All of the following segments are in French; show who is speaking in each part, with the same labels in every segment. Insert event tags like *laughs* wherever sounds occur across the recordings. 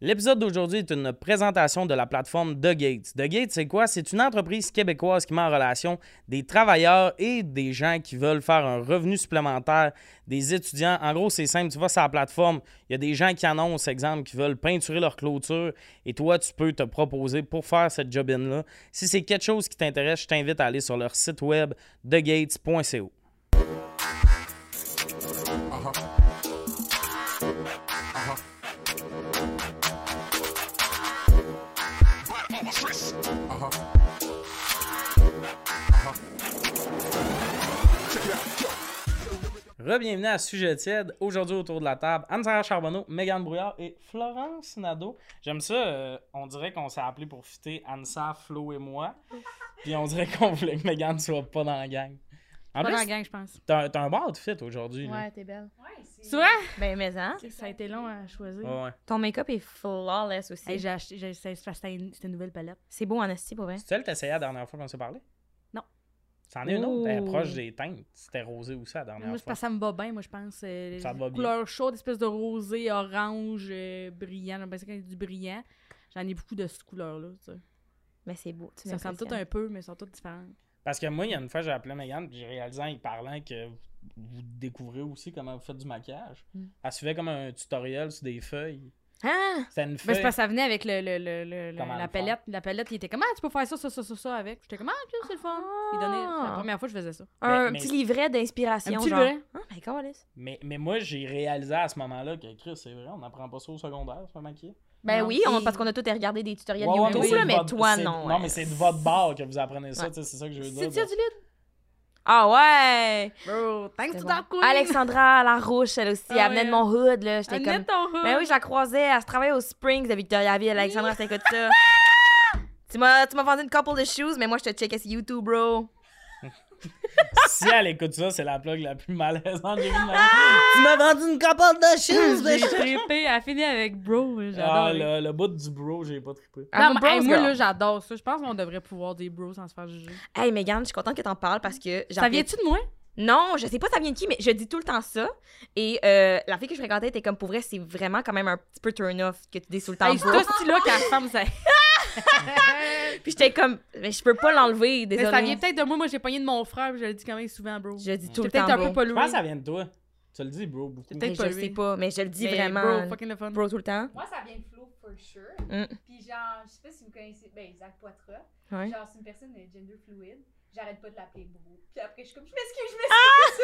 Speaker 1: L'épisode d'aujourd'hui est une présentation de la plateforme The Gates. The Gates, c'est quoi? C'est une entreprise québécoise qui met en relation des travailleurs et des gens qui veulent faire un revenu supplémentaire, des étudiants. En gros, c'est simple. Tu vas sur la plateforme, il y a des gens qui annoncent, exemple, qui veulent peinturer leur clôture et toi, tu peux te proposer pour faire cette job-in-là. Si c'est quelque chose qui t'intéresse, je t'invite à aller sur leur site web thegates.co. Rebienvenue à Sujet tiède. Aujourd'hui, autour de la table, Anne-Sarah Charbonneau, Mégane Brouillard et Florence Nadeau. J'aime ça, euh, on dirait qu'on s'est appelé pour fitter Anne-Sarah, Flo et moi. Puis on dirait qu'on voulait que Mégane soit pas dans la gang. En
Speaker 2: Pas dans la
Speaker 1: plus,
Speaker 2: gang, je pense.
Speaker 1: t'as un- t'as un bon outfit aujourd'hui. là.
Speaker 3: Ouais, t'es belle.
Speaker 2: Tu vois?
Speaker 3: Ben, mais hein.
Speaker 2: Ça a été long à choisir.
Speaker 1: Ouais, ouais.
Speaker 3: Ton make-up est flawless aussi.
Speaker 2: Hey, j'ai acheté, j'ai- c'est c'est parce que c'était une, c'était une nouvelle palette.
Speaker 3: C'est beau en esti, pour vrai.
Speaker 1: C'est celle que t'essayais la dernière fois qu'on s'est parlé?
Speaker 2: Non.
Speaker 1: C'en est une autre. Elle est
Speaker 3: Ouh.
Speaker 1: proche des teintes. C'était rosé aussi la dernière
Speaker 2: Moi, je
Speaker 1: fois.
Speaker 2: pense que ça me va bien, moi, je pense. euh, les
Speaker 1: Ça te va bien.
Speaker 2: couleurs chaudes, espèce de rosé, orange, euh, brillant. J'aime bien ça quand il y a du brillant. J'en ai beaucoup de cette couleur-là. tu sais.
Speaker 3: Mais c'est beau. Tu
Speaker 2: Ça ressemble tout un peu, mais elles sont toutes différentes.
Speaker 1: Parce que moi, il y a une fois, j'ai appelé Megan puis j'ai réalisé en y parlant que vous- vous découvrez aussi comment vous faites du maquillage.
Speaker 3: Mm.
Speaker 1: Elle suivait comme un tutoriel sur des feuilles.
Speaker 3: Ah!
Speaker 1: C'était une
Speaker 2: Ben,
Speaker 1: feuille.
Speaker 2: c'est parce que ça venait avec le, le- le- le- le-
Speaker 1: Comment le
Speaker 2: la
Speaker 1: faire?
Speaker 2: palette. La palette, il était comme Ah, tu peux faire ça, ça, ça, ça, ça avec. J'étais comme Ah, puis c'est le fun. Il donnait. C'est la première fois que je faisais ça.
Speaker 3: Un
Speaker 1: Mais- Ben, mais-
Speaker 3: petit livret d'inspiration.
Speaker 2: Un petit
Speaker 3: genre.
Speaker 2: livret.
Speaker 3: Oh my god,
Speaker 1: mais, mais moi, j'ai réalisé à ce moment-là que Chris, c'est vrai, on n'apprend pas ça au secondaire, se maquiller.
Speaker 3: Ben
Speaker 2: Non.
Speaker 3: oui, on-
Speaker 2: Et-
Speaker 3: parce qu'on a tous regardé des tutoriels
Speaker 1: Ouais, ouais,
Speaker 3: YouTube,
Speaker 1: mais c'est
Speaker 3: là,
Speaker 1: de
Speaker 3: mais
Speaker 1: votre-
Speaker 3: toi,
Speaker 1: c'est-
Speaker 3: non.
Speaker 1: Non,
Speaker 3: ouais.
Speaker 1: mais c'est de votre bord que vous apprenez ça,
Speaker 3: Ouais.
Speaker 1: tu sais, c'est ça que je veux
Speaker 2: C'est
Speaker 1: dire.
Speaker 2: tir
Speaker 1: de-
Speaker 2: du lit.
Speaker 3: Ah ouais!
Speaker 2: Bro, thanks
Speaker 3: C'est
Speaker 2: to
Speaker 3: bon.
Speaker 2: that queen.
Speaker 3: Alexandra Larouche, elle aussi,
Speaker 2: Ah
Speaker 3: elle venait de
Speaker 2: ouais.
Speaker 3: mon hood, là. J'étais
Speaker 2: Annette,
Speaker 3: comme.
Speaker 2: ton
Speaker 3: Ben oui,
Speaker 2: hood.
Speaker 3: je la croisais, elle se travaillait au Springs de Victoriaville. Alexandra, elle s'écoute ça. Tu m'as tu m'as vendu une couple de shoes, mais moi, je te checkais sur YouTube, bro.
Speaker 1: *laughs* si elle écoute ça, c'est la plug la plus malaisante que j'ai vue de ma vie. Tu m'as vendu une couple de choses,
Speaker 2: J'ai trippé, elle a fini avec bro, j'adore.
Speaker 1: Ah, le, le bout du bro, j'ai pas trippé.
Speaker 3: I'm a
Speaker 2: Non, mais,
Speaker 3: bros
Speaker 2: hey, moi,
Speaker 3: girl.
Speaker 2: là, j'adore ça. Je pense qu'on devrait pouvoir des bros sans se faire juger.
Speaker 3: Hey, Megan, je suis contente que t'en parles parce que
Speaker 2: Ça
Speaker 3: j'avais
Speaker 2: vient-tu de moi?
Speaker 3: Non, je sais pas ça vient de qui, mais je dis tout le temps ça. Et euh, la fille que je fréquentais était comme pour vrai, c'est vraiment quand même un petit peu turn off que tu dis tout le temps.
Speaker 2: Hey, c'est
Speaker 3: bro.
Speaker 2: toi, ce là qu'elle ressemble,
Speaker 3: *laughs*
Speaker 2: ça.
Speaker 3: Puis j'étais comme, mais je peux pas l'enlever,
Speaker 2: Mais ça vient
Speaker 3: désolée.
Speaker 2: peut-être de moi. Moi, j'ai pogné de mon frère, puis je le dis quand même souvent, bro.
Speaker 3: Je dis
Speaker 2: J'ai
Speaker 3: tout le
Speaker 2: peut-être
Speaker 3: temps.
Speaker 2: un
Speaker 3: bro.
Speaker 2: peu pollué.
Speaker 1: Je pense que ça vient de toi. Tu le dis, bro, beaucoup.
Speaker 2: C'est
Speaker 3: Mais
Speaker 2: peut-être
Speaker 3: je
Speaker 2: pas
Speaker 3: sais
Speaker 2: lui.
Speaker 3: pas, mais je le dis
Speaker 2: Mais
Speaker 3: vraiment.
Speaker 2: Bro, fucking le fun.
Speaker 3: Bro, tout le temps.
Speaker 4: Moi, ça vient de Flo, for sure.
Speaker 3: Mm.
Speaker 4: Puis genre, je sais pas si vous connaissez, ben, Zach Poitras.
Speaker 3: Ouais.
Speaker 4: Genre, c'est une personne de gender fluide. J'arrête pas de l'appeler bro. Puis après, je suis comme, je m'excuse, je m'excuse.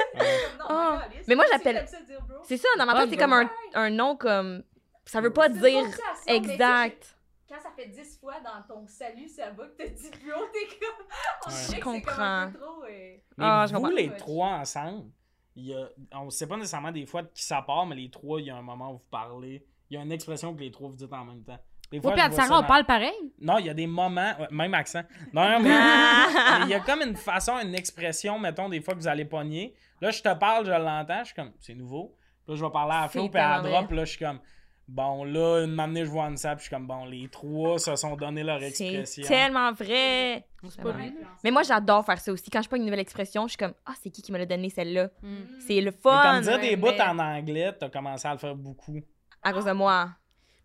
Speaker 1: euh,
Speaker 4: Comme, non,
Speaker 3: Ah!
Speaker 4: my God, yes,
Speaker 3: Mais moi,
Speaker 4: c'est-
Speaker 3: j'appelle-
Speaker 4: j'aime ça dire bro.
Speaker 3: C'est ça, dans ma
Speaker 2: Ah,
Speaker 3: tête, c'est
Speaker 2: bro.
Speaker 3: comme un, un nom comme. Ça veut pas
Speaker 4: C'est une
Speaker 3: dire
Speaker 4: prononciation, mais tu sais,
Speaker 3: exact.
Speaker 4: Quand ça fait 10 fois dans ton salut, ça va que t'as dit bro, t'es comme. *laughs*
Speaker 1: Ouais. Je
Speaker 4: On dirait que c'est comme
Speaker 3: comprends.
Speaker 4: un peu trop. euh,
Speaker 1: Mais
Speaker 3: Ah, je
Speaker 1: vous,
Speaker 3: comprends.
Speaker 1: les
Speaker 4: Ouais.
Speaker 1: trois ensemble, il y a, on sait pas nécessairement des fois de qui ça part, mais les trois, il y a un moment où vous parlez. Il y a une expression que les trois vous dites en même temps. Des
Speaker 2: Moi,
Speaker 1: je
Speaker 2: puis
Speaker 1: vois ça
Speaker 2: Sarah, on
Speaker 1: dans-
Speaker 2: parle pareil.
Speaker 1: Non, il y a des moments, ouais, même accent. Non, mais
Speaker 3: Ah!
Speaker 1: mais il y a comme une façon, une expression, mettons, des fois que vous allez pogner. Là, je te parle, je l'entends, je suis comme, c'est nouveau. Puis Là, je vais parler à
Speaker 3: C'est
Speaker 1: Flo, puis à
Speaker 3: tellement
Speaker 1: Drop, puis là, je suis comme, bon, là, une année, je vois une sape, je suis comme, bon, les trois se sont donné leur
Speaker 3: C'est
Speaker 1: expression.
Speaker 3: tellement vrai.
Speaker 2: C'est
Speaker 3: pas
Speaker 2: pas
Speaker 3: vrai.
Speaker 2: vrai.
Speaker 4: influencer.
Speaker 3: Mais moi, j'adore faire ça aussi. Quand je prends une nouvelle expression, je suis comme, ah, c'est qui qui me l'a donné celle-là?
Speaker 4: Mm.
Speaker 3: C'est le
Speaker 1: Mais
Speaker 3: fun.
Speaker 1: comme dire des
Speaker 3: mais-
Speaker 1: bouts en anglais, t'as commencé à le faire beaucoup.
Speaker 3: À cause de moi.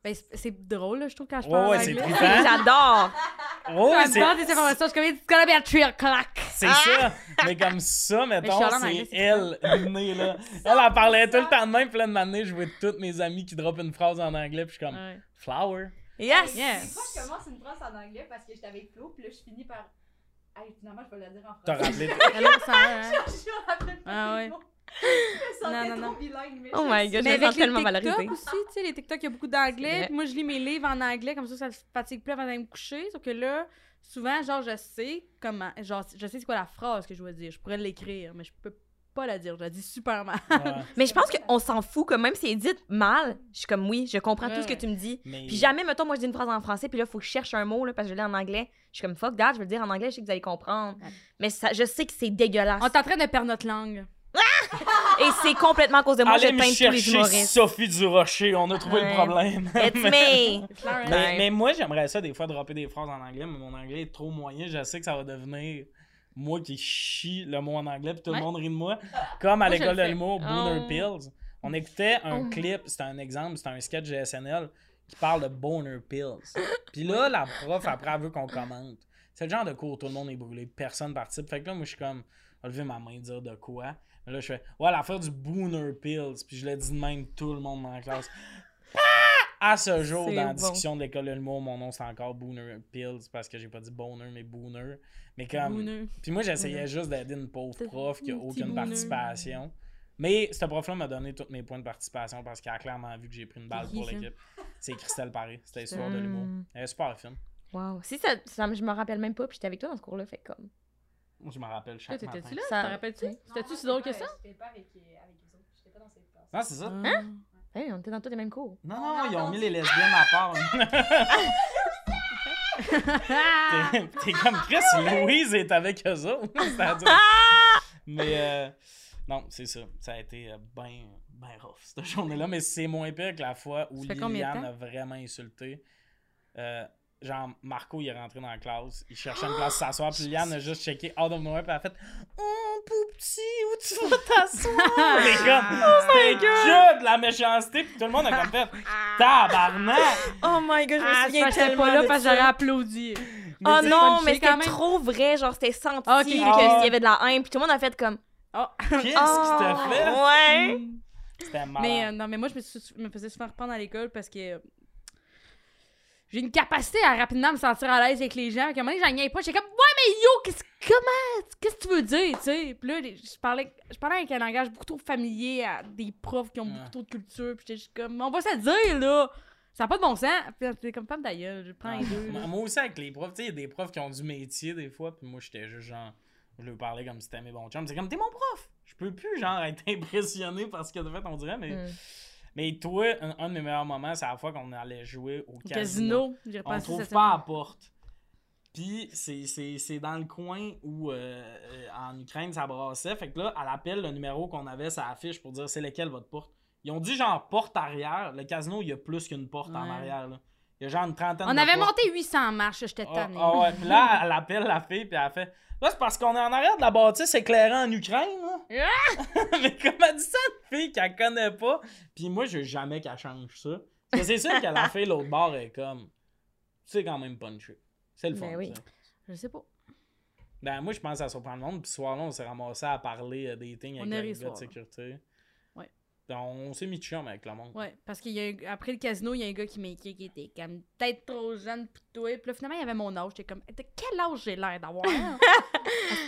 Speaker 2: Ben, c'est- c'est drôle, là, je trouve, quand je
Speaker 1: Ouais,
Speaker 2: parle
Speaker 1: ouais, c'est
Speaker 2: anglais.
Speaker 1: plus- Hein?
Speaker 3: *laughs* J'adore.
Speaker 1: Oh,
Speaker 2: Ça me
Speaker 1: c'est
Speaker 2: donne des informations. Je suis comme, it's gonna be a trill clack.
Speaker 1: c'est ça. Mais comme ça, mettons,
Speaker 2: suis allée en anglais,
Speaker 1: c'est
Speaker 2: c'est
Speaker 1: elle, née, là. Elle en parlait tout le temps de même, puis là, une année, je vois toutes mes amies qui dropent une phrase en anglais, puis je suis comme,
Speaker 2: Ouais.
Speaker 1: flower.
Speaker 3: Yes.
Speaker 2: Yeah.
Speaker 4: Des fois, je commence une phrase en anglais parce que j'étais avec Flo, puis là, je finis par. Hey, finalement, je vais la dire en
Speaker 1: T'as
Speaker 4: français.
Speaker 3: *laughs*
Speaker 1: rappelé.
Speaker 2: Alors, ça, hein.
Speaker 4: Je me rappelle pas
Speaker 2: Ah
Speaker 4: des
Speaker 2: ouais.
Speaker 4: noms. Je me
Speaker 3: Non,
Speaker 4: sentais
Speaker 3: non,
Speaker 4: trop
Speaker 3: non.
Speaker 4: bilingue, mais
Speaker 3: Oh
Speaker 4: je
Speaker 3: my
Speaker 4: sais.
Speaker 3: god, je
Speaker 2: Mais
Speaker 3: me
Speaker 2: avec
Speaker 3: sens
Speaker 2: les
Speaker 3: tellement
Speaker 2: TikTok
Speaker 3: valorisée.
Speaker 2: aussi, tu sais, les TikTok, il y a beaucoup
Speaker 3: C'est
Speaker 2: d'anglais.
Speaker 3: vrai.
Speaker 2: Puis moi, je lis mes livres en anglais, comme ça, ça ne fatigue plus avant d'aller me coucher. Sauf que là, souvent, genre, je sais comment. Genre, je sais c'est quoi la phrase que je dois dire. Je pourrais l'écrire, mais je peux pas la dire. Je la dis super mal.
Speaker 1: Ouais.
Speaker 3: Mais je pense qu'on s'en fout, que même si c'est dit mal, je suis comme oui, je comprends
Speaker 2: Ouais,
Speaker 3: tout ce que
Speaker 2: ouais.
Speaker 3: tu me dis.
Speaker 1: Mais-
Speaker 3: Puis jamais, mettons, moi je dis une phrase en français, puis là, il faut que je cherche un mot, là, parce que je l'ai en anglais. Je suis comme fuck that, je veux le dire en anglais, je sais que vous allez comprendre.
Speaker 2: Ouais.
Speaker 3: Mais ça, je sais que c'est dégueulasse.
Speaker 2: On est en train de perdre notre langue.
Speaker 3: Et c'est complètement à cause de moi,
Speaker 1: Allez
Speaker 3: je
Speaker 1: me
Speaker 3: teinte tous les
Speaker 1: chercher *laughs*
Speaker 3: humoristes.
Speaker 1: Sophie Durocher, on a trouvé
Speaker 3: Ouais.
Speaker 1: le problème.
Speaker 3: It's me.
Speaker 2: Claire, hein?
Speaker 1: mais,
Speaker 3: Ouais.
Speaker 1: mais moi, j'aimerais ça des fois dropper des phrases en anglais, mais mon anglais est trop moyen. Je sais que ça va devenir moi qui chie le mot en anglais, puis tout
Speaker 2: Ouais.
Speaker 1: le monde rit de moi. Comme à
Speaker 2: Moi, je
Speaker 1: l'école
Speaker 2: le
Speaker 1: de
Speaker 2: fais.
Speaker 1: l'humour, Booner
Speaker 2: Oh.
Speaker 1: Pills. On écoutait un
Speaker 3: Oh.
Speaker 1: clip, c'était un exemple, c'était un sketch de SNL. qui parle de boner pills. Puis là, la prof, après, elle veut qu'on commente. C'est le genre de cours où tout le monde est brûlé, personne participe. Fait que là, moi, je suis comme, je vais lever ma main dire de quoi. Mais là, je fais, ouais, l'affaire du booner pills. Puis je l'ai dit de même tout le monde dans la classe. Ah! À ce jour,
Speaker 3: C'est
Speaker 1: dans la
Speaker 3: bon.
Speaker 1: discussion de l'école de l'humour, mon nom, c'est encore booner pills parce que j'ai pas dit boner, mais booner. Mais comme.
Speaker 2: Bouneux.
Speaker 1: Puis moi, j'essayais juste d'aider une pauvre
Speaker 2: T'as-
Speaker 1: prof qui a
Speaker 2: un petit
Speaker 1: aucune
Speaker 2: bouleux.
Speaker 1: participation. Mais cette prof-là m'a donné tous mes points de participation parce qu'elle a clairement vu que j'ai pris une balle
Speaker 2: qui,
Speaker 1: pour
Speaker 2: ça?
Speaker 1: l'équipe. C'est Christelle Paré, c'était l'histoire de
Speaker 3: Hmm.
Speaker 1: l'humour. Elle est super fine.
Speaker 3: Wow. Si ça, ça- je me rappelle même pas, puis j'étais avec toi dans ce cours-là, fait comme.
Speaker 1: Moi, je m'en rappelle
Speaker 2: Toi,
Speaker 1: chaque matin.
Speaker 2: t'étais-tu là?
Speaker 3: Ça-
Speaker 2: T'en rappelles-tu? C'était-tu
Speaker 4: Non,
Speaker 2: si drôle
Speaker 4: j'étais
Speaker 2: que
Speaker 4: pas-
Speaker 2: ça?
Speaker 4: Ah, J'étais pas avec, euh, avec les autres. J'étais pas dans cette classe.
Speaker 1: Non, Ah, c'est ça.
Speaker 2: Hein?
Speaker 3: Hey, on était dans tous les mêmes cours.
Speaker 1: Non,
Speaker 4: On
Speaker 1: non,
Speaker 4: a
Speaker 1: ils ont mis
Speaker 4: entendu.
Speaker 1: les lesbiennes à *laughs* part.
Speaker 2: Ah!
Speaker 1: T'es- T'es comme Chris, Louise est avec eux autres. *laughs* C'est-à-dire- Mais euh, non, c'est ça. Ça a été euh, bien ben rough cette journée-là. Mais c'est moins pire que la fois où
Speaker 2: Ça fait combien de
Speaker 1: Liliane
Speaker 2: temps?
Speaker 1: a vraiment insulté. Euh, genre, Marco, il est rentré dans la classe. Il cherchait une place à s'asseoir. Puis Liliane a juste checké out of nowhere. Puis elle a fait Oh, petit, où tu vas
Speaker 2: *laughs* Ah.
Speaker 1: t'asseoir? Les gars,
Speaker 2: Oh
Speaker 1: c'était que de la méchanceté. Puis tout le monde a comme fait Tabarnak!
Speaker 3: *laughs* Oh my god,
Speaker 2: Ah, c'est parce que j'étais pas là parce que j'aurais applaudi.
Speaker 3: Oh
Speaker 2: c'est
Speaker 3: non,
Speaker 2: punché
Speaker 3: mais
Speaker 2: quand
Speaker 3: c'était
Speaker 2: même.
Speaker 3: trop vrai. Genre, c'était senti
Speaker 2: Ah, ok,
Speaker 3: que
Speaker 2: ok.
Speaker 3: s'il y avait de la haine. Puis tout le monde a fait comme.
Speaker 2: Oh.
Speaker 1: Qu'est-ce qui
Speaker 3: oh,
Speaker 1: t'a fait?
Speaker 3: Ouais.
Speaker 2: Mm.
Speaker 1: C'était malade.
Speaker 2: Mais euh, non, mais moi, je me, suis- me faisais souvent reprendre à l'école parce que euh, j'ai une capacité à rapidement me sentir à l'aise avec les gens. Puis à un moment donné, j'en ai pas. J'étais comme, ouais, mais yo, qu'est-ce, comment, qu'est-ce que tu veux dire, tu sais? Puis là, les- je parlais, je parlais avec un langage beaucoup trop familier à des profs qui ont
Speaker 1: Ouais.
Speaker 2: beaucoup trop de culture. Puis j'étais juste comme, on va se le dire, là. Ça n'a pas de bon sens. Puis j'étais comme, femme d'ailleurs, je prends
Speaker 1: Ouais.
Speaker 2: les deux.
Speaker 1: Ah, Moi
Speaker 2: là.
Speaker 1: moi aussi, avec les profs, tu sais, il y a des profs qui ont du métier des fois, puis moi, j'étais juste genre, je leur parlais comme si c'était mes bons chums. C'est comme, t'es mon prof! Je peux plus, genre, être impressionné parce que de fait, on dirait, mais.
Speaker 3: Mm.
Speaker 1: Mais toi, un, un de mes meilleurs moments, c'est la fois qu'on allait jouer au
Speaker 2: Au
Speaker 1: casino.
Speaker 2: Casino, j'ai
Speaker 1: On
Speaker 2: repensé
Speaker 1: trouve
Speaker 2: cette
Speaker 1: pas à
Speaker 2: semaine.
Speaker 1: la porte. Puis, c'est- c'est c'est dans le coin où, euh, euh, en Ukraine, ça brassait. Fait que là, elle appelle le numéro qu'on avait, ça affiche pour dire c'est lequel votre porte. Ils ont dit genre porte arrière. Le casino, il y a plus qu'une porte en
Speaker 2: Ouais.
Speaker 1: arrière. là. Il y a genre une trentaine
Speaker 2: On
Speaker 1: de
Speaker 2: avait
Speaker 1: portes.
Speaker 2: monté 800 marches, j'étais
Speaker 1: Ah,
Speaker 2: tannée.
Speaker 1: ah ouais, puis là, elle appelle la fille, puis elle fait Là, c'est parce qu'on est en arrière de la bâtisse éclairant en Ukraine,
Speaker 2: *laughs*
Speaker 1: là. *laughs* Mais comme elle dit ça, une fille qu'elle connaît pas. Puis moi, je veux jamais qu'elle change ça. Parce que c'est sûr qu'elle a fait l'autre bord est comme C'est quand même punché. C'est le fun.
Speaker 3: Ben oui.
Speaker 1: ça.
Speaker 2: Je sais pas.
Speaker 1: Ben, moi, je pense à surprendre le monde. Puis ce soir-là, on s'est ramassé à parler euh, des things
Speaker 2: On
Speaker 1: avec
Speaker 2: a
Speaker 1: le
Speaker 2: ri
Speaker 1: gars
Speaker 2: ce
Speaker 1: de
Speaker 2: soir, là.
Speaker 1: sécurité.
Speaker 2: Ouais.
Speaker 1: Donc, on s'est mis de chum avec le monde.
Speaker 2: Ouais, parce qu'il y a un- après le casino, il y a un gars qui m'a écrit qui était comme peut-être trop jeune pis tout. Puis là, finalement, il avait mon âge. J'étais comme, de quel âge j'ai
Speaker 1: *laughs*
Speaker 2: l'air d'avoir? hein?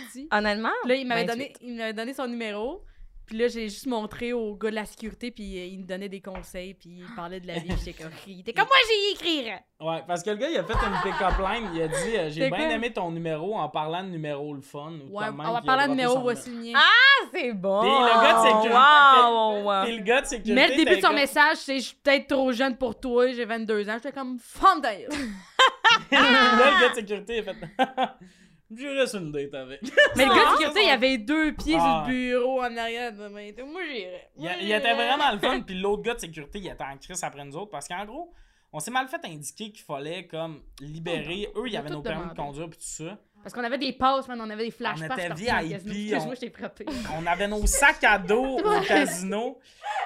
Speaker 2: Asti.
Speaker 3: Honnêtement.
Speaker 2: Puis là, il m'avait
Speaker 3: 28.
Speaker 2: donné, il m'avait donné son numéro. Puis là, j'ai juste montré au gars de la sécurité, puis euh, il me donnait des conseils, puis il parlait de la vie. puis J'étais comme, il était comme moi, j'y écrirais.
Speaker 1: Ouais, parce que le gars, il a fait une pick-up line. Il a dit euh, J'ai
Speaker 2: C'est
Speaker 1: bien
Speaker 2: quoi?
Speaker 1: aimé ton numéro en parlant de numéro le fun. Ou
Speaker 2: Ouais,
Speaker 1: de
Speaker 2: on
Speaker 1: même
Speaker 2: va
Speaker 1: qu'il a
Speaker 2: parler de
Speaker 1: droppé
Speaker 2: numéro,
Speaker 1: son
Speaker 2: voici le mien.
Speaker 3: Ah, c'est bon.
Speaker 1: Puis le gars de sécurité-
Speaker 3: Ah, Wow, wow, wow.
Speaker 1: Puis le gars de sécurité.
Speaker 2: Mais le début de son
Speaker 1: était
Speaker 2: message, c'est je suis peut-être trop jeune pour toi, j'ai 22 ans. J'étais comme,
Speaker 1: *laughs*
Speaker 2: femme d'ailleurs.
Speaker 1: comme- *laughs* Là, le gars de sécurité, il a fait. *laughs* Je reste une date avec.
Speaker 2: Mais le gars
Speaker 1: Ah.
Speaker 2: de sécurité, il avait deux pieds
Speaker 1: Ah.
Speaker 2: sur le bureau en arrière de moi. Il était, Moi, j'irais.
Speaker 1: Il,
Speaker 2: Moi,
Speaker 1: il était
Speaker 2: j'irais.
Speaker 1: vraiment le fun. Puis l'autre gars de sécurité, il était en crise après nous autres. Parce qu'en gros, on s'est mal fait indiquer qu'il fallait comme libérer. Eux, ils
Speaker 2: Ils ont
Speaker 1: avaient
Speaker 2: tout
Speaker 1: nos permis de
Speaker 2: demandé.
Speaker 1: conduire puis tout ça.
Speaker 2: Parce qu'on avait des passes, man, on avait des flash
Speaker 1: On
Speaker 2: passes
Speaker 1: était
Speaker 2: partout
Speaker 1: VIP,
Speaker 2: dans le casino. Excuse-moi,
Speaker 1: on-
Speaker 2: je t'ai frappé.
Speaker 1: On avait nos sacs à
Speaker 2: *laughs*
Speaker 1: dos au casino.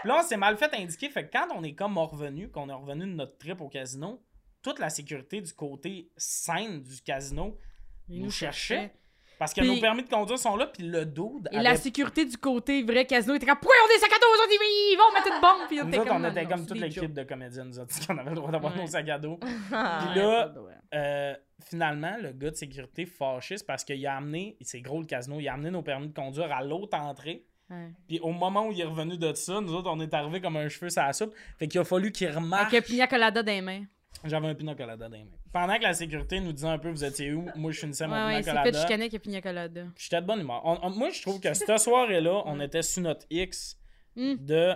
Speaker 1: Puis là, on s'est mal fait indiquer. Fait que quand on est comme revenu, qu'on est revenu de notre trip au casino, toute la sécurité du côté scène du casino *laughs* nous cherchait. Parce que
Speaker 2: Puis-
Speaker 1: nos permis de conduire sont là, puis le dude
Speaker 2: Et la
Speaker 1: avait
Speaker 2: sécurité du côté vrai casino était comme Pourquoi on est sac à dos aujourd'hui Ils vont mettre une bombe Puis on
Speaker 1: Nous
Speaker 2: était
Speaker 1: autres,
Speaker 2: comme
Speaker 1: on
Speaker 2: Non,
Speaker 1: était
Speaker 2: non,
Speaker 1: comme
Speaker 2: c'est
Speaker 1: toute
Speaker 2: des
Speaker 1: l'équipe de comédiens, nous autres, *laughs* qu'on avait le droit d'avoir
Speaker 2: Ouais.
Speaker 1: nos sacs à dos.
Speaker 2: jokes.
Speaker 1: Puis là,
Speaker 2: Ouais, ouais.
Speaker 1: Euh, finalement, le gars de sécurité fâché, c'est parce qu'il a amené, c'est gros le casino, il a amené nos permis de conduire à l'autre entrée.
Speaker 2: Ouais.
Speaker 1: Puis au moment où il est revenu de ça, nous autres, on est arrivés comme un cheveu sur la soupe. Fait qu'il a fallu qu'il remarque.
Speaker 2: Avec un pina colada dans les mains.
Speaker 1: J'avais un pina colada dans les mains. Pendant que la sécurité nous disait un peu vous étiez où, moi je finissais mon
Speaker 2: Ouais, ouais, il
Speaker 1: pina
Speaker 2: s'est fait
Speaker 1: colada.
Speaker 2: chicaner avec un pina colada.
Speaker 1: J'étais de bonne humeur. On- on- moi, je trouve que cette soirée-là, on
Speaker 2: Ouais.
Speaker 1: était sous notre X
Speaker 2: Mm.
Speaker 1: de.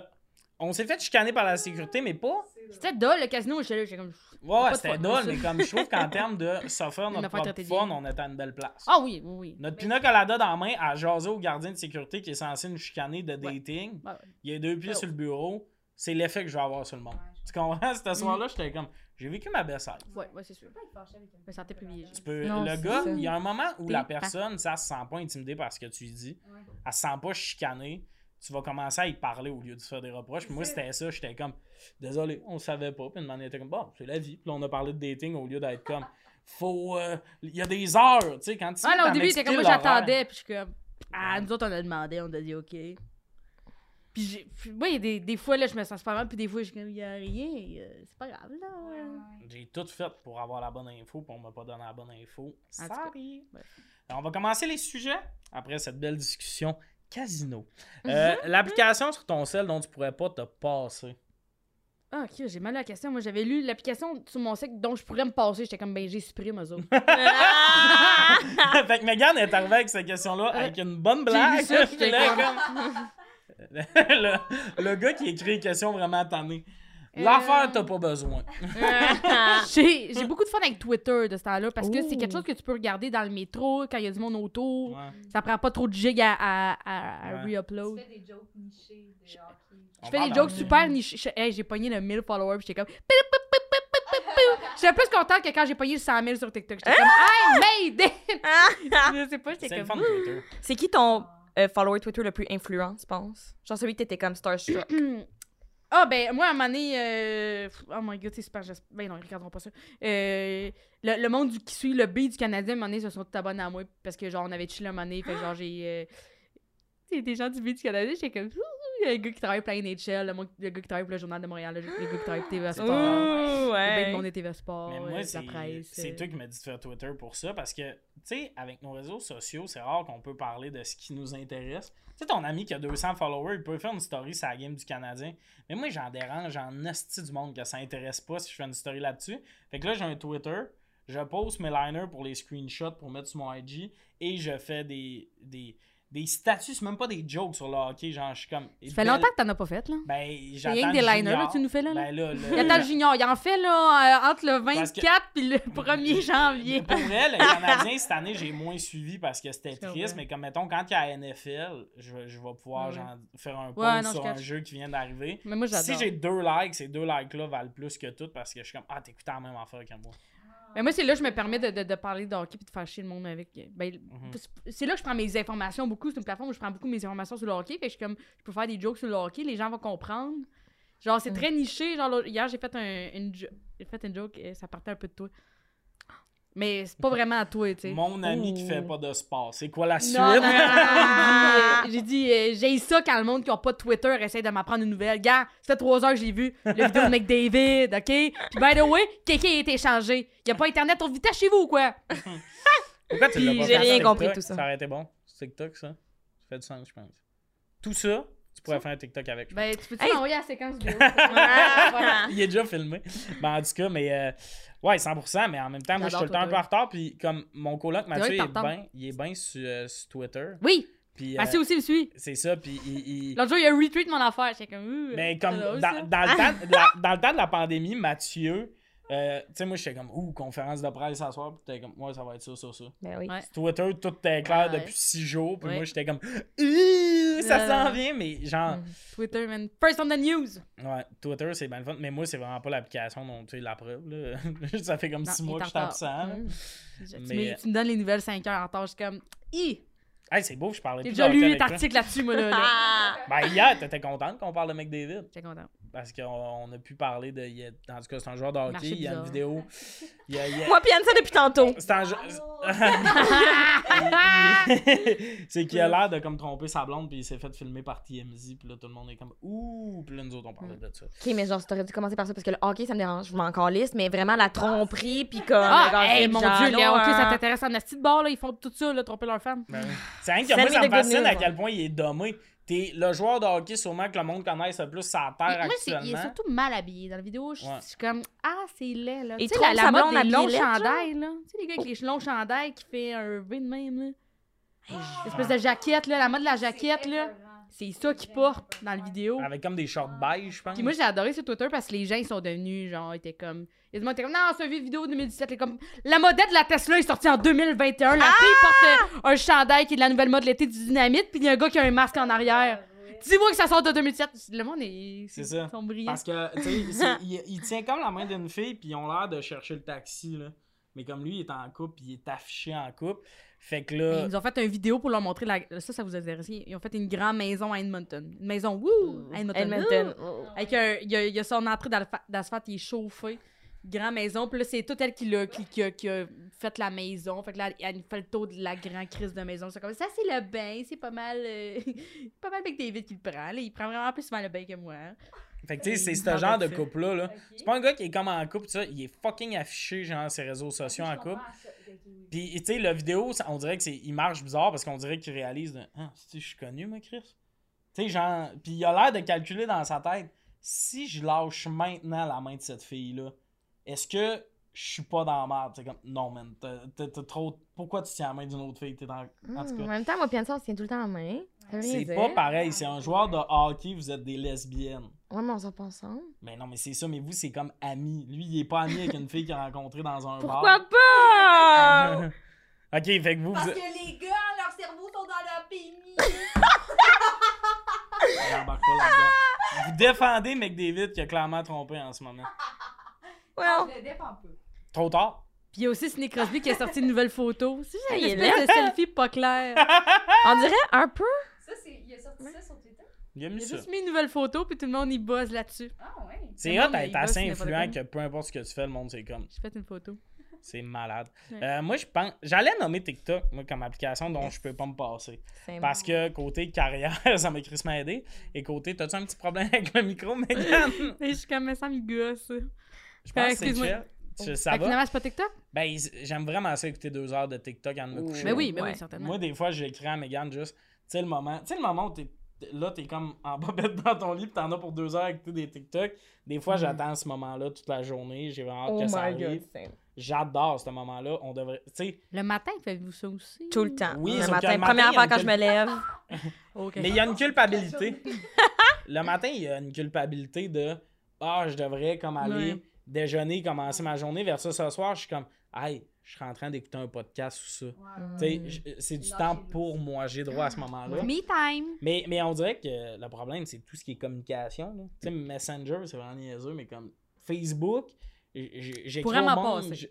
Speaker 1: On s'est fait chicaner par la sécurité, mais pas
Speaker 2: C'était dole, le casino, j'étais là, j'étais comme
Speaker 1: Ouais,
Speaker 2: Pas
Speaker 1: ouais,
Speaker 2: de
Speaker 1: c'était
Speaker 2: fun,
Speaker 1: drôle,
Speaker 2: ça.
Speaker 1: mais comme je trouve qu'en termes de
Speaker 2: *laughs*
Speaker 1: s'offrir
Speaker 2: On
Speaker 1: notre
Speaker 2: a pas
Speaker 1: propre
Speaker 2: traité de
Speaker 1: fun,
Speaker 2: bien.
Speaker 1: on était à une belle place.
Speaker 2: Ah oui, oui, oui.
Speaker 1: Notre
Speaker 4: Mais-
Speaker 1: pina colada dans la main à jaser au gardien de sécurité qui est censé nous chicaner de
Speaker 2: Ouais.
Speaker 1: dating.
Speaker 2: Ouais, ouais.
Speaker 1: Il y a deux pieds
Speaker 2: Oh.
Speaker 1: sur le bureau. C'est l'effet que je vais avoir sur le monde.
Speaker 4: Ouais, je-
Speaker 1: Tu comprends? Cette soir-là, j'étais comme, j'ai vécu ma baissade.
Speaker 2: Ouais, ouais, c'est sûr.
Speaker 4: Je peux pas être fâchée avec une
Speaker 2: Mais santé privilégiée.
Speaker 1: Tu peux-
Speaker 3: Non,
Speaker 1: le
Speaker 3: c'est
Speaker 1: gars,
Speaker 3: ça.
Speaker 1: il y a un moment où la
Speaker 2: T'es-
Speaker 1: personne, ça se sent pas intimidée par ce que tu lui dis.
Speaker 4: Ouais.
Speaker 1: Elle se sent pas chicanée. tu vas commencer à y parler au lieu de se faire des reproches. Puis moi, c'était ça, j'étais comme, désolé, on savait pas. Puis une manière était comme, bon, c'est la vie. Puis là, on a parlé de dating au lieu d'être comme, faut. euh, Il y a des heures, tu sais, quand tu.
Speaker 2: Ah, là, au
Speaker 1: t'as
Speaker 2: début, il était comme moi,
Speaker 1: m'expliqué l'horaire.
Speaker 2: j'attendais, puis je suis comme. Ah, nous autres, on a demandé, on a dit OK. Puis, j'ai- puis moi, il y a des, des fois, là, je me sens super mal, puis des fois, je suis comme, il n'y a rien, euh, c'est pas grave, là.
Speaker 1: J'ai tout fait pour avoir la bonne info, puis on m'a pas donné la bonne info.
Speaker 2: En tout cas,
Speaker 1: Sorry.
Speaker 2: ouais.
Speaker 1: Alors, on va commencer les sujets après cette belle discussion casino.
Speaker 2: Mm-hmm.
Speaker 1: Euh, L'application sur ton sel dont tu pourrais pas te passer.
Speaker 2: Ah, ok, j'ai mal à la question. Moi, j'avais lu l'application sur mon site dont je pourrais me passer. J'étais comme, ben, j'ai supprime eux autres.
Speaker 3: Ah!
Speaker 1: *laughs* fait que Megan est arrivée avec cette question-là avec une bonne blague.
Speaker 2: J'ai vu ça,
Speaker 1: Puis
Speaker 2: j'étais
Speaker 1: là,
Speaker 2: comme-
Speaker 1: *laughs* le, le gars qui écrit les questions vraiment tanné. *laughs*
Speaker 2: Euh.
Speaker 1: L'affaire, t'as pas besoin.
Speaker 2: j'ai j'ai beaucoup de fun avec Twitter de ce temps-là parce que c'est
Speaker 1: Ouh.
Speaker 2: quelque chose que tu peux regarder dans le métro quand il y a du monde autour.
Speaker 1: Ouais.
Speaker 2: Ça prend pas trop de gigs à, à, à, à
Speaker 1: Ouais.
Speaker 4: Tu
Speaker 2: re-upload.
Speaker 4: fais des jokes nichés de hockey.
Speaker 1: On
Speaker 2: Oh. Je fais
Speaker 1: parle
Speaker 2: des jokes
Speaker 1: dans-
Speaker 2: super nichés. Je- Hey, j'ai pogné le 1000 followers, puis j'étais comme.
Speaker 1: *laughs*
Speaker 2: J'étais plus contente que quand j'ai pogné le 100 000 sur TikTok. J'étais comme, hey, made it!
Speaker 1: *laughs*
Speaker 2: Je sais pas,
Speaker 1: Hein? C'est
Speaker 2: j'étais
Speaker 1: le fun
Speaker 2: comme. *gasps*
Speaker 1: de Twitter.
Speaker 3: *laughs* C'est qui ton euh, follower Twitter le plus influent, tu penses? Genre celui que t'étais comme starstruck.
Speaker 2: Ah, ben, moi, à un moment donné. euh, pff, Oh my god, c'est super. j'es- Ben non, ils regarderont pas ça. Euh, Le, le monde du, qui suit le B du Canadien, à un moment donné, se sont tous abonnés à moi parce que, genre, on avait chillé un moment donné. Fait que, genre, j'ai. euh, tu sais, des gens du B du Canadien, j'étais comme. Ouh, Il y a le gars qui travaille pour la NHL, le, monde- le gars qui travaille pour le Journal de Montréal, le, le gars qui travaille pour TVA
Speaker 1: C'est
Speaker 2: Sport.
Speaker 3: Ouh,
Speaker 2: Le Ben,
Speaker 3: ouais.
Speaker 2: on était vers sport,
Speaker 1: Mais
Speaker 2: euh,
Speaker 1: moi,
Speaker 2: la
Speaker 1: c'est-
Speaker 2: presse.
Speaker 1: c'est
Speaker 2: euh.
Speaker 1: toi qui m'as dit de faire Twitter pour ça parce que, tu sais, avec nos réseaux sociaux, c'est rare qu'on peut parler de ce qui nous intéresse. Tu sais, ton ami qui a 200 followers, il peut faire une story sur la game du Canadien. Mais moi, j'en dérange en hostie du monde que ça intéresse pas si je fais une story là-dessus. Fait que là, j'ai un Twitter, je poste mes liners pour les screenshots pour mettre sur mon IG et je fais des, des, des statuts, c'est même pas des jokes sur le hockey. Genre, je suis comme.
Speaker 2: Ça fait longtemps que t'en as pas
Speaker 1: *laughs*
Speaker 2: fait, là.
Speaker 1: Ben,
Speaker 2: C'est
Speaker 1: j'attends.
Speaker 2: rien que des
Speaker 1: le
Speaker 2: liners, là,
Speaker 1: junior.
Speaker 2: tu nous fais, là. là.
Speaker 1: Ben là, le-
Speaker 2: Il attend le junior. Il en fait, là, euh, entre le
Speaker 1: Parce que-
Speaker 2: 24
Speaker 1: *laughs*
Speaker 2: puis le 1er janvier.
Speaker 1: Pour vrai, le Canadien, cette année, j'ai moins suivi parce que c'était
Speaker 2: Je comprends.
Speaker 1: triste, mais comme mettons, quand il y a NFL, je, je vais pouvoir
Speaker 2: Ouais.
Speaker 1: genre, faire un post
Speaker 2: Ouais, non, je
Speaker 1: sur un
Speaker 2: catch.
Speaker 1: jeu qui vient d'arriver.
Speaker 2: Mais moi,
Speaker 1: Si
Speaker 2: j'adore.
Speaker 1: j'ai deux likes, ces deux likes-là valent plus que tout parce que je suis comme Ah, t'écoutes la même affaire que moi.
Speaker 2: Mais moi, c'est là que je me permets de, de, de parler de hockey puis de faire chier le monde avec. Ben,
Speaker 1: Mhm.
Speaker 2: c'est- c'est là que je prends mes informations beaucoup. C'est une plateforme où je prends beaucoup mes informations sur le hockey. Fait que je suis comme, je peux faire des jokes sur le hockey, les gens vont comprendre. Genre, c'est
Speaker 3: Mm.
Speaker 2: très niché. Genre, l'autre- hier, j'ai fait, un, une jo- j'ai fait une joke, euh, ça partait un peu de toi. Mais c'est pas vraiment à toi, tu sais. Oh.
Speaker 1: Mon ami qui
Speaker 3: Ouh.
Speaker 1: fait pas de sport, c'est quoi la suite?
Speaker 2: Non, non, non, non, j'ai dit, euh, j'ai dit, euh, j'ai ça quand le monde qui n'a pas de Twitter essaie de m'apprendre une nouvelle. Gars, ça fait trois heures que j'ai vu la vidéo de McDavid, OK? Puis, by the way, quelqu'un a été échangé. Il n'y a pas Internet au vitesse chez vous ou quoi?
Speaker 1: *laughs* Pourquoi tu l'as
Speaker 2: Puis
Speaker 1: pas
Speaker 2: j'ai
Speaker 1: fait
Speaker 3: rien
Speaker 1: sur
Speaker 3: compris
Speaker 1: TikTok?
Speaker 3: tout ça.
Speaker 1: Ça aurait été bon. C'est TikTok, ça. Ça fait du sens, je pense. Tout ça, tu pourrais faire un TikTok avec. je pense.
Speaker 2: Ben, tu peux-tu
Speaker 3: Hey.
Speaker 2: m'envoyer la séquence *laughs* vidéo?
Speaker 3: Ah.
Speaker 1: *laughs* Il est déjà filmé. Ben, en tout cas, mais euh, ouais, 100%, mais en même temps, moi, je suis tout le
Speaker 2: J'adore
Speaker 1: temps un peu
Speaker 2: Twitter.
Speaker 1: en retard. Puis, comme mon coloc Mathieu, il
Speaker 2: dois
Speaker 1: est
Speaker 2: être en retard.
Speaker 1: bien il est bien sur, euh, sur Twitter.
Speaker 2: oui,
Speaker 1: Puis,
Speaker 2: Ah,
Speaker 1: euh,
Speaker 2: c'est aussi, me suit.
Speaker 1: c'est ça. Puis, il- il-
Speaker 2: L'autre jour, il a retweet mon affaire. J'étais comme, ouh,
Speaker 1: Mais
Speaker 2: c'est
Speaker 1: Ben, comme
Speaker 2: drôle, ça.
Speaker 1: dans, dans le temps, de
Speaker 2: *laughs*
Speaker 1: la, dans le temps de la pandémie, Mathieu, euh, tu sais, moi, j'étais comme, ouh, conférence de presse ce soir. Puis, t'es comme, ouais, ça va être ça, ça, ça.
Speaker 3: Ben oui.
Speaker 2: Ouais.
Speaker 1: Twitter, tout était clair
Speaker 2: Ouais.
Speaker 1: depuis six jours. Puis,
Speaker 2: Ouais.
Speaker 1: moi, j'étais comme, Ih, ça
Speaker 2: Ouais. Mm.
Speaker 1: s'en vient. Mais, genre,
Speaker 2: Twitter, man. First on the news.
Speaker 1: Ouais, Twitter, c'est bien le fun. Mais moi, c'est vraiment pas l'application dont tu sais, la preuve. Là. *laughs* ça fait comme
Speaker 2: Non,
Speaker 1: six
Speaker 2: il
Speaker 1: mois
Speaker 2: est
Speaker 1: que je suis
Speaker 2: en
Speaker 1: absent.
Speaker 2: retard.
Speaker 1: là.
Speaker 2: Mm. Je-
Speaker 1: Mais,
Speaker 2: tu, me-
Speaker 1: euh,
Speaker 2: tu me donnes les nouvelles 5 heures en retard. Je suis comme, hi!
Speaker 1: Hey, c'est beau, je parlais
Speaker 2: J'ai
Speaker 1: plus
Speaker 2: déjà
Speaker 1: d'hockey
Speaker 2: lu
Speaker 1: avec toi.
Speaker 2: l'article là-dessus, moi, là. *laughs* là.
Speaker 3: Ah!
Speaker 1: Ben, hier, t'étais contente qu'on parle de McDavid.
Speaker 2: J'étais content.
Speaker 1: Parce qu'on on a pu parler de. il y a- en tout cas, c'est un joueur de hockey.
Speaker 2: Marché
Speaker 1: Il y a une
Speaker 2: bizarre.
Speaker 1: vidéo. Il y a- il y a-
Speaker 3: Moi pis Anne, ça depuis tantôt.
Speaker 1: C'est un jeu-
Speaker 2: Ah!
Speaker 1: *laughs* c'est qu'il a l'air de comme tromper sa blonde, puis il s'est fait filmer par TMZ, puis là tout le monde est comme ouh, puis là nous autres on parlait de ça.
Speaker 3: Ok, mais genre, t'aurais dû commencer par ça parce que le hockey, ça me dérange. Je m'en calisse, mais vraiment la tromperie pis comme.
Speaker 2: Ah,
Speaker 3: genre,
Speaker 2: hey,
Speaker 3: c'est
Speaker 2: mon
Speaker 3: genre,
Speaker 2: Dieu, les
Speaker 3: là,
Speaker 2: hockey,
Speaker 3: hein.
Speaker 2: ça t'intéresse en asti de bord, là. Ils font tout ça, là, tromper leur femme.
Speaker 1: Ben oui. C'est rien que moi
Speaker 3: Send me
Speaker 1: ça me
Speaker 3: the good
Speaker 1: fascine
Speaker 3: news,
Speaker 1: à
Speaker 3: ouais.
Speaker 1: quel point il est dommé. T'es le joueur de hockey sûrement que le monde connaisse le plus sa terre
Speaker 2: moi, c'est-
Speaker 1: actuellement.
Speaker 2: il est surtout mal habillé. Dans la vidéo, je
Speaker 1: Ouais.
Speaker 2: je suis comme, ah, c'est laid, là.
Speaker 3: Il
Speaker 2: Tu sais, la,
Speaker 3: trompe sa
Speaker 2: la mode
Speaker 3: blonde à
Speaker 2: des longs
Speaker 3: Billette, genre.
Speaker 2: chandails, là. Tu sais, les gars avec les longs chandails qui fait un V de même, là. Espèce de jaquette, là. La mode de la jaquette, là. C'est ça qu'ils portent dans la vidéo.
Speaker 1: Avec comme des shorts beige, je pense.
Speaker 2: Ah. Puis moi, j'ai adoré sur Twitter parce que les gens, ils sont devenus, genre, ils étaient comme. Ils étaient comme, non, c'est un vieux vidéo de 2017. Les comme, la modèle de la Tesla est sortie en 2021. La fille
Speaker 3: Ah!
Speaker 2: porte euh, un chandail qui est de la nouvelle mode de l'été du dynamite. Puis il y a un gars qui a un masque en arrière. Dis-moi que ça sort de 2007. Le monde est.
Speaker 1: C'est ça.
Speaker 2: Ils sont brillants.
Speaker 1: Parce que, tu sais, c'est- il, il tient comme la main d'une fille, puis ils ont l'air de chercher le taxi, là. mais comme lui, il est en couple, il est affiché en couple. Fait que
Speaker 2: Mais
Speaker 1: là.
Speaker 2: Ils
Speaker 3: Euh,
Speaker 2: nous ont fait une vidéo pour leur montrer la... ça, ça vous a intéressé. Ils ont fait une grande maison à Edmonton. Une maison, wouh! À Edmonton.
Speaker 3: Edmonton.
Speaker 2: wouh!
Speaker 3: oh.
Speaker 2: Avec un- il y, a- il y a son entrée d'alpha- d'asphalte, il est chauffé. Grande maison. Puis là, c'est tout elle qui l'a qui, qui a- qui a fait la maison. Fait que là, elle nous fait le tour de la grande crise de maison. C'est comme ça, c'est le bain. C'est pas mal. euh, *laughs* pas mal avec David qui le prend. là. Il prend vraiment plus souvent le bain que moi. hein.
Speaker 1: Fait que tu sais, c'est
Speaker 2: Il
Speaker 1: ce
Speaker 2: parle
Speaker 1: genre de
Speaker 2: de ça.
Speaker 1: couple-là. là.
Speaker 4: Ok.
Speaker 1: C'est pas un gars qui est comme en couple, ça. Il est fucking affiché, genre, ses réseaux sociaux
Speaker 4: Je
Speaker 1: en
Speaker 4: comprends
Speaker 1: couple.
Speaker 4: ça. Ok, ok, oui.
Speaker 1: Puis, tu sais, la vidéo, ça- on dirait que c'est, il marche bizarre parce qu'on dirait qu'il réalise de, ah, si je suis connu, moi, Chris. Tu sais, genre, puis il a l'air de calculer dans sa tête, si je lâche maintenant la main de cette fille-là, est-ce que je suis pas dans la merde? C'est comme, non, man, t'as- t'as t'as trop. Pourquoi tu tiens la main d'une autre fille? T'es dans. En tout
Speaker 3: Hmm, en
Speaker 1: cas,
Speaker 3: même temps, moi, Pianson, Mmh, on se tient tout le temps en main. Ça veut rien
Speaker 1: c'est
Speaker 3: dire.
Speaker 1: pas pareil. C'est un joueur de hockey, vous êtes des lesbiennes.
Speaker 3: Ouais, mais on s'en passe ensemble.
Speaker 1: Mais non, mais c'est ça, mais vous, c'est comme ami. Lui, il est pas ami avec une fille qu'il a rencontrée dans un
Speaker 3: Pourquoi
Speaker 1: bar.
Speaker 3: *laughs* pas?
Speaker 1: *laughs* ok, fait que vous, vous
Speaker 4: Parce que les gars, leur cerveau sont dans leur pénis.
Speaker 2: *laughs*
Speaker 1: Elle embarque pas
Speaker 2: Ah!
Speaker 1: là-dedans. Vous défendez McDavid qui a clairement trompé en ce moment.
Speaker 3: Well,
Speaker 4: Je le défends un peu.
Speaker 1: Trop tard.
Speaker 2: Puis il y a aussi Sidney Crosby qui a sorti une nouvelle
Speaker 3: *laughs*
Speaker 2: photo. C'est juste
Speaker 3: Ah,
Speaker 2: une
Speaker 3: il est
Speaker 2: espèce de selfie pas
Speaker 3: *laughs*
Speaker 2: claire.
Speaker 3: on dirait un peu.
Speaker 4: Ça, c'est... Il a sorti ça sur Twitter?
Speaker 1: Il a
Speaker 2: Il
Speaker 1: mis
Speaker 2: a
Speaker 1: ça.
Speaker 2: juste mis une nouvelle photo, puis tout le monde y buzz là-dessus.
Speaker 4: Ah ouais.
Speaker 1: C'est
Speaker 2: Mais non,
Speaker 1: hot
Speaker 2: mais
Speaker 1: d'être
Speaker 2: il bosse,
Speaker 1: assez
Speaker 2: il y a pas de
Speaker 1: influent
Speaker 2: con.
Speaker 1: que peu importe ce que tu fais, le monde c'est comme.
Speaker 2: J'ai fait une photo.
Speaker 1: C'est malade.
Speaker 2: Ouais.
Speaker 1: Euh, moi, je pense. J'allais nommer TikTok, moi, comme application dont je peux pas me passer.
Speaker 3: C'est
Speaker 1: Parce que côté carrière, *laughs* ça m'a crissement aidé. Et côté, t'as-tu un petit problème avec le micro,
Speaker 2: *laughs*
Speaker 1: Megan?
Speaker 2: Et je suis comme, mais ça me gosse.
Speaker 1: Je pense que c'est
Speaker 2: Excuse-moi. Oh.
Speaker 1: chill. Tu-
Speaker 2: Fait
Speaker 1: Ça
Speaker 2: que
Speaker 1: va?
Speaker 2: finalement, c'est pas TikTok?
Speaker 1: Ben, j'aime vraiment ça écouter deux heures de TikTok avant de me
Speaker 3: Ouh.
Speaker 1: coucher.
Speaker 2: Mais Ben oui, mais
Speaker 3: Ouais.
Speaker 2: oui, certainement.
Speaker 1: Moi, des fois, j'écris à Megan juste, tu sais, le moment, tu sais, le moment où t'es, t'es- là, t'es comme en *laughs* bobette dans ton lit, pis t'en as pour deux heures à écouter des TikTok. Des fois, j'attends ce moment-là toute la journée, j'ai vraiment hâte
Speaker 3: Mm. Oh
Speaker 1: que ça
Speaker 3: my
Speaker 1: arrive.
Speaker 3: god, c'est
Speaker 1: J'adore ce moment-là. On devrait, tu sais,
Speaker 2: Le matin, faites-vous ça aussi?
Speaker 3: tout le temps.
Speaker 1: Oui,
Speaker 3: le
Speaker 1: sauf que
Speaker 3: matin,
Speaker 1: le matin, il
Speaker 3: première
Speaker 1: y a
Speaker 3: fois quand
Speaker 1: une
Speaker 3: je me lève.
Speaker 2: OK.
Speaker 1: mais il y a une culpabilité. le matin, il y a une culpabilité de, ah, je devrais comme aller
Speaker 2: Ouais.
Speaker 1: déjeuner, commencer ma journée, versus ce soir, je suis comme, hey, je suis en train d'écouter un podcast ou ça.
Speaker 4: Ouais.
Speaker 1: Tu sais,
Speaker 3: Mm.
Speaker 1: je- c'est du
Speaker 4: Lâcher
Speaker 1: temps
Speaker 4: le-
Speaker 1: pour moi, j'ai droit à ce moment-là.
Speaker 2: Me time!
Speaker 1: Mais, mais on dirait que le problème, c'est tout ce qui est communication. là. Tu sais, Messenger, c'est vraiment niaiseux, mais comme Facebook, j- j- j'écris
Speaker 2: Pourrait
Speaker 1: au
Speaker 2: m'en
Speaker 1: monde...
Speaker 2: passer.
Speaker 1: j-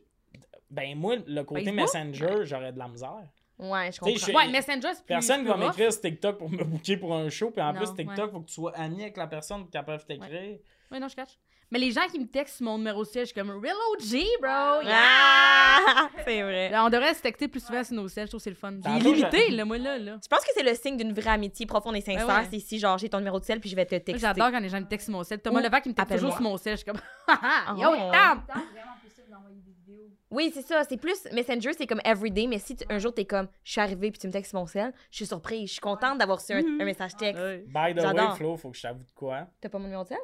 Speaker 1: Ben moi, le côté
Speaker 2: Facebook?
Speaker 1: Messenger, j'aurais de la misère.
Speaker 3: Ouais,
Speaker 1: Tu
Speaker 3: je
Speaker 1: sais,
Speaker 3: comprends.
Speaker 1: je-
Speaker 2: Ouais, Messenger, c'est plus...
Speaker 1: Personne
Speaker 2: plus
Speaker 1: va
Speaker 2: rough.
Speaker 1: m'écrire sur TikTok pour me booker pour un show, puis en
Speaker 2: Non,
Speaker 1: plus, TikTok,
Speaker 2: ouais.
Speaker 1: faut que tu sois ami avec la personne pour qu'elle puisse t'écrire.
Speaker 2: Ouais, non, je catch. Mais les gens qui me textent sur mon numéro de siège, je suis comme « Real OG, bro! Yeah!
Speaker 3: Ah, c'est vrai.
Speaker 2: Là, On devrait se texter plus souvent sur nos sièges, je trouve que c'est le fun.
Speaker 1: Tantôt,
Speaker 2: Il est limité, là, moi, là. là.
Speaker 3: Je pense que c'est le signe d'une vraie amitié profonde et sincère.
Speaker 2: Ben ouais.
Speaker 3: C'est si, genre, j'ai ton numéro de sel puis je vais te
Speaker 2: Moi,
Speaker 3: texter.
Speaker 2: J'adore quand les gens me textent sur mon siège. Thomas
Speaker 3: Ou
Speaker 2: Levac, il me texte toujours sur
Speaker 3: appelle-moi.
Speaker 2: mon siège. Je suis comme « Ah,
Speaker 3: Ah
Speaker 2: Yo,
Speaker 3: ouais.
Speaker 2: Tom!
Speaker 4: C'est tout le temps vraiment possible d'envoyer des vidéos.
Speaker 3: Oui, c'est ça. C'est plus Messenger, c'est comme everyday. Mais si tu- un jour, t'es comme, je suis arrivée puis tu me textes sur mon sel, je suis surprise. Je suis contente d'avoir reçu un,
Speaker 2: Mhm.
Speaker 3: un message texte.
Speaker 2: Ouais.
Speaker 1: By the way,
Speaker 3: J'adore.
Speaker 1: Flo, faut que je t'avoue de quoi.
Speaker 3: Mm-hmm. T'as pas mon numéro de sel?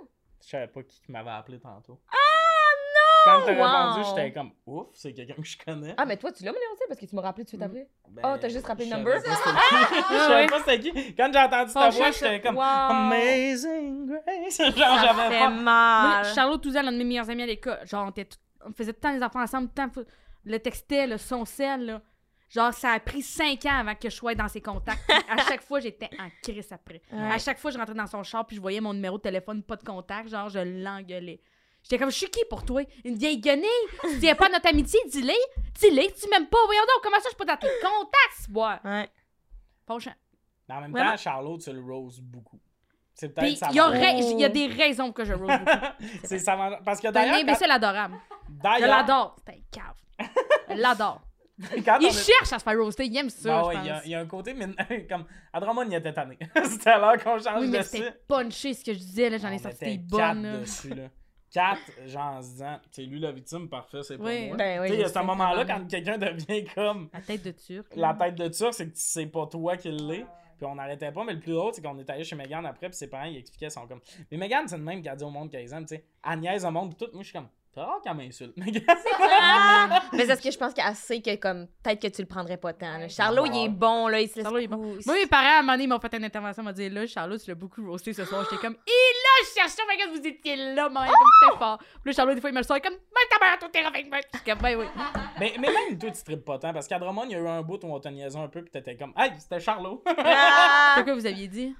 Speaker 1: Je savais pas qui qui m'avait appelé tantôt. Ah non! Quand t'as
Speaker 3: Wow!
Speaker 1: répondu, j'étais comme ouf, c'est quelqu'un que je connais.
Speaker 3: Ah, mais toi, tu l'as mon numéro de sel parce que tu m'as rappelé tout de suite
Speaker 2: Mm.
Speaker 3: après.
Speaker 1: Ben,
Speaker 3: Ah, t'as juste rappelé le
Speaker 1: je savais
Speaker 3: number?
Speaker 1: pas c'était qui. *laughs* Je savais pas c'était qui. Quand j'ai entendu ta
Speaker 2: Son
Speaker 1: voix,
Speaker 2: chat,
Speaker 1: j'étais comme
Speaker 3: Wow.
Speaker 1: Amazing Grace. *laughs* Genre, j'avais
Speaker 3: Fait
Speaker 1: pas.
Speaker 2: Moi,
Speaker 3: mal.
Speaker 2: Charlotte Touzan, l'un de mes meilleurs amis à l'école, genre, on, était tout- on faisait tout le temps les enfants ensemble, tout le temps, faut- le textait, le son sel, là. Genre, ça a pris cinq ans avant que je sois dans ses contacts. Puis à chaque fois, j'étais en crise après.
Speaker 3: Ouais.
Speaker 2: À chaque fois, je rentrais dans son char, puis je voyais mon numéro de téléphone, pas de contact, genre, je l'engueulais. J'étais comme, je suis qui pour toi? Une vieille guenille? Tu tiens pas à notre amitié? Dis-le! Dis-le! Tu m'aimes pas! Voyons donc, comment ça, je suis pas dans tes contacts? Ouais.
Speaker 3: Ouais.
Speaker 2: Prochain.
Speaker 1: Mais en même
Speaker 3: Vraiment?
Speaker 1: temps, Charlotte, tu le roses beaucoup. C'est peut-être
Speaker 2: Puis,
Speaker 1: ça.
Speaker 2: il y, a
Speaker 1: va-
Speaker 2: ra- il y a des raisons que je
Speaker 1: *laughs*
Speaker 2: rose beaucoup.
Speaker 1: C'est ça. va- Parce que
Speaker 2: T'es un
Speaker 1: d'ailleurs, quand- hein?
Speaker 2: imbécile adorable. Je
Speaker 1: d'ailleurs,
Speaker 2: l'adore. C'est un cave. Je l'adore.
Speaker 1: *laughs* quand on
Speaker 2: Il
Speaker 1: est-
Speaker 2: cherche à se faire roaster. Il aime ça,
Speaker 1: Ben ouais,
Speaker 2: je
Speaker 1: il y a-
Speaker 2: pense.
Speaker 1: il y, a un côté, mais *laughs* comme à Drummond, il était tanné. *laughs* C'était alors qu'on change
Speaker 2: Oui,
Speaker 1: de
Speaker 2: mais
Speaker 1: dessus.
Speaker 2: c'était punché ce que je disais. là J'en ai
Speaker 1: On
Speaker 2: sorti
Speaker 1: était
Speaker 2: des
Speaker 1: quatre
Speaker 2: bonnes. là.
Speaker 1: dessus, là. Quatre, genre en se disant, c'est lui la victime, parfait, c'est pas
Speaker 2: Ouais.
Speaker 1: moi.
Speaker 3: Ben oui,
Speaker 1: tu sais, il y a
Speaker 3: je
Speaker 1: ce
Speaker 3: sais,
Speaker 1: moment-là
Speaker 2: vraiment.
Speaker 1: quand quelqu'un devient comme
Speaker 2: La tête de Turc.
Speaker 1: la tête de Turc, c'est que c'est pas toi qui l'es. Puis on n'arrêtait pas, mais le plus drôle, c'est qu'on est allé chez Megan après, puis ses parents, ils expliquaient, ils sont comme. Mais Megan, c'est le même qu'elle dit au monde qu'elle les aime, tu sais. Elle niaise au monde, pis tout. Moi, je suis comme, t'as rare qu'elle m'insulte. *laughs* Megan,
Speaker 3: Ah! *laughs* Mais c'est ce que je pense qu'elle sait que comme peut-être que tu le prendrais pas tant. là. Charlot, il est bon là, il se laisse.
Speaker 2: Charlot, il est bon.
Speaker 3: cou-
Speaker 2: Moi, mes parents, à un moment donné, ils m'ont fait une intervention. Ils m'ont dit Là, Charlotte, tu l'as beaucoup roasté ce soir. J'étais comme Et là, je cherchais, mais quand oh vous étiez là, maman, comme c'était fort. Puis là, Charlotte, des fois, il me le sort comme Même ta mère, toi, t'es avec moi. Je suis comme Ben oui.
Speaker 3: Ah.
Speaker 1: mais, mais même toi, tu tripes pas tant, parce qu'à Drummond, il y a eu un bout où on te niaisait un peu, puis t'étais comme, hey, c'était Charlot. *laughs*
Speaker 3: *laughs* Ah!
Speaker 2: Pourquoi vous aviez dit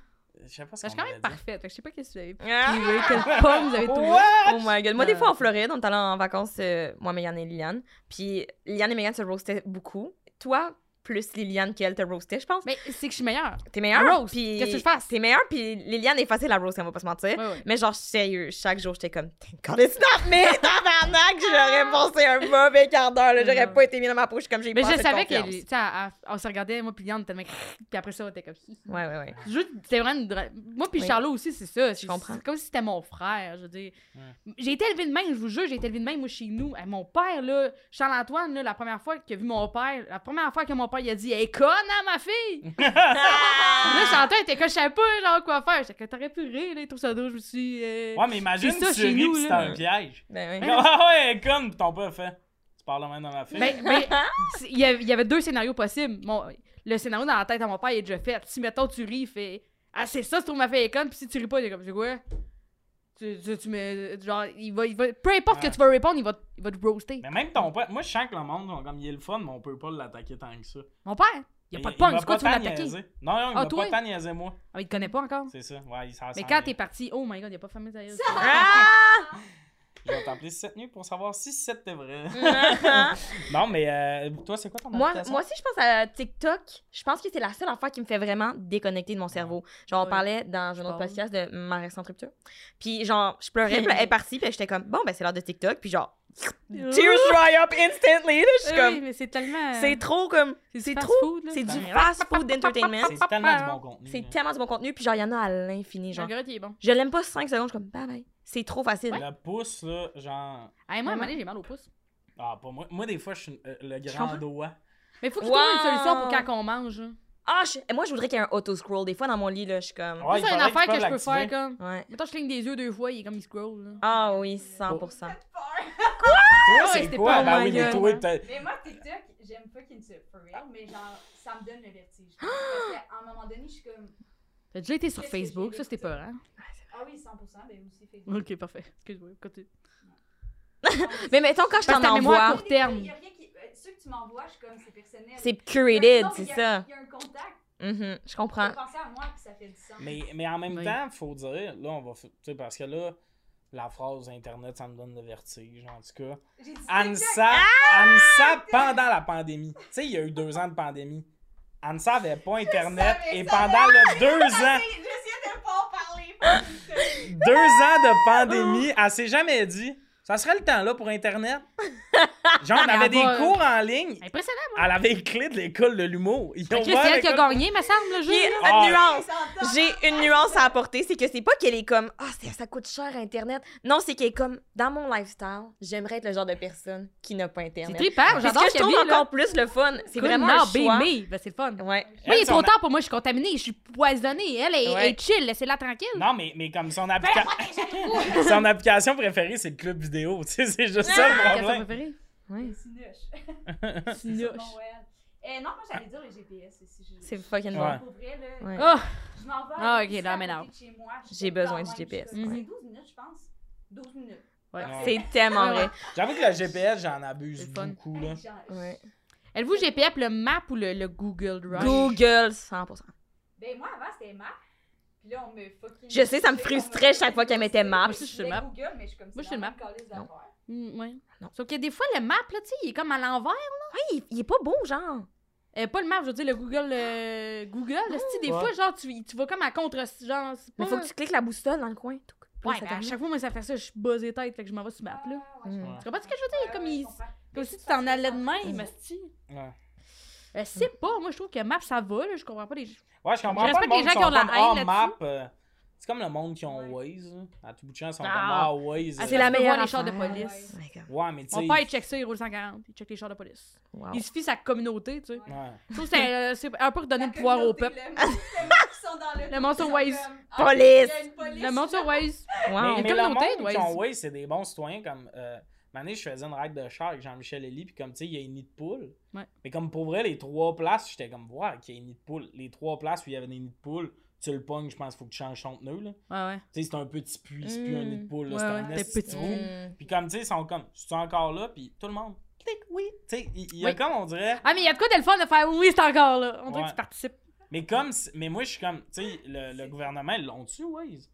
Speaker 1: Je sais pas ce
Speaker 2: Je suis
Speaker 1: qu'on
Speaker 2: quand même
Speaker 1: avait dit.
Speaker 2: parfaite. fait que Je sais pas qu'est-ce que vous avez pris.
Speaker 3: Ah!
Speaker 2: Quelle pomme vous avez trouvé.
Speaker 3: Oh my god. Moi, des
Speaker 2: Euh.
Speaker 3: fois, en Floride, on est allé en vacances, euh, moi, Mégane et Liliane. Puis Liliane et Mégane se roastaient beaucoup. Toi, plus Liliane qu'elle te roastait, je pense.
Speaker 2: Mais c'est que je suis meilleure.
Speaker 3: T'es meilleure.
Speaker 2: Elle roast.
Speaker 3: Ah, puis-
Speaker 2: Qu'est-ce que je fasse?
Speaker 3: T'es meilleure, puis Liliane est facile à roaster, on va pas se mentir.
Speaker 2: Ouais, ouais.
Speaker 3: Mais genre, sérieux, chaque jour, j'étais comme, thank god it's
Speaker 2: *laughs*
Speaker 3: not me, tabarnak, j'aurais passé un mauvais quart d'heure, là. j'aurais
Speaker 2: Non.
Speaker 3: pas été mis dans ma poche comme j'ai
Speaker 2: Mais
Speaker 3: passé
Speaker 2: je
Speaker 3: de
Speaker 2: savais
Speaker 3: confiance.
Speaker 2: que, tu sais, à- à- on se regardait, moi, puis Liane, tellement. *laughs* Puis après ça, on était comme.
Speaker 3: Ouais, ouais, ouais.
Speaker 2: Juste, C'était vraiment une dra- Moi, puis
Speaker 3: Oui.
Speaker 2: Charlot aussi, c'est ça. C'est-
Speaker 3: comprends.
Speaker 2: C'est comme si c'était mon frère, je veux dire.
Speaker 1: Ouais.
Speaker 2: J'ai été élevée de même, je vous jure, j'ai été élevée de même, moi, chez nous. Eh, mon père, là, Charles-Antoine, là, la première fois qu'il a vu mon père, la première fois que mon père, il a dit, elle est conne, hein, ma fille!
Speaker 3: Ah!
Speaker 2: *laughs* là, Chantal était comme, je savais pas, genre, quoi faire. J'étais comme, t'aurais pu rire, là, il trouve ça drôle, je me suis. euh,
Speaker 1: Ouais, mais imagine
Speaker 2: C'est ça,
Speaker 1: que tu
Speaker 2: chez
Speaker 1: ris
Speaker 2: nous,
Speaker 1: pis c'est
Speaker 2: là. Hein?
Speaker 1: un piège.
Speaker 3: Ben oui.
Speaker 1: Ah ouais, comme ton père fait. Tu parles même dans ma fille.
Speaker 2: Ben, ben, c'est- il y avait- il y avait deux scénarios possibles. Mon- le scénario dans la tête à mon père, il est déjà fait. Si, mettons, tu ris, il fait Ah, c'est ça, tu trouves ma fille est conne, puis si tu ris pas, il est comme, c'est quoi Tu, tu, tu me. Genre, il va, il va- Peu importe
Speaker 1: Ouais.
Speaker 2: que tu vas répondre, il va, te- il va te roaster.
Speaker 1: Mais même ton père, moi je sens que le monde, sont comme il est le fun, mais on peut pas l'attaquer tant que ça.
Speaker 2: Mon père, il y a pas de punk, c'est quoi, tu veux l'attaquer
Speaker 1: Non, non, il
Speaker 2: Ah,
Speaker 1: m'a
Speaker 2: toi?
Speaker 1: pas tant niaisé, moi.
Speaker 2: Ah, il te connaît pas encore.
Speaker 1: C'est ça, ouais, il s'en
Speaker 2: Mais
Speaker 1: sent
Speaker 2: quand
Speaker 1: bien.
Speaker 2: t'es parti, oh my god, il a pas fermé sa gueule.
Speaker 3: Ah!
Speaker 1: Je vais t'appeler cette nuit pour savoir si c'était
Speaker 2: *laughs*
Speaker 1: vrai.
Speaker 3: Ah!
Speaker 1: non, mais euh, toi, c'est quoi ton
Speaker 3: moi,
Speaker 1: application?
Speaker 3: moi aussi, je pense à TikTok. Je pense que c'est la seule affaire qui me fait vraiment déconnecter de mon cerveau. Genre, on
Speaker 2: Ouais.
Speaker 3: parlait dans un autre
Speaker 2: Sport.
Speaker 3: podcast de ma récente rupture. Puis, genre, je pleurais, puis elle est partie, puis j'étais comme, bon, ben, c'est l'heure de TikTok. Puis, genre, *laughs* tears dry up instantly. Là, je suis
Speaker 2: Oui,
Speaker 3: comme,
Speaker 2: mais c'est tellement.
Speaker 3: c'est trop comme,
Speaker 2: du
Speaker 3: c'est
Speaker 2: fast
Speaker 3: trop,
Speaker 2: food, là.
Speaker 3: c'est du
Speaker 1: Ouais.
Speaker 3: fast food d'entertainment.
Speaker 1: C'est tellement
Speaker 2: hein.
Speaker 1: du bon contenu.
Speaker 3: C'est
Speaker 1: là.
Speaker 3: tellement du bon contenu, puis genre, il y en a à l'infini, genre.
Speaker 2: Marguerite, il est bon.
Speaker 3: Je l'aime pas 5 secondes, je suis comme, bye bye. C'est trop facile.
Speaker 1: Le pouce, là, genre.
Speaker 2: Ah, moi, à un
Speaker 3: Maman.
Speaker 2: moment donné, j'ai mal au pouce.
Speaker 1: Ah, pas moi. Moi, des fois, je suis euh, le grand
Speaker 3: comprends.
Speaker 1: doigt.
Speaker 2: Mais faut qu'il
Speaker 3: Wow.
Speaker 2: trouve une solution pour quand on mange. hein.
Speaker 3: Ah, je- moi, je voudrais qu'il y ait un auto-scroll. Des fois, dans mon lit, là, je suis comme,
Speaker 1: Ouais, il
Speaker 2: ça, c'est une
Speaker 1: faudrait que
Speaker 2: affaire
Speaker 1: tu
Speaker 2: que je peux
Speaker 1: puisses
Speaker 2: faire
Speaker 1: l'activer.
Speaker 2: comme.
Speaker 3: ouais.
Speaker 2: Mettons, je cligne des yeux deux fois, il est comme il scroll. Là.
Speaker 3: Ah oui,
Speaker 4: Oh.
Speaker 3: 100%.
Speaker 1: Toi,
Speaker 2: Ah ouais,
Speaker 1: c'est
Speaker 2: c'était
Speaker 1: quoi?
Speaker 2: pas
Speaker 1: Ben
Speaker 2: my
Speaker 1: oui, mais
Speaker 2: gueule. hein.
Speaker 1: toi, t'as-
Speaker 4: Mais moi, TikTok, j'aime fucking ça, for real, mais genre, ça me donne le
Speaker 3: *gasps*
Speaker 4: vertige. Parce qu'à un moment donné, je suis comme,
Speaker 2: T'as déjà été sur
Speaker 4: Qu'est-ce que
Speaker 2: Facebook,
Speaker 4: j'ai
Speaker 2: ça c'était
Speaker 4: écouté?
Speaker 2: peur, hein?
Speaker 4: ah oui, 100%, mais aussi Facebook.
Speaker 2: Ok, parfait. Excuse-moi, continue.
Speaker 3: Mais *laughs* mettons, quand
Speaker 2: Parce
Speaker 3: je
Speaker 2: que
Speaker 3: t'en
Speaker 2: ta mémoire
Speaker 3: envoie,
Speaker 2: court terme.
Speaker 4: Il y a rien qui. euh, Ceux que tu m'envoies, je suis comme, c'est personnel.
Speaker 3: c'est
Speaker 4: Il y a-
Speaker 3: curated,
Speaker 4: non, mais
Speaker 3: c'est
Speaker 4: il y a-
Speaker 3: ça.
Speaker 4: Il y a un contact.
Speaker 3: Mhm, je
Speaker 4: Tu
Speaker 3: comprends.
Speaker 4: peux penser à moi, puis ça fait du sens.
Speaker 1: Mais, mais en même
Speaker 2: Oui.
Speaker 1: temps, faut dire, là, on va. f- Tu sais, parce que là, la phrase Internet, ça me donne le vertige, en tout cas.
Speaker 4: J'ai dit TikTok.
Speaker 1: Ansa,
Speaker 4: Ah!
Speaker 1: Ansa pendant la pandémie. Tu sais, il y a eu deux ans de pandémie. Ansa avait pas Internet
Speaker 4: savais
Speaker 1: et
Speaker 4: ça, Ah,
Speaker 1: pendant le deux ans,
Speaker 4: *laughs* J'essayais de pas en parler. parce que c'est-
Speaker 1: deux ans de pandémie,
Speaker 4: Oh.
Speaker 1: elle s'est jamais dit. Ça serait le temps là pour Internet.
Speaker 4: *laughs*
Speaker 1: Genre, on
Speaker 2: Mais
Speaker 1: avait
Speaker 2: elle
Speaker 1: des
Speaker 2: va- euh,
Speaker 1: cours en ligne.
Speaker 2: Impressionnant, moi.
Speaker 1: Elle avait les clés de l'école de l'humour. Ils ont
Speaker 2: Fait que
Speaker 1: ouvert
Speaker 2: c'est elle qui a
Speaker 1: l'école-
Speaker 2: gagné, me semble, le jeu.
Speaker 3: Puis,
Speaker 2: là.
Speaker 1: Ah.
Speaker 3: une *laughs* nuance.
Speaker 4: Ça entend.
Speaker 3: J'ai une nuance à apporter, c'est que c'est pas qu'elle est comme ah c'est- ça coûte cher internet. Non, c'est qu'elle est comme dans mon lifestyle, j'aimerais être le genre de personne qui n'a pas
Speaker 2: C'est
Speaker 3: internet.
Speaker 2: trippant,
Speaker 3: Puis ce
Speaker 2: j'adore
Speaker 3: que je
Speaker 2: Kevin.
Speaker 3: trouve encore plus le fun, c'est vraiment un choix.
Speaker 2: Ben, c'est le fun. Moi,
Speaker 3: Ouais.
Speaker 1: Elle,
Speaker 2: il est
Speaker 1: son
Speaker 2: trop
Speaker 1: a-
Speaker 2: tard pour moi, je suis contaminée, je suis poisonnée. Elle est,
Speaker 3: Ouais.
Speaker 2: est chill, laissez-la tranquille.
Speaker 1: Non, mais, mais comme
Speaker 4: Ben,
Speaker 1: son,
Speaker 4: *laughs*
Speaker 1: applica- *laughs* son application préférée, c'est le club vidéo. *laughs* Tu sais, c'est juste ça
Speaker 4: Ah,
Speaker 1: le
Speaker 2: Ma question
Speaker 1: problème.
Speaker 2: préférée.
Speaker 4: C'est Sinoche.
Speaker 2: Sinoche.
Speaker 4: Montréal. Euh, non, moi j'allais dire le GPS aussi. Je-
Speaker 3: C'est fucking
Speaker 1: Ouais.
Speaker 3: bon.
Speaker 4: Pour vrai, là,
Speaker 3: Ouais.
Speaker 2: Oh,
Speaker 4: je m'en vais.
Speaker 2: Ah,
Speaker 4: à-
Speaker 2: ok,
Speaker 4: juste
Speaker 2: là,
Speaker 4: à
Speaker 2: mais
Speaker 4: côté
Speaker 2: non.
Speaker 4: de chez moi. Je
Speaker 3: J'ai
Speaker 4: fais
Speaker 3: besoin
Speaker 4: quand
Speaker 3: du
Speaker 4: même,
Speaker 3: GPS,
Speaker 4: je fais-
Speaker 2: ouais.
Speaker 4: C'est 12 minutes, je pense. 12 minutes.
Speaker 2: Ouais.
Speaker 1: Ouais.
Speaker 3: C'est tellement
Speaker 2: Ouais, ouais.
Speaker 3: vrai.
Speaker 1: J'avoue que le GPS, j'en abuse
Speaker 2: C'est le fun.
Speaker 1: beaucoup. Là.
Speaker 4: Hey, j'en-
Speaker 3: Ouais.
Speaker 2: Êtes-vous GPF, le map ou le, le Google Drive?
Speaker 3: Google 100%.
Speaker 4: Ben, moi avant c'était Map. Puis là, on me fucking.
Speaker 3: Je sais, ça me frustrait chaque fois qu'elle mettait Map.
Speaker 2: Moi, je suis sur Map.
Speaker 4: Google, mais je suis comme
Speaker 2: Moi, je suis sur Map.
Speaker 3: Non.
Speaker 2: Mm, ouais.
Speaker 3: Ah, Non.
Speaker 2: Sauf que des fois, le map, là, tu sais, il est comme à l'envers.
Speaker 3: Il, il est pas beau genre.
Speaker 2: Euh, pas le map, je veux dire, le *gasps* Google. euh, Google, là, tu sais, des
Speaker 1: Ouais.
Speaker 2: fois, genre, tu, tu vas comme à contre. Genre, c'est
Speaker 3: Mais
Speaker 2: pas-
Speaker 3: faut que tu cliques la boussole dans le coin. Tout. Puis là,
Speaker 2: Ouais,
Speaker 3: ça
Speaker 2: mais à
Speaker 3: termine. Mm.
Speaker 2: chaque fois, moi, ça fait ça, je suis buzzée tête, fait que je m'en vais sur
Speaker 4: Ah,
Speaker 2: map, Ah, là. Hmm. Tu comprends ce que je veux dire? Comme, il- comme si tu t'en allais de même, esti.
Speaker 1: Ouais.
Speaker 2: Euh, c'est pas, moi, je trouve que map, ça va, là, je comprends pas les...
Speaker 1: Ouais, je comprends pas
Speaker 2: Je
Speaker 1: le
Speaker 2: respecte
Speaker 1: monde
Speaker 2: les gens
Speaker 1: qui
Speaker 2: qui
Speaker 1: ont
Speaker 2: ont de la haine
Speaker 1: la map.
Speaker 2: là-dessus.
Speaker 1: euh, C'est comme le monde qui ont
Speaker 4: Ouais.
Speaker 1: Waze. là. À tout bout de champ, ils sont
Speaker 3: Ah.
Speaker 1: comme Ah, Waze.
Speaker 2: Ah,
Speaker 1: euh,
Speaker 2: c'est la
Speaker 3: Tu peux
Speaker 2: meilleure
Speaker 3: voir
Speaker 2: affaire.
Speaker 4: Ouais.
Speaker 3: Oh My God.
Speaker 1: Ouais, mais tu sais.
Speaker 2: Mon père, il check ça, il roule 140, il check les chars de police.
Speaker 3: Wow.
Speaker 2: Il suffit sa communauté, tu sais.
Speaker 4: Ouais.
Speaker 1: Ouais.
Speaker 2: Je trouve que c'est euh, c'est un peu redonner le pouvoir au peuple.
Speaker 4: Le
Speaker 2: *laughs* Le monde sur Waze.
Speaker 4: Ah,
Speaker 3: Police.
Speaker 2: Le monde sur Waze.
Speaker 3: Wow.
Speaker 1: Mais,
Speaker 2: Une
Speaker 1: mais le
Speaker 2: communauté
Speaker 1: monde
Speaker 2: de
Speaker 1: qui ont
Speaker 2: Waze.
Speaker 1: Waze, c'est des bons citoyens. Comme. Euh, Mané, je faisais une ride de char avec Jean-Michel Elie, puis comme tu sais, il y a une nid de poule.
Speaker 2: Ouais.
Speaker 1: Mais comme pour vrai, les trois places, j'étais comme, voir qu'il y a une nid de poule. Les trois places où il y avait des nids de poule, tu le pognes, je pense, faut que tu changes ton pneu. Là.
Speaker 2: Ouais, ouais.
Speaker 1: Tu sais, c'est un petit puits, c'est plus un nid de poule. là,
Speaker 2: Hmm. Ouais,
Speaker 1: c'est
Speaker 2: ouais,
Speaker 1: un
Speaker 2: t'es
Speaker 1: esti de
Speaker 2: petit
Speaker 1: trou.
Speaker 2: bout.
Speaker 3: Mm.
Speaker 1: Puis comme tu sais, ils sont comme, tu es encore là, puis tout le monde, clic, oui. Tu sais, il il y a
Speaker 2: Oui.
Speaker 1: comme on dirait.
Speaker 2: Ah, mais il y a de quoi de le fun de faire oui, c'est encore là. On dirait
Speaker 1: Ouais.
Speaker 2: que tu participes.
Speaker 1: Mais comme, si- mais moi, je suis comme, tu sais, le, le gouvernement, ils l'ont-tu, Waze?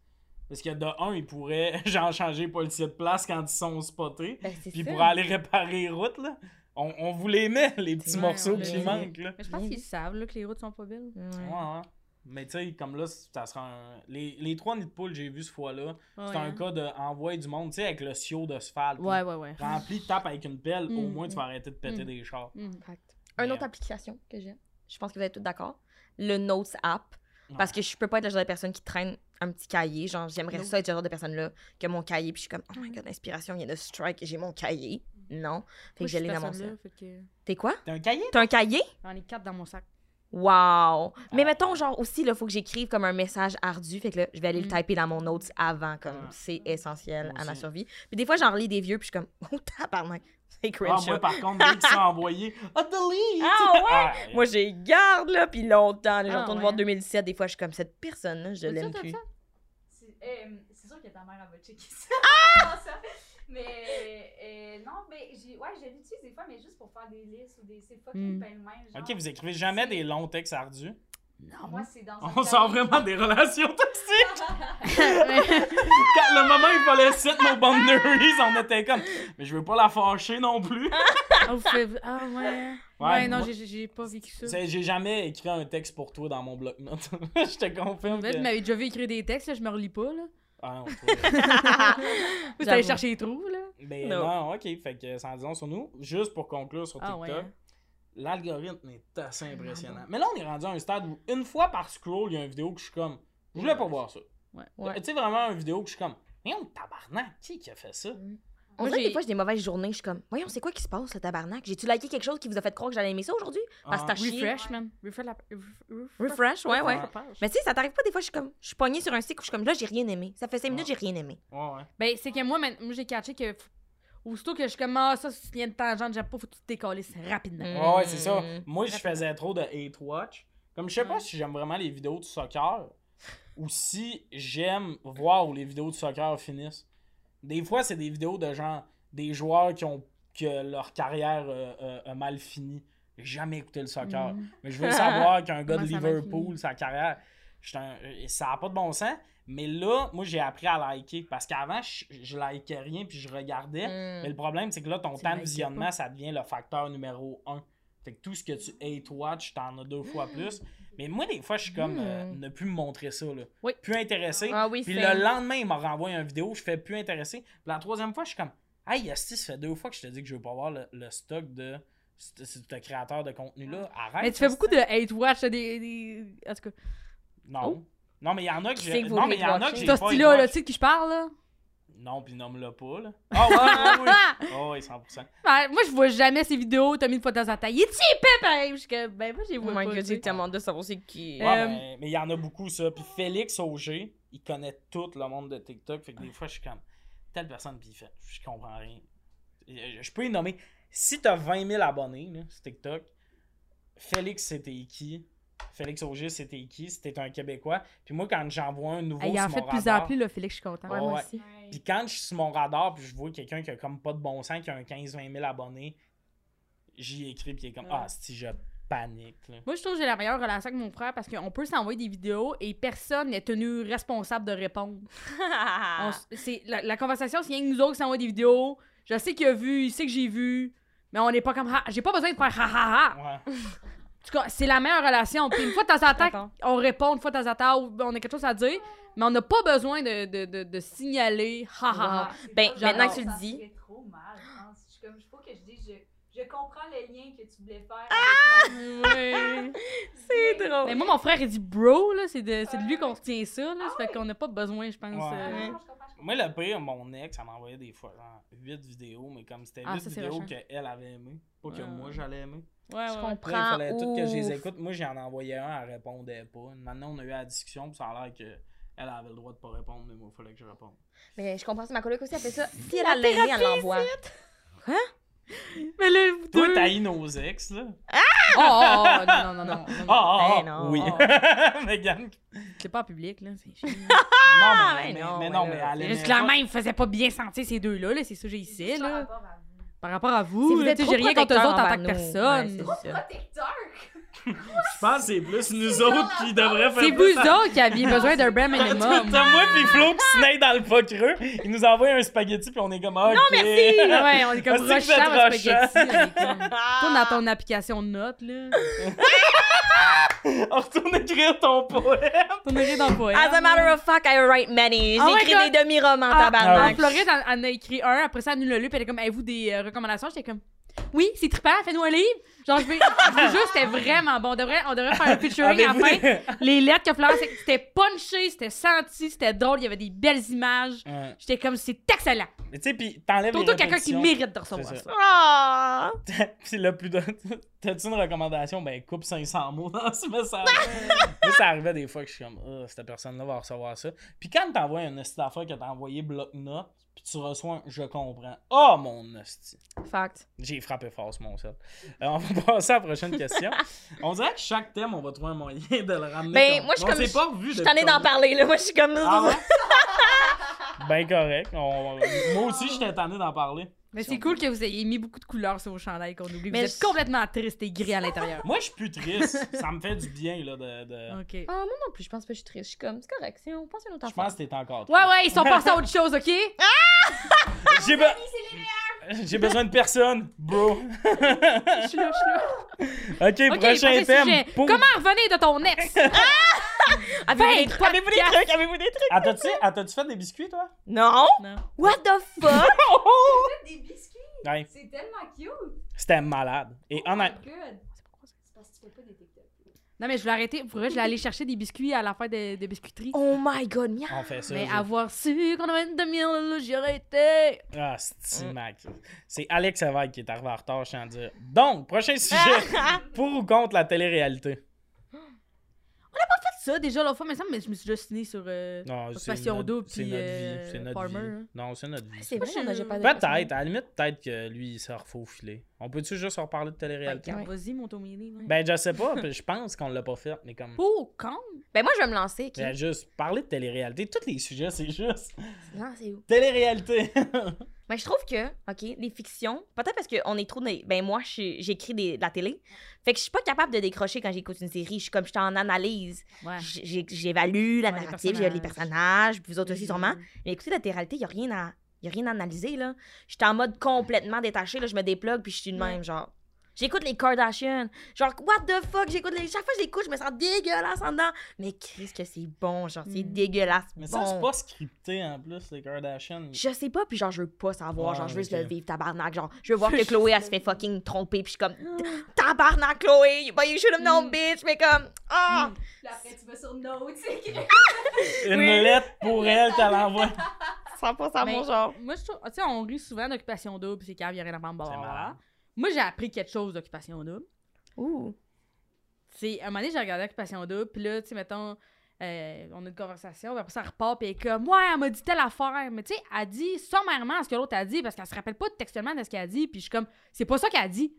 Speaker 1: Parce que de un, ils pourraient, *laughs* genre, changer les policiers de place quand ils sont spotés.
Speaker 3: Ben, c'est
Speaker 1: Puis
Speaker 3: ça.
Speaker 1: pour aller réparer les routes, là, on, on vous les met, les petits
Speaker 3: Ouais,
Speaker 1: morceaux
Speaker 2: on
Speaker 1: qui
Speaker 2: les-
Speaker 1: manquent, là.
Speaker 2: Mais je pense qu'ils savent là, que les routes sont pas belles.
Speaker 1: Ouais,
Speaker 3: Ouais.
Speaker 1: ouais. Mais tu sais, comme là, ça sera un... les, les trois nids de poule que j'ai vu ce fois-là,
Speaker 2: Ouais,
Speaker 1: c'est un
Speaker 2: hein.
Speaker 1: cas d'envoyer du monde, tu sais, avec le sciot de sphalte.
Speaker 2: Ouais, ouais, ouais.
Speaker 1: Rempli, tape avec une pelle, au
Speaker 2: Mm,
Speaker 1: moins tu
Speaker 3: mm.
Speaker 1: vas arrêter de péter
Speaker 2: Mm.
Speaker 1: des chars.
Speaker 2: Mm.
Speaker 3: Fact. Une
Speaker 1: Mais,
Speaker 3: autre
Speaker 1: euh,
Speaker 3: application que j'aime, je pense que vous êtes tous d'accord, le Notes app. Parce que je peux pas être le genre de personne qui traîne un petit cahier. Genre, j'aimerais
Speaker 2: Non.
Speaker 3: ça être le genre de personne-là que mon cahier. Puis je suis comme, oh my god, l'inspiration vient de Strike, j'ai mon cahier. Non.
Speaker 2: Moi,
Speaker 3: Fait que je
Speaker 2: suis
Speaker 3: l'ai dans mon
Speaker 2: personne
Speaker 3: sac.
Speaker 2: là, fait que-
Speaker 3: T'es quoi?
Speaker 1: T'as un cahier?
Speaker 3: T'as un cahier?
Speaker 2: J'en ai quatre dans mon sac.
Speaker 3: Wow! Mais
Speaker 1: Ah.
Speaker 3: mettons, genre aussi, il faut que j'écrive comme un message ardu. Fait que là, je vais aller
Speaker 2: Mm.
Speaker 3: le typer dans mon notes avant, comme
Speaker 1: Ah.
Speaker 3: c'est essentiel
Speaker 1: Moi
Speaker 3: à ma
Speaker 1: aussi.
Speaker 3: survie. Puis des fois, j'en relis des vieux, puis je suis comme, *laughs* oh tabarnak, c'est
Speaker 1: Ah,
Speaker 3: cringe.
Speaker 1: moi,
Speaker 3: ça.
Speaker 1: par contre, dès qu'ils sont envoyés, ah, delete!
Speaker 3: Ah, *laughs* ouais!
Speaker 1: ouais.
Speaker 3: Moi, j'ai garde, là, puis longtemps. Là, je
Speaker 2: Ah,
Speaker 3: retourne
Speaker 2: ouais.
Speaker 3: voir 2017. Des fois, je suis comme, cette personne-là, je
Speaker 2: Toi,
Speaker 3: l'aime
Speaker 2: t'as *laughs*
Speaker 3: plus.
Speaker 2: ça?
Speaker 4: C'est euh, c'est sûr que ta mère, elle va checker ça. Ah! ça. Mais euh, non, mais j'ai- ouais, je l'utilise des fois, mais juste pour faire des listes ou des. C'est fucking
Speaker 3: Hmm.
Speaker 2: Mm.
Speaker 4: pêle-mêle. genre. Ah,
Speaker 1: Ok, vous écrivez jamais des longs textes ardus.
Speaker 4: Moi, c'est dans un
Speaker 1: On sort
Speaker 4: cahier.
Speaker 1: vraiment des relations toxiques.
Speaker 2: Ouais.
Speaker 1: Quand le moment il fallait set nos boundaries, on était comme, mais je veux pas la fâcher non plus.
Speaker 2: Ah, vous faites- ah, ouais. Ouais, non,
Speaker 1: moi-
Speaker 2: j'ai- j'ai j'ai pas vécu ça.
Speaker 1: C'est- J'ai jamais écrit un texte pour toi dans mon bloc-notes. *laughs* je te confirme.
Speaker 2: En fait,
Speaker 1: Que...
Speaker 2: vous m'avez déjà vu écrire des textes, là, je me relis pas, là.
Speaker 1: Ah, non, toi-
Speaker 2: Vous allez
Speaker 3: J'avoue.
Speaker 2: chercher les trous, là.
Speaker 1: Mais
Speaker 3: No.
Speaker 1: non, ok, fait que sans disons sur nous, juste pour conclure sur
Speaker 2: Ah
Speaker 1: TikTok,
Speaker 2: ouais. hein. Ah,
Speaker 1: l'algorithme est assez impressionnant. Mais là, on est rendu à un stade où une fois par scroll, il y a une vidéo que je suis comme, je voulais pas voir ça.
Speaker 2: Ouais.
Speaker 3: Ouais.
Speaker 1: Tu sais, vraiment, une vidéo que je suis comme, mais on tabarnak, qui qui a fait ça?
Speaker 3: On
Speaker 2: Moi,
Speaker 3: dirait que
Speaker 2: j'ai-
Speaker 3: des fois, j'ai des mauvaises journées. Je suis comme, voyons, c'est quoi qui se passe, le tabarnak? J'ai-tu liké quelque chose qui vous a fait croire que j'allais aimer ça aujourd'hui? Parce que
Speaker 1: Ah.
Speaker 3: t'as chié.
Speaker 2: Refresh, man. Refresh la. Refresh,
Speaker 3: Refresh, ouais, ouais.
Speaker 1: Ouais.
Speaker 3: Mais tu sais, ça t'arrive pas des fois, je suis comme, je suis pognée sur un cycle où je suis comme, là, j'ai rien aimé. Ça fait 5 minutes, j'ai rien aimé.
Speaker 1: Ouais, ouais.
Speaker 2: Ben, c'est que moi, maintenant, moi, j'ai catché que. f- Aussitôt que je commence ça, si tu viens de tangente, j'aime pas, faut que tu te décalisses rapidement.
Speaker 1: Ouais, ouais, c'est ça.
Speaker 3: Mm.
Speaker 1: Moi, je faisais trop de hate watch. Comme je sais pas
Speaker 2: Ouais.
Speaker 1: si j'aime vraiment les vidéos de soccer ou si j'aime voir où les vidéos de soccer finissent. Des fois, c'est des vidéos de gens, des joueurs qui ont que leur carrière euh, euh, a mal fini. J'ai jamais écouté le soccer.
Speaker 2: Mhm.
Speaker 1: Mais je veux
Speaker 2: *laughs*
Speaker 1: savoir qu'un gars de
Speaker 2: Comment ça va
Speaker 1: Liverpool,
Speaker 2: finir?
Speaker 1: sa carrière, j'étais un- euh, ça n'a pas de bon sens. Mais là, moi, j'ai appris à liker. Parce qu'avant, je, je likais rien puis je regardais.
Speaker 3: Mm.
Speaker 1: Mais le problème, c'est que là, ton
Speaker 2: Tu
Speaker 1: temps de
Speaker 2: likais
Speaker 1: visionnement,
Speaker 2: pas.
Speaker 1: ça devient le facteur numéro un. Fait que tout ce que tu
Speaker 2: Mm.
Speaker 1: hate-watch, t'en as deux fois plus. Mais moi, des fois, je suis comme, euh,
Speaker 3: Mm.
Speaker 1: ne plus me montrer ça, là.
Speaker 2: Oui.
Speaker 1: Plus intéressé.
Speaker 3: Ah oui,
Speaker 1: Puis
Speaker 3: c'est-
Speaker 1: le lendemain, il m'a renvoyé une vidéo, je fais plus intéressé. Puis la troisième fois, je suis comme, hey, Esti, ça fait deux fois que je te dis que je veux pas voir le, le stock de ce ce créateur de contenu-là. Arrête.
Speaker 2: Ah. Mais tu fais beaucoup
Speaker 1: Esti.
Speaker 2: de hate watch, t'as des, des. En tout cas,
Speaker 1: Non.
Speaker 2: Oh.
Speaker 1: Non, mais il y en a que
Speaker 3: Qui
Speaker 1: j'ai.
Speaker 3: c'est que vous
Speaker 1: Non, mais il y en a que
Speaker 3: hate-watchez?
Speaker 1: j'ai.
Speaker 2: c'est
Speaker 1: pas
Speaker 2: style-là, là,
Speaker 1: hate-watch.
Speaker 2: tu sais de qui je parle, là.
Speaker 1: Non, puis nomme-le pas, là. Ah oui, oui, oui.
Speaker 2: *laughs*
Speaker 1: Ah oui, 100%.
Speaker 2: Ben, moi, je vois jamais ces vidéos, t'as mis une fois dans un temps. Il est typé, pareil. Je suis comme, ben, moi, j'ai
Speaker 3: Oh
Speaker 2: vois
Speaker 3: my
Speaker 2: pas.
Speaker 3: god,
Speaker 2: tu sais.
Speaker 3: j'ai tellement de savoir c'est qui.
Speaker 1: *laughs*
Speaker 2: Euh,
Speaker 1: Ouais, mais- mais il y en a beaucoup, ça. Puis Félix Auger, il connaît tout le monde de TikTok. Fait que des fois, je suis comme, telle personne, puis il fait, je comprends rien. Euh, Je je peux y nommer. Si t'as 20 000 abonnés là, sur TikTok, Félix, c'était qui Félix Auger, c'était qui C'était un Québécois. Puis moi, quand j'envoie un nouveau.
Speaker 2: Hey, il
Speaker 1: sur
Speaker 2: en
Speaker 1: mon
Speaker 2: fait de plus en
Speaker 1: radar-
Speaker 2: plus, là, Félix, je suis content.
Speaker 1: Ouais, ouais.
Speaker 3: aussi.
Speaker 4: Ouais.
Speaker 1: Puis quand je suis sur mon radar, puis je vois quelqu'un qui a comme pas de bon sens, qui a un 15-20 000 abonnés, j'y écris, puis il est comme,
Speaker 2: Ouais.
Speaker 1: ah, si je panique, là.
Speaker 2: Moi, je trouve que j'ai la meilleure relation avec mon frère parce qu'on peut s'envoyer des vidéos et personne n'est tenu responsable de répondre.
Speaker 3: Ah.
Speaker 2: On s- c'est- la, la conversation, c'est rien que nous autres qui s'envoient des vidéos. Je sais qu'il a vu, il sait que j'ai vu, mais on n'est pas comme. Ah, J'ai pas besoin de faire ha ha ha.
Speaker 1: Ouais.
Speaker 2: En tout cas, c'est la meilleure relation. Puis une fois de temps en temps,
Speaker 3: Attends.
Speaker 2: on répond, une fois de temps en temps, ou- on a quelque chose à dire, mais on n'a pas besoin de, de, de, de signaler ha ha ha.
Speaker 4: Ouais, Ah, c'est
Speaker 3: Ben,
Speaker 4: pas-
Speaker 2: maintenant
Speaker 4: j'adore.
Speaker 2: que
Speaker 3: tu le
Speaker 4: Ça
Speaker 3: dis.
Speaker 4: serait trop mal, je pense. Je suis comme, faut que je dise, je, je comprends le lien que tu voulais faire. avec Euh,
Speaker 2: Ouais.
Speaker 3: Ah! C'est
Speaker 4: Mais-
Speaker 2: Mais
Speaker 3: drôle.
Speaker 2: moi, mon frère, il dit bro, là, c'est de, c'est de lui qu'on retient ça, là. ça fait qu'on n'a pas besoin, je pense.
Speaker 1: Ouais.
Speaker 2: euh,
Speaker 4: ma- Ah, non, je comprends, je comprends.
Speaker 1: Moi, le pire, mon ex, elle m'envoyait des fois 8 vidéos, mais comme c'était 8
Speaker 2: Ah, ça, c'est
Speaker 1: vidéos
Speaker 2: rushant.
Speaker 1: qu'elle avait aimées, pas que
Speaker 2: Ouais.
Speaker 1: moi j'allais aimer.
Speaker 2: ouais, ouais.
Speaker 3: Je
Speaker 1: Puis Là, il
Speaker 3: comprends.
Speaker 1: fallait tout que je les
Speaker 3: Ouf.
Speaker 1: écoute. Moi, j'en envoyais un, elle répondait pas. Maintenant, on a eu la discussion, puis ça a l'air que elle avait le droit de pas répondre, mais moi, il fallait que je réponde.
Speaker 3: Mais je comprends ça, ma coloc aussi, elle fait ça. Si elle a l'aimé, elle l'envoie.
Speaker 2: Mais là, vous
Speaker 1: Toi,
Speaker 2: deux-
Speaker 1: t'as eu nos ex, là.
Speaker 2: Oh, oh, oh, non, non, non, non. non.
Speaker 1: *laughs* Ah, ah, ah,
Speaker 3: Ben non.
Speaker 1: oui.
Speaker 2: Oh.
Speaker 1: *laughs* Megan.
Speaker 2: C'est pas en public, là. C'est
Speaker 1: *laughs*
Speaker 2: chiant.
Speaker 1: Non, mais,
Speaker 3: ben
Speaker 1: mais-
Speaker 3: non,
Speaker 1: mais
Speaker 3: ben
Speaker 1: non,
Speaker 3: là.
Speaker 1: mais elle
Speaker 2: C'est
Speaker 1: aimait
Speaker 2: juste que la
Speaker 1: pas.
Speaker 2: main, il me faisait pas bien sentir ces deux-là, là. C'est ça que j'ai ici,
Speaker 4: Par
Speaker 2: là.
Speaker 4: rapport à vous.
Speaker 2: Par rapport à
Speaker 3: Si
Speaker 2: vous,
Speaker 3: vous
Speaker 2: là,
Speaker 3: êtes
Speaker 2: tu sais,
Speaker 3: trop
Speaker 2: j'ai rien contre eux autres en
Speaker 3: protecteur
Speaker 2: tant que
Speaker 3: envers nous.
Speaker 2: personne.
Speaker 3: Ouais, c'est ça.
Speaker 4: Protecteur!
Speaker 5: Je pense que c'est plus nous autres qui devraient faire
Speaker 2: C'est
Speaker 5: plus
Speaker 2: vous autres qui aviez besoin d'un
Speaker 5: T'as
Speaker 2: brin
Speaker 1: *laughs*
Speaker 2: minimum.
Speaker 5: moi
Speaker 1: Puis Flo qui se naît dans le pas creux, il nous envoie un spaghetti puis on est comme ah, Non,
Speaker 2: Ah ouais,
Speaker 1: *laughs* Ah,
Speaker 2: on est
Speaker 1: c'est
Speaker 2: comme
Speaker 1: que vous êtes
Speaker 2: rochard à
Speaker 1: rochant.
Speaker 2: spaghetti. on est comme- Tourne dans ton application de notes, là.
Speaker 1: *laughs* On retourne écrire ton poème.
Speaker 2: Tourne dans le poème.
Speaker 3: As a matter
Speaker 2: là.
Speaker 3: of fact, I write many.
Speaker 2: Ah ouais,
Speaker 3: J'écris
Speaker 2: comme-
Speaker 3: des demi-romans,
Speaker 2: Ah,
Speaker 1: Ah
Speaker 2: En
Speaker 1: ouais.
Speaker 3: tabarnak.
Speaker 2: Floride, elle elle en a écrit un, après ça, elle nous l'a lu, puis elle est comme, avez-vous des euh, recommandations? J'étais comme, oui, c'est trippant, fais-nous un livre. Genre, je vais, je vous jure, c'était vraiment bon. On devrait, on devrait faire un featuring à la fin. Les lettres que Florence, c'était punché, c'était senti, c'était drôle, il y avait des belles images.
Speaker 1: Ouais.
Speaker 2: J'étais comme, c'est excellent.
Speaker 1: Euh, Mais tu sais, puis t'enlèves les
Speaker 2: Surtout quelqu'un qui
Speaker 1: répétitions.
Speaker 2: mérite de recevoir
Speaker 1: C'est
Speaker 2: ça.
Speaker 3: Ah.
Speaker 1: Puis le plus de... *laughs* T'as-tu une recommandation? Ben, coupe 500 mots dans ce message. *laughs* Moi, ça arrivait des fois que je suis comme, Ah, cette personne-là va recevoir ça. Puis quand t'envoies un hostie d'affaires que t'as envoyé bloc-notes, puis tu reçois un je comprends. Oh mon hostie.
Speaker 3: Fact.
Speaker 1: J'ai frappé fort sur mon sol. Euh, on va *laughs* passer à la prochaine question. on dirait que chaque thème, on va trouver un moyen de le ramener.
Speaker 3: Ben, moi, je suis
Speaker 5: On
Speaker 3: comme-
Speaker 5: s'est pas revu
Speaker 3: Je t'en ai d'en parler, là. Moi, je suis comme...
Speaker 5: Ah ouais?
Speaker 1: *laughs* Ben correct. On- Moi aussi, j'étais tanné d'en parler.
Speaker 2: Mais c'est cool que vous ayez mis beaucoup de couleurs sur vos chandails qu'on oublie.
Speaker 3: Mais
Speaker 2: vous êtes
Speaker 3: je-
Speaker 2: complètement triste et gris à l'intérieur.
Speaker 1: Moi, je suis plus triste. ça me fait du bien, là, de... de-
Speaker 2: OK.
Speaker 3: Ah, moi non plus, je pense pas que je suis triste. Je suis comme, c'est correct, c'est- on pense à une autre
Speaker 1: Je pense
Speaker 3: affaire.
Speaker 1: que t'es encore
Speaker 2: Ouais, ouais, ils sont passés à autre chose, *laughs* OK?
Speaker 1: J'ai be- J'ai besoin de personne, bro. OK,
Speaker 2: Ah, Je suis là, je suis là. OK,
Speaker 1: prochain thème.
Speaker 2: sujet.
Speaker 1: Pour-
Speaker 2: Comment revenir de ton
Speaker 1: *laughs*
Speaker 2: ex? Ah! *laughs*
Speaker 3: Avez-vous
Speaker 2: Hey,
Speaker 3: des trucs? Avez-vous des
Speaker 2: podcast.
Speaker 3: trucs? Avez-vous des trucs?
Speaker 1: Ah, t'as-tu ah, t'as-tu fait des biscuits, toi?
Speaker 3: Non?
Speaker 2: Non.
Speaker 3: What the
Speaker 2: *laughs*
Speaker 3: fuck?
Speaker 4: Des biscuits,
Speaker 1: Ouais.
Speaker 4: c'est tellement cute.
Speaker 1: C'était malade. Et
Speaker 4: Oh my
Speaker 1: honnêtement...
Speaker 4: God. C'est parce que tu fais pas des TikTok.
Speaker 2: Non, mais je vais arrêter. Pour vrai, je vais aller chercher des biscuits à la fin de, de biscuiterie.
Speaker 3: Oh my god, mia.
Speaker 1: On fait ça.
Speaker 2: mais
Speaker 1: je-
Speaker 2: avoir su qu'on avait une demi-heure, là, j'y aurais été.
Speaker 1: Ah, c'est mac. C'est Alex Savage qui est arrivé en retard, je suis en dire. Donc, prochain sujet.
Speaker 2: *laughs*
Speaker 1: pour ou contre la télé-réalité?
Speaker 2: Faites ça déjà l'autre fois, mais ça, mais je me suis déjà signé sur. euh,
Speaker 1: Non,
Speaker 2: Parce
Speaker 1: c'est
Speaker 2: que si on
Speaker 1: notre-
Speaker 2: double,
Speaker 1: c'est
Speaker 2: puis,
Speaker 1: notre
Speaker 2: euh,
Speaker 1: vie. C'est notre
Speaker 2: Palmer,
Speaker 1: vie.
Speaker 2: hein.
Speaker 1: Non, c'est notre vie.
Speaker 3: C'est vrai, on a j'ai pas de-
Speaker 1: Peut-être, à la limite, peut-être que lui, il se refaufilé. On peut-tu juste reparler de télé-réalité?
Speaker 2: regarde, Vas-y, mon Tomini. là.
Speaker 1: Ben, je sais pas, puis je pense qu'on l'a pas fait, mais comme.
Speaker 2: Pour quand?
Speaker 3: Ben moi, je vais me lancer. Qui?
Speaker 1: Ben, juste parler de télé-réalité, tous les sujets, c'est juste
Speaker 3: Non, c'est où?
Speaker 1: télé-réalité. *laughs*
Speaker 3: Mais je trouve que, OK, les fictions, peut-être parce qu'on est trop... Des... Ben moi, je suis- j'écris des- de la télé. Fait que je suis pas capable de décrocher quand j'écoute une série. Je suis comme, je suis en analyse.
Speaker 2: Ouais.
Speaker 3: J- j'ai- J'évalue la
Speaker 2: Ouais, les
Speaker 3: narrative, j'ai les personnages, vous autres aussi sûrement.
Speaker 2: Euh,
Speaker 3: Mais écoutez, la télé-réalité, il n'y a rien à... Y a rien à analyser, là. J'étais en mode complètement détaché, là. Je me déplogue, puis je suis de même, genre. J'écoute les Kardashians. Genre, what the fuck? J'écoute les. Chaque fois que j'écoute, je me sens dégueulasse en dedans. Mais qu'est-ce que c'est bon, genre, c'est
Speaker 2: Mm.
Speaker 3: dégueulasse.
Speaker 1: Mais ça,
Speaker 3: bon.
Speaker 1: c'est pas scripté en plus, les Kardashian.
Speaker 3: Je sais pas, puis genre, je veux pas savoir.
Speaker 1: Ouais,
Speaker 3: genre, je veux juste
Speaker 1: ok.
Speaker 3: le vivre, tabarnak. Genre, je veux voir
Speaker 2: Je
Speaker 3: que Chloé, elle se fait fucking tromper, puis je suis comme,
Speaker 2: Ah,
Speaker 3: tabarnak, Chloé, but you should have known,
Speaker 2: Mm.
Speaker 3: bitch. Mais comme, ah!
Speaker 4: Puis après, tu vas sur Note, c'est écrit.
Speaker 1: Une
Speaker 3: Oui.
Speaker 1: lettre
Speaker 2: *laughs*
Speaker 1: pour elle, t'as l'envoie.
Speaker 3: 100%
Speaker 2: Mais-
Speaker 3: mon genre.
Speaker 2: Moi, je trouve. Tu sais, on rit souvent d'occupation double, c'est quand il y a rien à prendre.
Speaker 1: C'est malade.
Speaker 2: blablabla. Moi, j'ai appris quelque chose d'occupation double.
Speaker 3: Ouh.
Speaker 2: c'est un moment donné, j'ai regardé Occupation Double, puis là, tu sais, mettons, euh, on a une conversation, puis après ça repart, puis elle est comme, ouais, elle m'a dit telle affaire, mais tu sais, elle dit sommairement ce que l'autre a dit, parce qu'elle se rappelle pas textuellement de ce qu'elle a dit, puis je suis comme, c'est pas ça qu'elle a dit.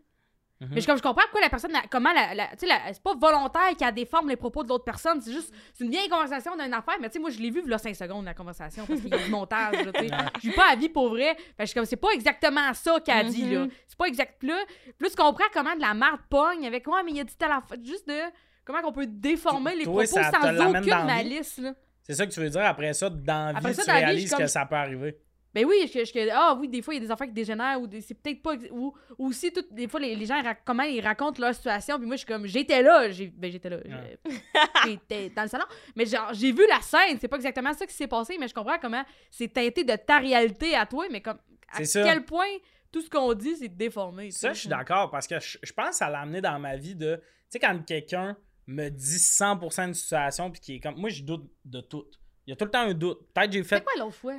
Speaker 2: Mais je, suis comme, je comprends pourquoi la personne, la- comment la, la- tu sais, la- c'est pas volontaire qu'elle déforme les propos de l'autre personne, c'est juste, c'est une vieille conversation d'une affaire, mais tu sais, moi, je l'ai vu, là, 5 secondes, la conversation, parce qu'il y a du montage, là, tu sais. J'ai pas la vie pour vrai. Fait que je suis comme, c'est pas exactement ça qu'elle a dit, là.
Speaker 3: Mhm.
Speaker 2: C'est pas exact. Là, plus qu'on comprend comment de la marde pogne avec, ouais, mais il a dit telle affaire. Juste de. Comment qu'on peut déformer les
Speaker 1: Toi,
Speaker 2: propos
Speaker 1: ça te
Speaker 2: sans
Speaker 1: l'amène
Speaker 2: aucune
Speaker 1: dans la vie.
Speaker 2: malice, là.
Speaker 1: C'est ça que tu veux dire après ça, dans la
Speaker 2: Après
Speaker 1: vie,
Speaker 2: ça,
Speaker 1: tu
Speaker 2: dans la vie,
Speaker 1: réalises
Speaker 2: je suis
Speaker 1: que
Speaker 2: comme-
Speaker 1: ça peut arriver.
Speaker 2: Ben oui, je, je- ah oui, des fois, il y a des affaires qui dégénèrent ou des- c'est peut-être pas. ex- Ou, ou aussi, tout, des fois, les, les gens, rac- comment ils racontent leur situation. Puis moi, je suis comme, j'étais là. j'ai- Ben, j'étais là.
Speaker 1: Ouais.
Speaker 2: j'ai- *laughs* J'étais dans le salon. Mais genre, j'ai vu la scène. C'est pas exactement ça qui s'est passé, mais je comprends comment c'est teinté de ta réalité à toi. Mais comme, à
Speaker 1: C'est ça.
Speaker 2: quel point tout ce qu'on dit, c'est déformé. tu
Speaker 1: Ça,
Speaker 2: sais.
Speaker 1: je suis d'accord parce que je, je pense que ça l'a amené dans ma vie de. Tu sais, quand quelqu'un me dit 100% d'une situation, puis qui est comme. Moi, je doute de tout. Il y a tout le temps un doute. Peut-être j'ai
Speaker 2: C'est
Speaker 1: fait.
Speaker 2: quoi l'autre fois?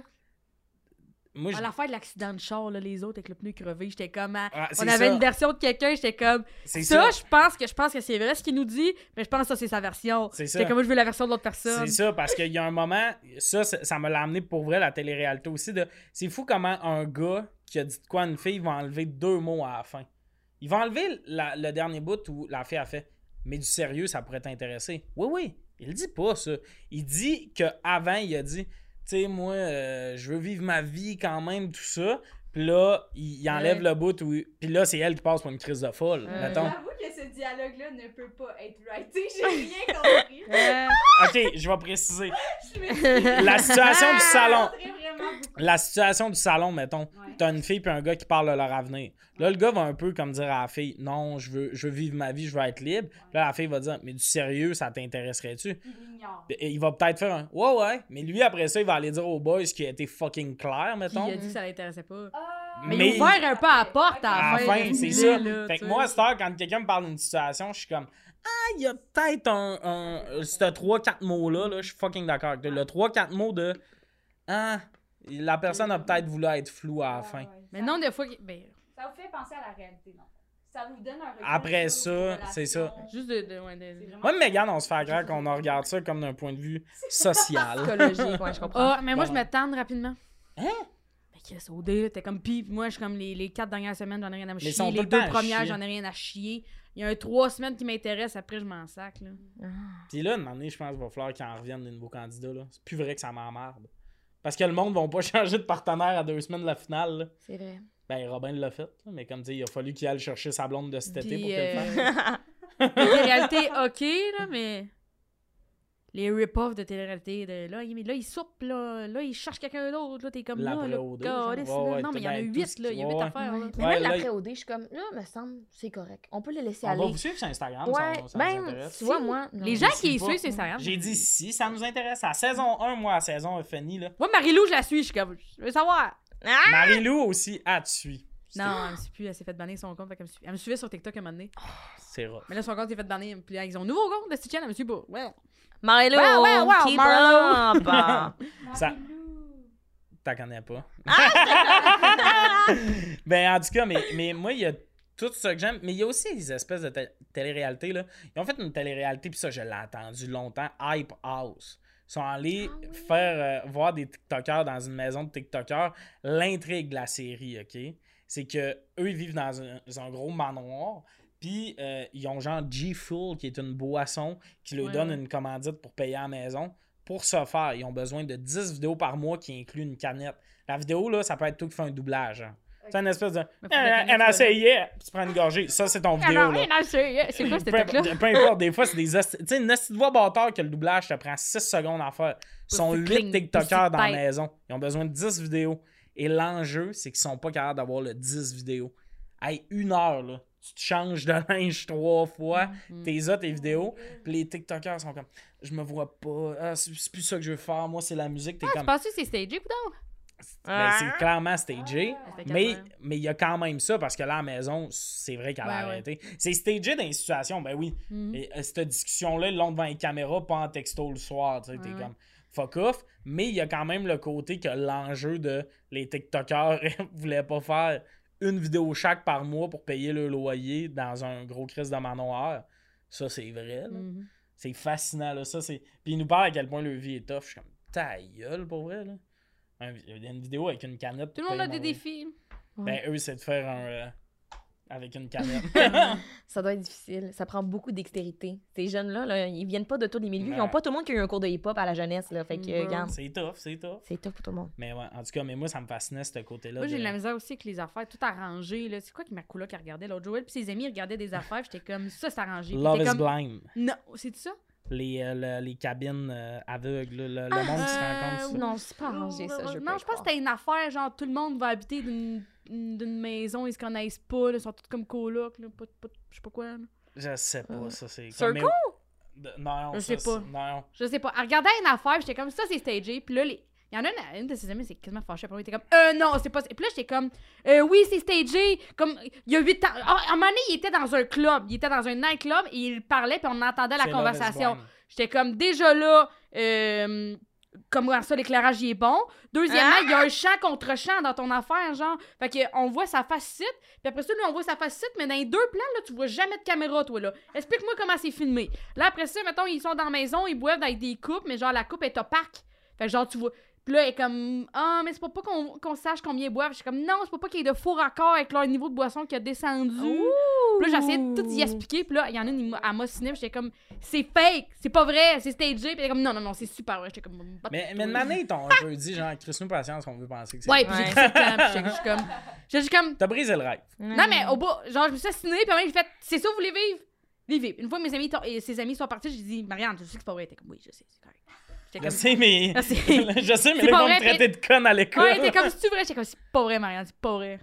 Speaker 1: Moi,
Speaker 2: À
Speaker 1: je-
Speaker 2: la fin de l'accident de char, là, les autres avec le pneu crevé, j'étais comme. ah,
Speaker 1: Ah,
Speaker 2: on
Speaker 1: c'est
Speaker 2: avait
Speaker 1: ça.
Speaker 2: une version de quelqu'un, j'étais comme.
Speaker 1: C'est
Speaker 2: Ça,
Speaker 1: ça.
Speaker 2: je pense que je pense que c'est vrai ce qu'il nous dit, mais je pense que ça, c'est sa version.
Speaker 1: C'est ça.
Speaker 2: J'étais comme, moi, je veux la version de l'autre personne.
Speaker 1: C'est ça, parce qu'il y a un moment, ça, ça ça me l'a amené pour vrai, la télé-réalité aussi. De... C'est fou comment un gars qui a dit de quoi à une fille va enlever deux mots à la fin. Il va enlever la- le dernier bout où la fille a fait Mais du sérieux, ça pourrait t'intéresser. Oui, oui, il dit pas ça. Il dit qu'avant, il a dit Tu sais, moi, euh, je veux vivre ma vie quand même, tout ça. Puis là, il, il enlève
Speaker 2: Ouais.
Speaker 1: le bout où. Puis là, c'est elle qui passe pour une crise de folle.
Speaker 2: Ouais. *laughs*
Speaker 1: mettons.
Speaker 4: Euh, J'avoue que ce dialogue-là ne peut pas être writé. J'ai rien compris.
Speaker 2: Euh,
Speaker 1: OK, je vais préciser.
Speaker 4: Je m'excuse.
Speaker 1: La situation du salon.
Speaker 4: Ça serait ah, vraiment beaucoup.
Speaker 1: La situation du salon, mettons.
Speaker 4: Ouais.
Speaker 1: T'as une fille puis un gars qui parle de leur avenir. Là, le gars va un peu comme dire à la fille Non, je veux, je veux vivre ma vie, je veux être libre. Puis là, la fille va dire Mais du sérieux, ça t'intéresserait-tu
Speaker 4: Il l'ignore.
Speaker 1: Et Il va peut-être faire un Ouais, ouais. Mais lui, après ça, il va aller dire aux boys qui a été fucking clair,
Speaker 2: Qui
Speaker 1: mettons.
Speaker 2: a dit que ça l'intéressait pas?
Speaker 4: Ah,
Speaker 2: Mais,
Speaker 1: Mais-
Speaker 2: il a ouvert un peu à la porte à
Speaker 1: À la fin,
Speaker 2: Ah, là,
Speaker 1: c'est
Speaker 2: il
Speaker 1: ça.
Speaker 2: voulait, là,
Speaker 1: Fait
Speaker 2: tu
Speaker 1: que
Speaker 2: sais.
Speaker 1: moi, à cette heure, quand quelqu'un me parle d'une situation, je suis comme Ah, il y a peut-être un. un C'était 3-4 mots-là, là, je suis fucking d'accord avec toi. Le 3-4 mots de Ah, la personne a peut-être voulu être floue à la
Speaker 4: ouais,
Speaker 1: fin.
Speaker 4: Ah ouais.
Speaker 2: Mais
Speaker 4: Ça-
Speaker 2: non, des fois, qu'il- ben,
Speaker 4: Ça vous fait penser à la réalité, non? Ça vous donne un recul
Speaker 1: Après
Speaker 4: sur
Speaker 1: ça,
Speaker 4: vos
Speaker 1: c'est ça.
Speaker 4: relations.
Speaker 2: juste de. de, ouais, de-
Speaker 4: C'est vraiment-
Speaker 1: Moi, Megan, on se fait agréer qu'on en regarde ça comme d'un point de vue
Speaker 3: *laughs*
Speaker 1: social.
Speaker 3: Psychologique, ouais, je comprends.
Speaker 2: Ah, mais moi,
Speaker 1: Bon.
Speaker 2: je me tente rapidement.
Speaker 1: Hein?
Speaker 2: Mais qu'est-ce au dé, là, t'es comme pis, puis moi, je suis comme les, les quatre dernières semaines, j'en ai rien à me
Speaker 1: ils sont
Speaker 2: chier.
Speaker 1: tout
Speaker 2: Les
Speaker 1: le
Speaker 2: deux
Speaker 1: temps à
Speaker 2: premières,
Speaker 1: chier.
Speaker 2: j'en ai rien à chier. Il y a un trois semaines qui m'intéresse, après, je m'en sac, là.
Speaker 1: Puis là, une année, je pense qu'il va falloir qu'il en revienne des nouveaux candidats. là. C'est plus vrai que ça m'emmerde. Parce que le monde va pas *laughs* changer de partenaire à deux semaines de la finale. là.
Speaker 3: C'est vrai.
Speaker 1: Ben, Robin l'a fait. là, Mais comme tu dis, il a fallu qu'il aille chercher sa blonde de cet été
Speaker 2: Puis,
Speaker 1: pour qu'elle
Speaker 3: euh,
Speaker 1: le fasse. *laughs*
Speaker 2: télé-réalité, ok, là, mais. Les rip-offs de télé-réalité, de là, il- mais là, ils soupent, là, là, ils cherchent quelqu'un d'autre, là, t'es comme là,
Speaker 1: L'après
Speaker 2: là,
Speaker 1: O2,
Speaker 2: calisse,
Speaker 1: genre. Ouais,
Speaker 2: là.
Speaker 1: ouais,
Speaker 2: Non, mais il y en a
Speaker 1: ben, tout
Speaker 2: huit,
Speaker 1: ce
Speaker 2: là,
Speaker 1: qui-
Speaker 2: il y a huit
Speaker 1: ouais.
Speaker 2: affaires, là.
Speaker 3: Mais
Speaker 1: Ouais,
Speaker 3: même
Speaker 1: là,
Speaker 3: l'après-OD, je suis comme, là, me semble, c'est correct. On peut le laisser
Speaker 1: On va
Speaker 3: aller.
Speaker 1: vous suivre sur Instagram si
Speaker 3: Ouais,
Speaker 1: on- ça nous
Speaker 3: même,
Speaker 1: intéresse.
Speaker 3: tu vois, moi. non.
Speaker 2: Les gens qui
Speaker 1: suit pas.
Speaker 2: suivent, c'est ça.
Speaker 1: J'ai dit si ça nous intéresse. À saison 1, moi, à saison a fini. Là.
Speaker 2: Moi, Marie-Lou, je la suis, je suis comme, je veux savoir.
Speaker 3: Ah!
Speaker 1: Marie-Lou aussi, ah, tu suis.
Speaker 2: Non, elle me suit plus, elle s'est fait banner son compte. fait qu'elle me suit- Elle me suivait sur TikTok un moment donné.
Speaker 1: C'est rough.
Speaker 2: Mais là, son compte s'est fait banner. Puis là, ils ont un nouveau compte, le Stitch elle me suit pas. Ouais.
Speaker 3: Marlo,
Speaker 2: Ouais, ouais, ouais,
Speaker 3: keep *laughs*
Speaker 2: Marlo.
Speaker 3: up. Ben,
Speaker 1: Ça-
Speaker 4: Marilou.
Speaker 1: T'en connais pas. ben, en tout cas, mais, mais moi, il y a tout ça que j'aime. Mais il y a aussi des espèces de tél- télé-réalité. Là. Ils ont fait une télé-réalité, puis ça, je l'ai entendu longtemps. Hype House. Ils sont allés
Speaker 3: Ah oui.
Speaker 1: faire euh, voir des TikTokers dans une maison de TikTokers. L'intrigue de la série, OK? C'est que eux ils vivent dans un, dans un gros manoir. Puis euh, ils ont genre G-Fuel, qui est une boisson, qui leur
Speaker 2: Ouais,
Speaker 1: donne
Speaker 2: ouais.
Speaker 1: une commandite pour payer à la maison. Pour ce faire, ils ont besoin de 10 vidéos par mois qui incluent une canette. La vidéo, là, ça peut être tout qui fait un doublage. hein. C'est une espèce de. euh,
Speaker 2: Mais faut la canette,
Speaker 1: And I say yeah! Puis Tu prends une gorgée. Ça, c'est ton vidéo, là.
Speaker 2: Ah C'est
Speaker 1: *laughs*
Speaker 2: quoi ce
Speaker 1: Peu,
Speaker 2: TikTok-là?
Speaker 1: importe- peu importe, des fois, c'est des. hosties- Tu sais, une hostie de voix bâtard que le doublage te prend 6 secondes à faire. Ils sont
Speaker 2: Pussy
Speaker 1: 8
Speaker 2: cling,
Speaker 1: TikTokers
Speaker 2: pussy
Speaker 1: dans la
Speaker 2: tight.
Speaker 1: maison. Ils ont besoin de 10 vidéos. Et l'enjeu, c'est qu'ils sont pas capables d'avoir le 10 vidéos. Hey, une heure, là. Tu te changes de *laughs* linge trois fois.
Speaker 2: Mhm.
Speaker 1: T'es ça, tes vidéos. Puis les TikTokers sont comme. Je me vois pas. Ah, c'est c'est plus ça que je veux faire. Moi, c'est la musique. T'es
Speaker 2: Tu
Speaker 1: comme.
Speaker 2: penses que Ah, c'est stagé, coudonc?
Speaker 1: Ben,
Speaker 3: Ah!
Speaker 1: c'est clairement stagé.
Speaker 4: Ah.
Speaker 2: C'était
Speaker 1: Mais
Speaker 2: quatre-vingts.
Speaker 1: mais il y a quand même ça parce que là, à la maison, c'est vrai qu'elle a
Speaker 2: Ouais, ouais.
Speaker 1: arrêté. C'est stagé dans les situations, ben oui.
Speaker 2: Mhm.
Speaker 1: Et, euh, cette discussion-là, ils l'ont devant les caméras, pas en texto le soir. Tu sais, t'es
Speaker 2: Ouais, ouais.
Speaker 1: comme fuck off. Mais il y a quand même le côté que l'enjeu de les TikTokers *laughs* voulaient pas faire une vidéo chaque par mois pour payer le loyer dans un gros crise de manoir. Ça, c'est vrai. là. *laughs*
Speaker 2: Mhm.
Speaker 1: C'est fascinant, là. Ça, c'est... Puis il nous parle à quel point le vie est tough. Je suis comme, ta gueule, pour vrai, là. Un- Il y a une vidéo avec une canette.
Speaker 2: Tout le monde a
Speaker 1: pour
Speaker 2: des
Speaker 1: payer
Speaker 2: défis.
Speaker 1: mon loyer. Ben, eux, c'est de faire un. euh, avec une
Speaker 2: *laughs*
Speaker 1: canette.
Speaker 3: Ça doit être difficile. Ça prend beaucoup d'extérité. Ces jeunes-là, là, ils viennent pas de tous les milieux. Ils
Speaker 1: Ouais.
Speaker 3: n'ont pas tout le monde qui a eu un cours de hip-hop à la jeunesse. Là. Fait que,
Speaker 2: Ouais.
Speaker 3: euh, regarde,
Speaker 1: c'est tough, c'est tough.
Speaker 3: c'est tough pour tout le monde.
Speaker 1: Mais ouais, en tout cas, mais moi, ça me fascinait, ce côté-là.
Speaker 2: Moi, j'ai
Speaker 1: de-
Speaker 2: de la misère aussi avec les affaires, tout arrangé. là. C'est quoi que ma coloc elle regardait l'autre Joël? Puis ses amis ils regardaient des affaires, j'étais comme, ça, c'est arrangé. Puis
Speaker 1: Love
Speaker 2: t'es
Speaker 1: is
Speaker 2: comme,
Speaker 1: blind.
Speaker 2: Non, c'est ça?
Speaker 1: Les, euh, le- les cabines euh, aveugles, là, le, le monde qui se
Speaker 2: euh,
Speaker 1: rencontre. ça.
Speaker 3: Non, c'est pas arrangé, ça. Je veux
Speaker 2: non,
Speaker 3: pas
Speaker 2: je pense que c'était une affaire, genre tout le monde va habiter d'une d'une maison, ils se connaissent pas, là, ils sont tous comme coloc, là, pas, pas- je sais pas quoi. là.
Speaker 1: Je sais pas, ça, c'est.
Speaker 3: Circle?
Speaker 1: comme- mais- De- Non,
Speaker 2: Euh, Je
Speaker 1: ça,
Speaker 2: sais
Speaker 1: c'est-
Speaker 2: pas.
Speaker 1: Non.
Speaker 2: Je sais pas. Elle regardait une affaire, puis j'étais comme ça, c'est stagé. Puis là, les... il y en a une, une de ses amies, c'est quasiment fâchée. Après, elle était comme, euh, non, c'est pas. Et puis là, j'étais comme, euh, oui, c'est stagé. Comme, il y a huit ans. Ah, à un moment donné, il était dans un club, il était dans un nightclub, et il parlait, puis on entendait la
Speaker 1: c'est Love is
Speaker 2: conversation.
Speaker 1: Blind.
Speaker 2: J'étais comme déjà là, euh, comment ça l'éclairage il est bon. Deuxièmement, il y a un champ contre champ dans ton affaire, genre. Fait que on voit sa facette, puis après ça, lui, on voit sa facette, mais dans les deux plans, là, tu vois jamais de caméra, toi, là. Explique-moi comment c'est filmé. Là, après ça, mettons, ils sont dans la maison, ils boivent avec des coupes, mais genre, la coupe est opaque. Fait que genre, tu vois. Puis là, elle est comme Ah, mais c'est pour pas qu'on qu'on sache combien ils boivent. Je suis comme Non, c'est pour pas qu'il y ait de faux raccords avec leur niveau de boisson qui a descendu. Puis là, j'essayais de tout y expliquer. Puis là, il y en a une, il m'a- elle m'a ciné. Puis j'étais comme, c'est fake, c'est pas vrai, c'est stagé. Puis elle était comme, non, non, non, c'est super vrai. J'étais comme, bah, Bat-
Speaker 1: Mais, mais de manière, ils
Speaker 2: *laughs*
Speaker 1: t'ont un peu dit, genre, crisse-nous patience, on veut penser que c'est.
Speaker 2: Ah, Ouais, puis j'ai
Speaker 3: Ouais.
Speaker 2: crissé le camp. Puis j'étais juste
Speaker 4: *laughs*
Speaker 2: comme, j'étais juste comme,
Speaker 1: T'as brisé le rêve.
Speaker 4: Hmm.
Speaker 2: non, mais au bout, genre, je me suis assinée. Puis elle m'a fait, c'est ça, vous voulez vivre? Vivez. Une fois, mes amis, et ses amis sont partis, j'ai dit, Marianne, je sais que c'est pas vrai. Elle était comme, oui, je sais, c'est correct. J'étais
Speaker 1: Je
Speaker 2: comme,
Speaker 1: sais,
Speaker 2: *laughs*
Speaker 1: mais.
Speaker 2: Merci.
Speaker 1: *laughs* je sais, mais là,
Speaker 2: Ah, C'est
Speaker 1: ils
Speaker 2: pas
Speaker 1: vont me
Speaker 2: vrai,
Speaker 1: traiter de conne à l'école.
Speaker 2: Ouais, elle était comme, c'est-tu vrai? J'étais comme, c'est pas vrai, Marianne, c'est pas vrai.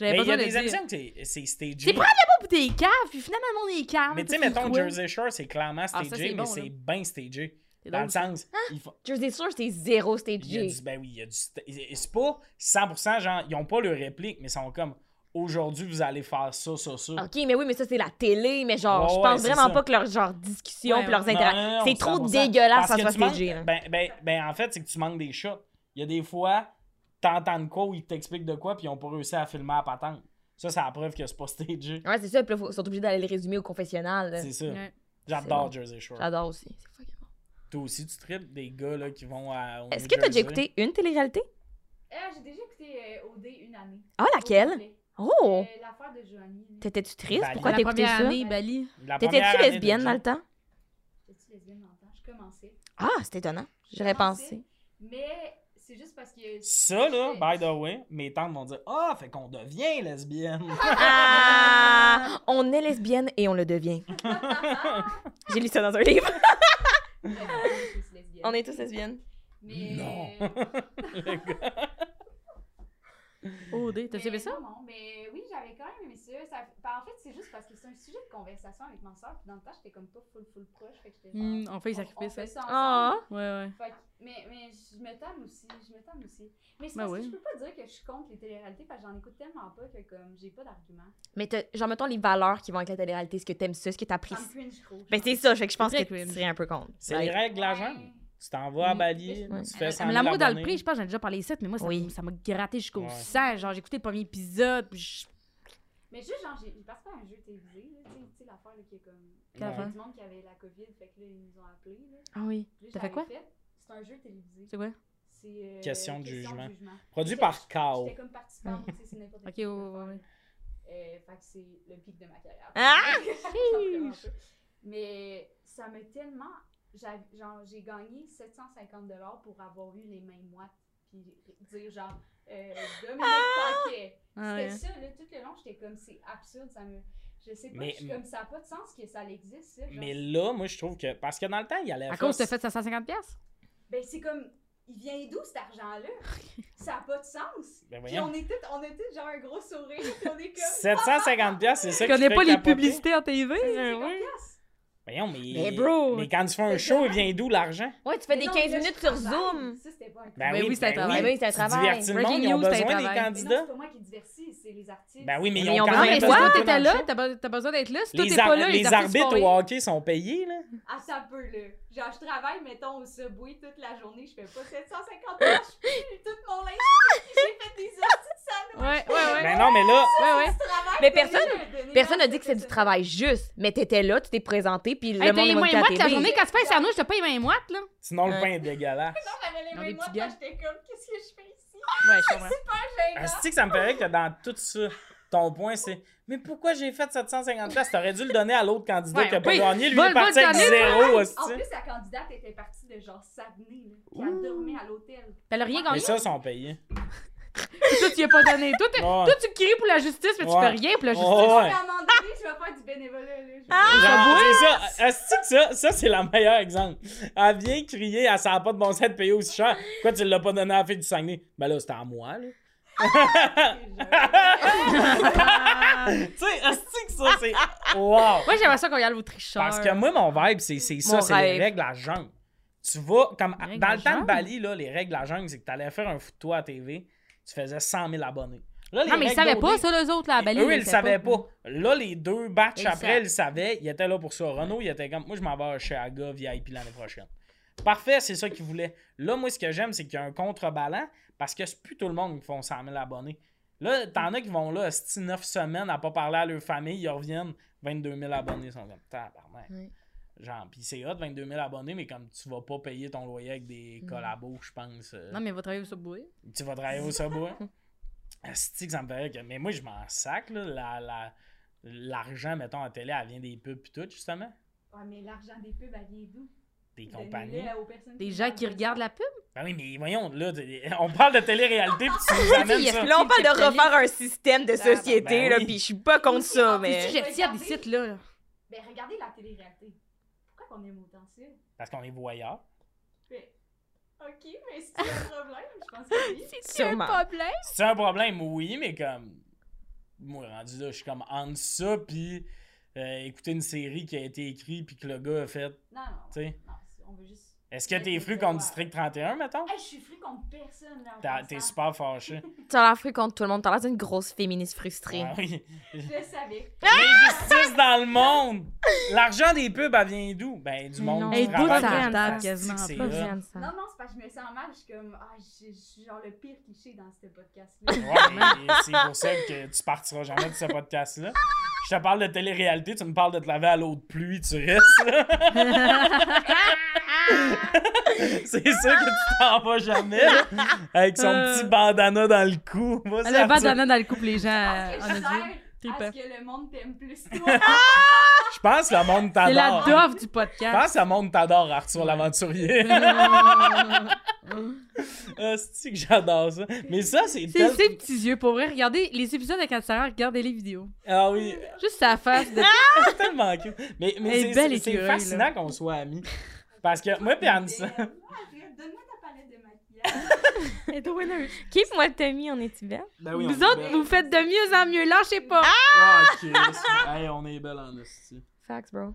Speaker 2: J'avais
Speaker 1: mais
Speaker 2: pas
Speaker 1: il y
Speaker 2: besoin
Speaker 1: a
Speaker 2: de
Speaker 1: des
Speaker 2: dire.
Speaker 1: émissions que c'est- c'est stagé.
Speaker 2: C'est probablement Au bout des caves, puis finalement, le monde est
Speaker 3: Ah,
Speaker 2: calme.
Speaker 1: Mais tu
Speaker 2: tout
Speaker 1: sais,
Speaker 2: ce qui
Speaker 1: mettons,
Speaker 2: croit.
Speaker 1: Jersey Shore, c'est clairement
Speaker 2: ça,
Speaker 1: stagé,
Speaker 2: c'est
Speaker 1: mais
Speaker 2: bon,
Speaker 1: c'est
Speaker 2: là.
Speaker 1: bien stagé.
Speaker 2: C'est
Speaker 1: Dans
Speaker 2: drôle,
Speaker 1: le sens,
Speaker 3: Ah,
Speaker 1: il faut-
Speaker 3: Jersey Shore, c'était
Speaker 1: il y
Speaker 3: zéro
Speaker 1: a
Speaker 3: stagé.
Speaker 1: du, ben oui, il y a du, sta- et c'est pas 100%, genre, ils ont pas le réplique, mais ils sont comme, aujourd'hui, vous allez faire ça, ça, ça.
Speaker 3: OK, mais oui, mais ça, c'est la télé, mais genre,
Speaker 1: Ouais,
Speaker 3: je
Speaker 1: ouais,
Speaker 3: pense
Speaker 1: c'est
Speaker 3: vraiment
Speaker 1: ça.
Speaker 3: pas que leurs genre discussions
Speaker 2: Ouais,
Speaker 3: pis leurs
Speaker 2: ouais.
Speaker 1: Non, non,
Speaker 3: interactions.
Speaker 1: non,
Speaker 3: C'est trop
Speaker 1: 100%.
Speaker 3: dégueulasse,
Speaker 1: Parce
Speaker 3: ça
Speaker 1: que
Speaker 3: soit
Speaker 1: tu manques-
Speaker 3: stagé. là.
Speaker 1: Ben, ben, ben, en fait, c'est que tu manques des shots. Il y a des fois, t'entends de quoi ou ils t'expliquent de quoi, puis ils ont pas réussi à filmer à patente. Ça, c'est la preuve que c'est pas stagé.
Speaker 3: Ouais, c'est ça, puis là, faut- ils sont obligés d'aller le résumer au confessionnal. là.
Speaker 1: C'est ça.
Speaker 2: Ouais.
Speaker 1: J'adore Jersey Shore.
Speaker 3: J'adore aussi. C'est fucking bon.
Speaker 1: Toi aussi, tu tripes des gars là, qui vont à. au
Speaker 3: Est-ce
Speaker 1: New
Speaker 3: que t'as déjà
Speaker 1: Jersey.
Speaker 3: écouté une télé-réalité?
Speaker 4: Euh, j'ai déjà écouté euh, OD une année.
Speaker 3: Ah,
Speaker 4: Au
Speaker 3: laquelle?
Speaker 4: complet.
Speaker 3: Oh!
Speaker 4: Euh, L'affaire de Joanie.
Speaker 3: T'étais-tu triste?
Speaker 1: Bali.
Speaker 3: Pourquoi
Speaker 2: La
Speaker 3: t'écoutais
Speaker 2: première
Speaker 3: ça?
Speaker 2: année, Bali.
Speaker 1: La première
Speaker 3: T'étais-tu
Speaker 1: année de
Speaker 3: lesbienne dans
Speaker 1: Jersey-
Speaker 3: le temps?
Speaker 4: J'étais lesbienne dans le temps. Je commençais.
Speaker 3: Ah, c'est étonnant. J'aurais
Speaker 4: J'ai commencé,
Speaker 3: pensé.
Speaker 4: Mais c'est juste parce que.
Speaker 1: Ça, là, by the way, mes tantes vont dire Ah, fait qu'on devient lesbienne.
Speaker 2: Ah,
Speaker 3: Ah! On est lesbienne et on
Speaker 1: *laughs*
Speaker 3: le devient. J'ai lu ça dans un livre. On est tous lesbiennes.
Speaker 4: Mais...
Speaker 1: Non. Le gars.
Speaker 2: Oh, D, t'as
Speaker 4: mais
Speaker 2: suivi ça?
Speaker 4: Non, non, mais oui, j'avais quand même aimé ça. ça... ben, en fait, c'est juste parce que c'est un sujet de conversation avec ma soeur. Puis dans le temps, j'étais comme pas full, full proche. Fait que j'étais genre,
Speaker 2: Hmm, on fait les
Speaker 4: on, on
Speaker 2: sacrifices.
Speaker 4: fait ça
Speaker 3: Ah!
Speaker 4: ensemble.
Speaker 2: Ouais, ouais.
Speaker 4: Fait que- mais, mais je me tanne aussi, je me tanne aussi. Mais c'est
Speaker 2: Ben
Speaker 4: parce
Speaker 2: oui.
Speaker 4: que je peux pas dire que je suis contre les téléréalités parce que j'en écoute tellement pas que comme j'ai pas d'argument.
Speaker 3: Mais t'as- genre, mettons les valeurs qui vont avec la télé-réalité, ce que t'aimes ça, ce que
Speaker 4: Ça me
Speaker 3: t'apprécies.
Speaker 4: cringe trop.
Speaker 3: Ben, c'est ça, fait que je pense que
Speaker 2: Très
Speaker 3: tu
Speaker 2: cringe.
Speaker 3: serais un peu contre.
Speaker 1: C'est
Speaker 3: Ouais.
Speaker 1: les règles de la jungle. Tu t'en vas à
Speaker 2: ben, Mm.
Speaker 1: Bali,
Speaker 4: Ouais.
Speaker 1: tu fais ça.
Speaker 2: L'amour dans le prix, je pense que j'en ai déjà parlé ici, mais moi, ça
Speaker 3: Oui.
Speaker 2: ça m'a gratté jusqu'au
Speaker 1: Ouais.
Speaker 2: sang. Genre, j'ai écouté le premier épisode, puis je-
Speaker 4: Mais juste, genre, j'ai participé à un jeu télévisé, là, tu sais, tu sais, l'affaire là, qui est comme. Il y
Speaker 1: Quelle
Speaker 4: avait
Speaker 2: affaire?
Speaker 4: du monde qui avait la COVID, fait que là, ils nous ont appelés. Là.
Speaker 3: Ah oui.
Speaker 4: Puis là,
Speaker 2: T'as fait
Speaker 4: j'avais
Speaker 2: quoi?
Speaker 4: C'est un jeu télévisé.
Speaker 2: C'est quoi?
Speaker 4: C'est. euh,
Speaker 1: Question de jugement. Ah, oh.
Speaker 4: J'étais-
Speaker 1: Produit par Kao.
Speaker 4: J'étais comme participante, tu sais, c'est n'importe
Speaker 2: *laughs* Ok,
Speaker 4: qui.
Speaker 2: ouais,
Speaker 4: peut le
Speaker 2: ouais,
Speaker 4: faire,
Speaker 2: ouais.
Speaker 4: Euh, fait que c'est le pic de ma carrière. *laughs*
Speaker 3: Ah!
Speaker 4: Vraiment peu. Mais ça m'a tellement. j'av- Genre, j'ai gagné 750 pour avoir eu les mêmes mois. Puis dire, genre, euh, Dominique Paquet.
Speaker 2: Ah
Speaker 4: C'était
Speaker 2: ouais.
Speaker 4: ça, là, tout le long, j'étais comme, c'est absurde. Ça me... Je sais pas,
Speaker 1: Mais-
Speaker 4: je suis comme, ça n'a pas de sens que ça existe, ça. genre.
Speaker 1: Mais là, moi, je trouve que. Parce que dans le temps, il y allait
Speaker 2: À cause de fait de 150$? piastres?
Speaker 4: Ben, c'est comme, il vient d'où
Speaker 3: *laughs*
Speaker 4: cet argent-là? ça n'a pas de sens.
Speaker 1: Ben,
Speaker 4: Puis
Speaker 1: voyons.
Speaker 4: on est toutes, on est toutes, genre, un gros sourire. puis on est
Speaker 3: *laughs*
Speaker 4: comme.
Speaker 1: 750$, piastres, c'est ça
Speaker 2: Tu
Speaker 1: que
Speaker 2: connais pas les publicités en TV?
Speaker 4: C'est
Speaker 2: hein,
Speaker 4: 50
Speaker 2: ouais.
Speaker 4: piastres.
Speaker 1: Voyons, mais.
Speaker 2: Mais bro!
Speaker 1: Mais quand tu fais un show, il vient d'où l'argent?
Speaker 3: Ouais, tu fais
Speaker 4: Mais
Speaker 3: des
Speaker 4: non,
Speaker 3: 15
Speaker 4: mais là,
Speaker 3: minutes
Speaker 4: je
Speaker 3: sur
Speaker 4: travaille.
Speaker 3: Zoom.
Speaker 4: Ça, c'était pas un
Speaker 1: Ben
Speaker 2: Ben
Speaker 1: oui,
Speaker 2: oui, c'est un travail.
Speaker 3: Ben oui, c'est un travail.
Speaker 1: Divertir le
Speaker 2: Breaking
Speaker 1: monde, ils ont
Speaker 2: news, c'est un
Speaker 1: besoin des
Speaker 2: travail.
Speaker 4: Mais non,
Speaker 1: candidats.
Speaker 4: c'est pas moi qui divertis, c'est les artistes.
Speaker 1: Ben oui, mais
Speaker 3: Mais
Speaker 1: ils ont
Speaker 3: on
Speaker 1: quand
Speaker 3: va-
Speaker 1: même
Speaker 3: mais
Speaker 1: besoin
Speaker 2: toi,
Speaker 1: de
Speaker 2: t'étais
Speaker 1: toi dans le
Speaker 2: là,
Speaker 1: show.
Speaker 2: t'as be- t'as besoin d'être là. Si toi,
Speaker 1: Les
Speaker 2: t'es pas
Speaker 1: ar-
Speaker 2: là,
Speaker 1: les
Speaker 2: artistes sont
Speaker 1: arbitres
Speaker 2: là.
Speaker 1: au hockey sont payés, là.
Speaker 4: Ah, ça peut, là. Genre, je travaille, mettons, au Subway toute la journée, je fais pas 750 heures, je pue *laughs* tout mon linge, j'ai fait des hosties de sandwich.
Speaker 2: Ouais, ouais, Ben ouais.
Speaker 1: Mais Ben non, mais là,
Speaker 2: Ouais, ouais.
Speaker 4: Je travaille
Speaker 3: Mais
Speaker 4: pour les
Speaker 3: personne-
Speaker 4: deux, donner
Speaker 3: Personne
Speaker 4: leur
Speaker 3: n'a dit que c'est du
Speaker 4: professionnel.
Speaker 3: travail juste, mais t'étais là, tu t'es présenté, puis le
Speaker 2: Hey,
Speaker 3: monde
Speaker 2: t'as les
Speaker 3: évoquait
Speaker 2: mains
Speaker 3: la
Speaker 2: moites la
Speaker 3: télé.
Speaker 2: journée. Quand tu fais un sandwich, t'as pas les mains moites, là?
Speaker 1: sinon le
Speaker 3: Ouais.
Speaker 1: pain est dégueulasse.
Speaker 4: Non, j'avais les
Speaker 2: Dans des
Speaker 4: mêmes mois,
Speaker 2: petits
Speaker 4: moi,
Speaker 2: gants.
Speaker 4: j'étais comme, qu'est-ce que je fais ici?
Speaker 2: Ouais, je comprends.
Speaker 4: J'ai
Speaker 1: Asti Ah, que ça me paraît que dans tout ça, ton point c'est Mais pourquoi j'ai fait 750 places? T'aurais dû le donner à l'autre candidat
Speaker 2: Ouais,
Speaker 1: qui a pas
Speaker 2: oui.
Speaker 1: gagné, lui il
Speaker 2: Va-
Speaker 1: est
Speaker 2: va
Speaker 1: parti
Speaker 2: le
Speaker 1: avec
Speaker 2: donner,
Speaker 1: zéro
Speaker 4: En
Speaker 1: hostie.
Speaker 4: plus, la candidate était partie de genre Saguenay, là. Puis elle dormait à l'hôtel.
Speaker 2: T'as rien
Speaker 1: Mais
Speaker 2: gagné.
Speaker 1: ça, ils sont payés.
Speaker 2: Toi, tu y as pas donné. Toi, t'es-
Speaker 1: Ouais.
Speaker 2: toi, tu cries pour la justice, mais tu
Speaker 1: Ouais.
Speaker 2: fais rien pour la justice.
Speaker 1: Oh, ouais. Ah!
Speaker 4: Je suis amendée, je vais faire du bénévolat, là. Je-
Speaker 1: Genre, c'est ça. Asti que ça, ça c'est le meilleur exemple. Elle vient crier, elle sent pas de bon sens de payer aussi cher. Pourquoi tu l'as pas donné à la fille du Saguenay? Ben là, c'était à moi, là. *laughs* Tu sais, Asti que ça, c'est. *laughs* Wow!
Speaker 2: Moi, j'aimerais ça qu'on regarde l'Autricheur.
Speaker 1: Parce que moi, mon vibe, c'est c'est ça,
Speaker 3: Mon
Speaker 1: c'est les
Speaker 3: rêve.
Speaker 1: règles à la jungle. Tu vas, comme,
Speaker 2: Les règles
Speaker 1: dans
Speaker 2: à
Speaker 1: le temps de
Speaker 2: jungle?
Speaker 1: Bali, là, les règles à la jungle, c'est que t'allais faire un foot de toi à TV, tu faisais 100 000 abonnés. Là, les
Speaker 2: Non, mais ils
Speaker 1: règles
Speaker 2: savaient
Speaker 1: d'OD,
Speaker 2: pas, ça, les autres, là, à Bali.
Speaker 1: Eux, ils le savaient pas. Là, les deux batchs
Speaker 2: Ils le
Speaker 1: après,
Speaker 2: savent.
Speaker 1: ils le savaient, ils étaient là pour ça. Renault, il était comme, moi, je m'en vais chez Aga VIP l'année prochaine. Parfait, c'est ça qu'ils voulaient. Là, moi, ce que j'aime, c'est qu'il y a un contrebalan parce que c'est plus tout le monde qui font 100 000 abonnés. Là, t'en as qui vont là, 9 semaines à pas parler à leur famille, ils reviennent, 22 000 abonnés ils sont comme, tabarnak.
Speaker 3: Oui.
Speaker 1: Genre, pis c'est hot, 22 000 abonnés, mais comme tu vas pas payer ton loyer avec des collabos, je pense. euh,
Speaker 2: Non, mais il va travailler au Subway.
Speaker 1: tu vas travailler au
Speaker 2: *laughs*
Speaker 1: Subway. Asti que ça me paraît que... Mais moi, je m'en sac, là. la- la- L'argent, mettons, à télé, elle vient des pubs pis tout, justement.
Speaker 4: Ouais, mais l'argent des pubs, elle vient d'où?
Speaker 1: Des
Speaker 4: Donnez-le
Speaker 1: compagnies.
Speaker 4: aux personnes
Speaker 2: Des gens qui regardent la pub.
Speaker 1: Ben oui, mais voyons, là, t'es- on parle de télé-réalité pis tu
Speaker 2: *laughs*
Speaker 1: nous
Speaker 2: Il
Speaker 1: amènes
Speaker 2: y a
Speaker 1: ça.
Speaker 2: plein
Speaker 3: Là, on parle de Bah,
Speaker 2: Capitaliste.
Speaker 3: refaire un système de
Speaker 2: Ah, ben
Speaker 3: société,
Speaker 1: oui.
Speaker 3: là, puis je suis pas contre ça,
Speaker 2: C'est
Speaker 3: mais...
Speaker 2: sujet fiable, des sites, là.
Speaker 4: Ben, regardez la télé-réalité. Pourquoi qu'on aime autant ça?
Speaker 1: Parce qu'on est voyeur.
Speaker 4: Ben, ok, mais c'est *laughs* un problème, je pense que oui.
Speaker 2: C'est un
Speaker 3: Sûrement.
Speaker 2: problème.
Speaker 1: C'est un problème, oui, mais comme. Moi, rendu là, je suis comme entre ça, puis euh, écouter une série qui a été écrite, puis que le gars a fait. Tu
Speaker 4: Non, non,
Speaker 1: sais.
Speaker 4: non, c'est- on veut juste.
Speaker 1: Est-ce que t'es fru contre District 31, mettons?
Speaker 4: Hey, je suis fru contre personne, là. en
Speaker 1: T'as-
Speaker 4: passant.
Speaker 1: T'es super fâché.
Speaker 3: T'as l'air fru contre tout le monde. T'as l'air d'une grosse féministe frustrée.
Speaker 1: Ah oui.
Speaker 4: Je le savais.
Speaker 1: L'injustice dans le monde! L'argent des pubs, elle vient d'où? Ben, du monde.
Speaker 3: Non.
Speaker 1: qui
Speaker 3: Elle est
Speaker 1: travaille.
Speaker 3: d'où, ça
Speaker 1: Ah,
Speaker 2: regarde,
Speaker 1: c'est
Speaker 2: quasiment
Speaker 1: que c'est
Speaker 2: pas.
Speaker 1: là.
Speaker 3: Viens de
Speaker 2: Ah.
Speaker 3: ça.
Speaker 4: Non, non, c'est parce que je me sens mal. Je suis comme, ah, je je suis genre le pire cliché dans ce podcast-là. *laughs*
Speaker 1: Ouais, *laughs* mais c'est pour ça que tu partiras jamais de ce podcast-là. Je te parle de télé-réalité, tu me parles de te laver à l'eau de pluie, tu restes là. *laughs* c'est sûr que tu t'en vas jamais, là, avec son
Speaker 2: Euh.
Speaker 1: petit bandana dans le cou. Moi,
Speaker 2: *laughs* Elle
Speaker 1: c'est
Speaker 2: a
Speaker 1: Arthur.
Speaker 2: bandana dans le couple, les gens.
Speaker 4: Parce
Speaker 2: euh,
Speaker 4: que
Speaker 2: en
Speaker 4: je
Speaker 2: audio. Ah,
Speaker 4: sers
Speaker 2: Trippant.
Speaker 4: à ce que le monde t'aime plus
Speaker 2: *laughs*
Speaker 4: toi.
Speaker 1: Je pense que le monde t'adore.
Speaker 2: C'est la hein.
Speaker 1: Je
Speaker 2: dove du podcast.
Speaker 1: pense que le monde t'adore, Arthur l'aventurier. *laughs* Hostie que j'adore ça. Mais ça, c'est
Speaker 2: C'est
Speaker 1: tel...
Speaker 2: ses petits yeux, pour vrai. Regardez les épisodes de Cansara, regardez les vidéos.
Speaker 1: Ah oui,
Speaker 2: Juste sa face de
Speaker 1: c'est *laughs* tellement cute. Mais, mais
Speaker 2: Elle est
Speaker 1: c'est- c'est
Speaker 2: belle,
Speaker 1: c'est
Speaker 2: l'écureuil, là.
Speaker 1: fascinant qu'on soit amis. Parce que moi et *laughs*
Speaker 4: Belle.
Speaker 1: Anne-Sophie-
Speaker 4: Arrête, Donne-moi ta palette de maquillage.
Speaker 2: Elle est winner.
Speaker 3: Qui est moi, Tommy, on est-tu belle?
Speaker 5: Ben oui, on
Speaker 2: Vous
Speaker 5: est
Speaker 2: autres,
Speaker 5: belle.
Speaker 2: vous faites de mieux en mieux. Lâchez pas.
Speaker 5: Ah, Chris. Hey, on est belle en esti.
Speaker 3: Facts, bro.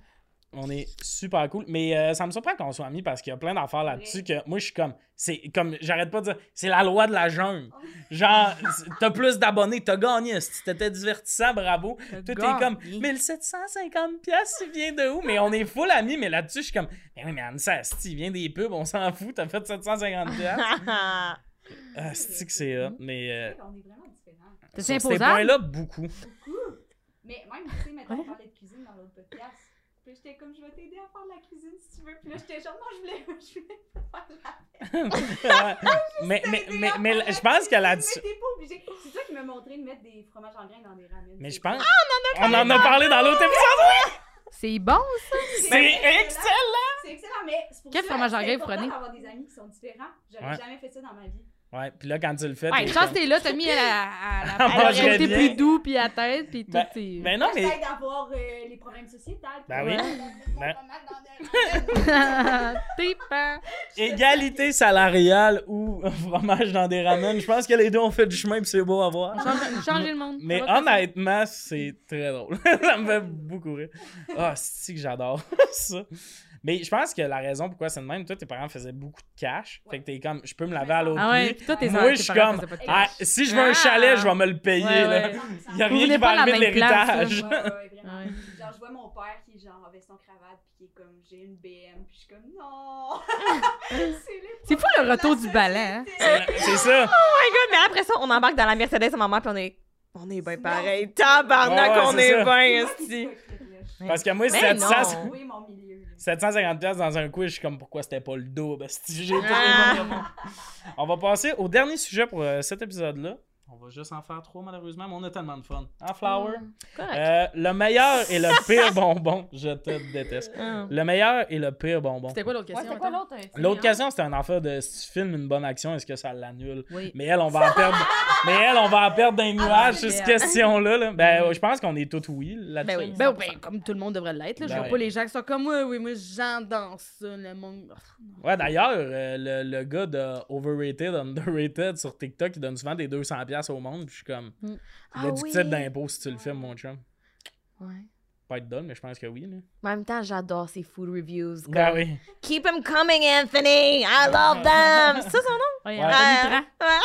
Speaker 1: On est super cool. Mais euh, ça me surprend qu'on soit amis parce qu'il y a plein d'affaires là-dessus que moi, je suis comme. C'est comme. J'arrête pas de dire. C'est la loi de la jungle. Genre, c'est- t'as plus d'abonnés, t'as gagné. Si t'étais divertissant, bravo. Tout est comme 1750 pièces, tu viens de où? Mais on est full amis, mais là-dessus, je suis comme. Mais oui, mais Anne, ça, asti, il vient des pubs, on s'en fout, t'as fait 750 pièces. Ah, c'est que c'est hot. Mais. euh,
Speaker 4: On est vraiment différents.
Speaker 2: C'est
Speaker 1: sur ces
Speaker 2: imposable.
Speaker 1: points-là, beaucoup.
Speaker 4: Mais même, tu sais, maintenant, on parlait de cuisine dans l'autre podcast. Puis j'étais comme, je vais t'aider à faire la cuisine si tu veux. Puis là, j'étais genre, non, je voulais, *laughs* je voulais faire la
Speaker 1: mais, mais, mais,
Speaker 4: à
Speaker 1: mais
Speaker 4: faire la
Speaker 1: je pense que
Speaker 4: cuisine,
Speaker 1: là-dessus.
Speaker 4: Mais t'es pas obligé. C'est ça qui m'a montré de mettre des fromages en grains dans des ramen.
Speaker 1: Mais
Speaker 4: C'est
Speaker 1: je pense. on en a parlé dans l'autre épisode.
Speaker 2: C'est bon.
Speaker 1: C'est excellent!
Speaker 4: C'est excellent, mais c'est pour
Speaker 2: Quel
Speaker 4: ça
Speaker 2: fromage en
Speaker 4: c'est
Speaker 2: grain vous
Speaker 4: important
Speaker 2: prenez?
Speaker 4: d'avoir des amis qui sont différents. J'aurais
Speaker 1: Ouais.
Speaker 4: jamais fait ça dans ma vie.
Speaker 1: Ouais, puis là, quand tu le fais.
Speaker 2: Ouais,
Speaker 1: t'es
Speaker 2: chance
Speaker 1: comme-
Speaker 2: t'es là, t'as mis à la,
Speaker 1: *laughs*
Speaker 2: à la-
Speaker 1: Elle
Speaker 2: à la
Speaker 1: mangerait
Speaker 2: côté
Speaker 1: bien.
Speaker 2: plus doux, puis à la tête, puis tout. c'est-
Speaker 1: Ben non, mais.
Speaker 4: J'essaie d'avoir euh, les problèmes sociétaux.
Speaker 1: Ben oui. Ben-
Speaker 2: *laughs* T'es pas.
Speaker 1: Égalité salariale ou *laughs* fromage dans des ramen, je pense que les deux ont fait du chemin puis c'est beau à voir.
Speaker 2: Change- Changer le monde.
Speaker 1: Mais
Speaker 2: Ça Ah, va, ça.
Speaker 1: honnêtement, c'est très drôle. *laughs* ça me fait beaucoup rire. Ah, c'est que j'adore *laughs* ça. Mais je pense que la raison pourquoi c'est de même, toi, tes parents faisaient beaucoup de cash. Fait que t'es comme, je peux me laver à l'autre
Speaker 2: Ah ouais,
Speaker 1: pied.
Speaker 2: puis toi, t'es
Speaker 1: Moi, je suis comme, Ah, si je Ah. veux un chalet, je vais me le payer.
Speaker 2: Ouais,
Speaker 1: là.
Speaker 2: ouais.
Speaker 1: *laughs* Il y a
Speaker 2: Vous
Speaker 1: rien
Speaker 2: venez
Speaker 1: qui va
Speaker 2: pas à la
Speaker 1: arriver de
Speaker 2: même place, là.
Speaker 1: l'héritage.
Speaker 4: Ouais, ouais, vraiment.
Speaker 2: Ouais.
Speaker 4: Genre, je vois mon père qui est genre en veston cravate, puis qui est comme, j'ai une BM, puis je suis comme,
Speaker 2: *laughs*
Speaker 4: non! c'est les
Speaker 2: C'est fou le retour du balai, hein?
Speaker 1: *laughs* C'est ça.
Speaker 3: my god, mais après ça, on embarque dans la Mercedes à maman, puis on est. On est bien pareil.
Speaker 1: Ouais,
Speaker 3: Tabarnak, on
Speaker 1: c'est ça.
Speaker 3: est bien,
Speaker 4: petits
Speaker 3: esti.
Speaker 1: Parce que moi,
Speaker 3: Mais
Speaker 1: 700,
Speaker 3: non.
Speaker 4: Oui, mon milieu.
Speaker 1: 750 pièces dans un quiz, je suis comme pourquoi c'était pas le double. Si j'ai pas
Speaker 3: Ah.
Speaker 1: le même moment. On va passer au dernier sujet pour euh, cet épisode-là. On va juste en faire trois malheureusement, mais on a tellement de fun. En flower.
Speaker 3: Correct.
Speaker 1: Euh, le meilleur et le pire bonbon. *laughs* Je te déteste.
Speaker 3: Hum.
Speaker 1: Le meilleur et le pire bonbon.
Speaker 2: C'était quoi l'autre question? mettons?
Speaker 3: l'autre?
Speaker 1: L'autre question, c'était un affaire de si tu filmes une bonne action, est-ce que ça l'annule?
Speaker 2: Oui.
Speaker 1: Mais elle, on va en perdre. mais elle, on va en perdre
Speaker 3: Ah,
Speaker 1: d'un nuage sur cette
Speaker 2: merde.
Speaker 1: question-là. là. Ben, je pense qu'on est tous oui là-dessus.
Speaker 3: Mm-hmm. Ben oui.
Speaker 2: Ben, ben, comme tout le monde devrait l'être, là. je
Speaker 1: Ben
Speaker 2: vois
Speaker 1: ouais.
Speaker 2: pas les gens qui sont comme moi, oui, moi, j'en danse, le monde.
Speaker 1: Ouais, d'ailleurs, euh, le, le gars de Overrated, Underrated sur TikTok, il donne souvent des 200$ au monde. Puis je suis comme.
Speaker 2: Mm.
Speaker 1: c'est
Speaker 3: Ah
Speaker 1: Déductible
Speaker 3: oui.
Speaker 1: d'impôt si tu le filmes, mon chum.
Speaker 3: Ouais.
Speaker 1: Pas être dole, mais je pense que oui. Là.
Speaker 3: Mais en même temps, j'adore ces food reviews. comme,
Speaker 1: Ben oui.
Speaker 3: Keep them coming, Anthony! I love them! C'est ça
Speaker 2: *laughs*
Speaker 3: son nom?
Speaker 2: Ouais,
Speaker 1: Ouais. Euh,
Speaker 2: Anthony
Speaker 3: Ouais.
Speaker 2: Tran.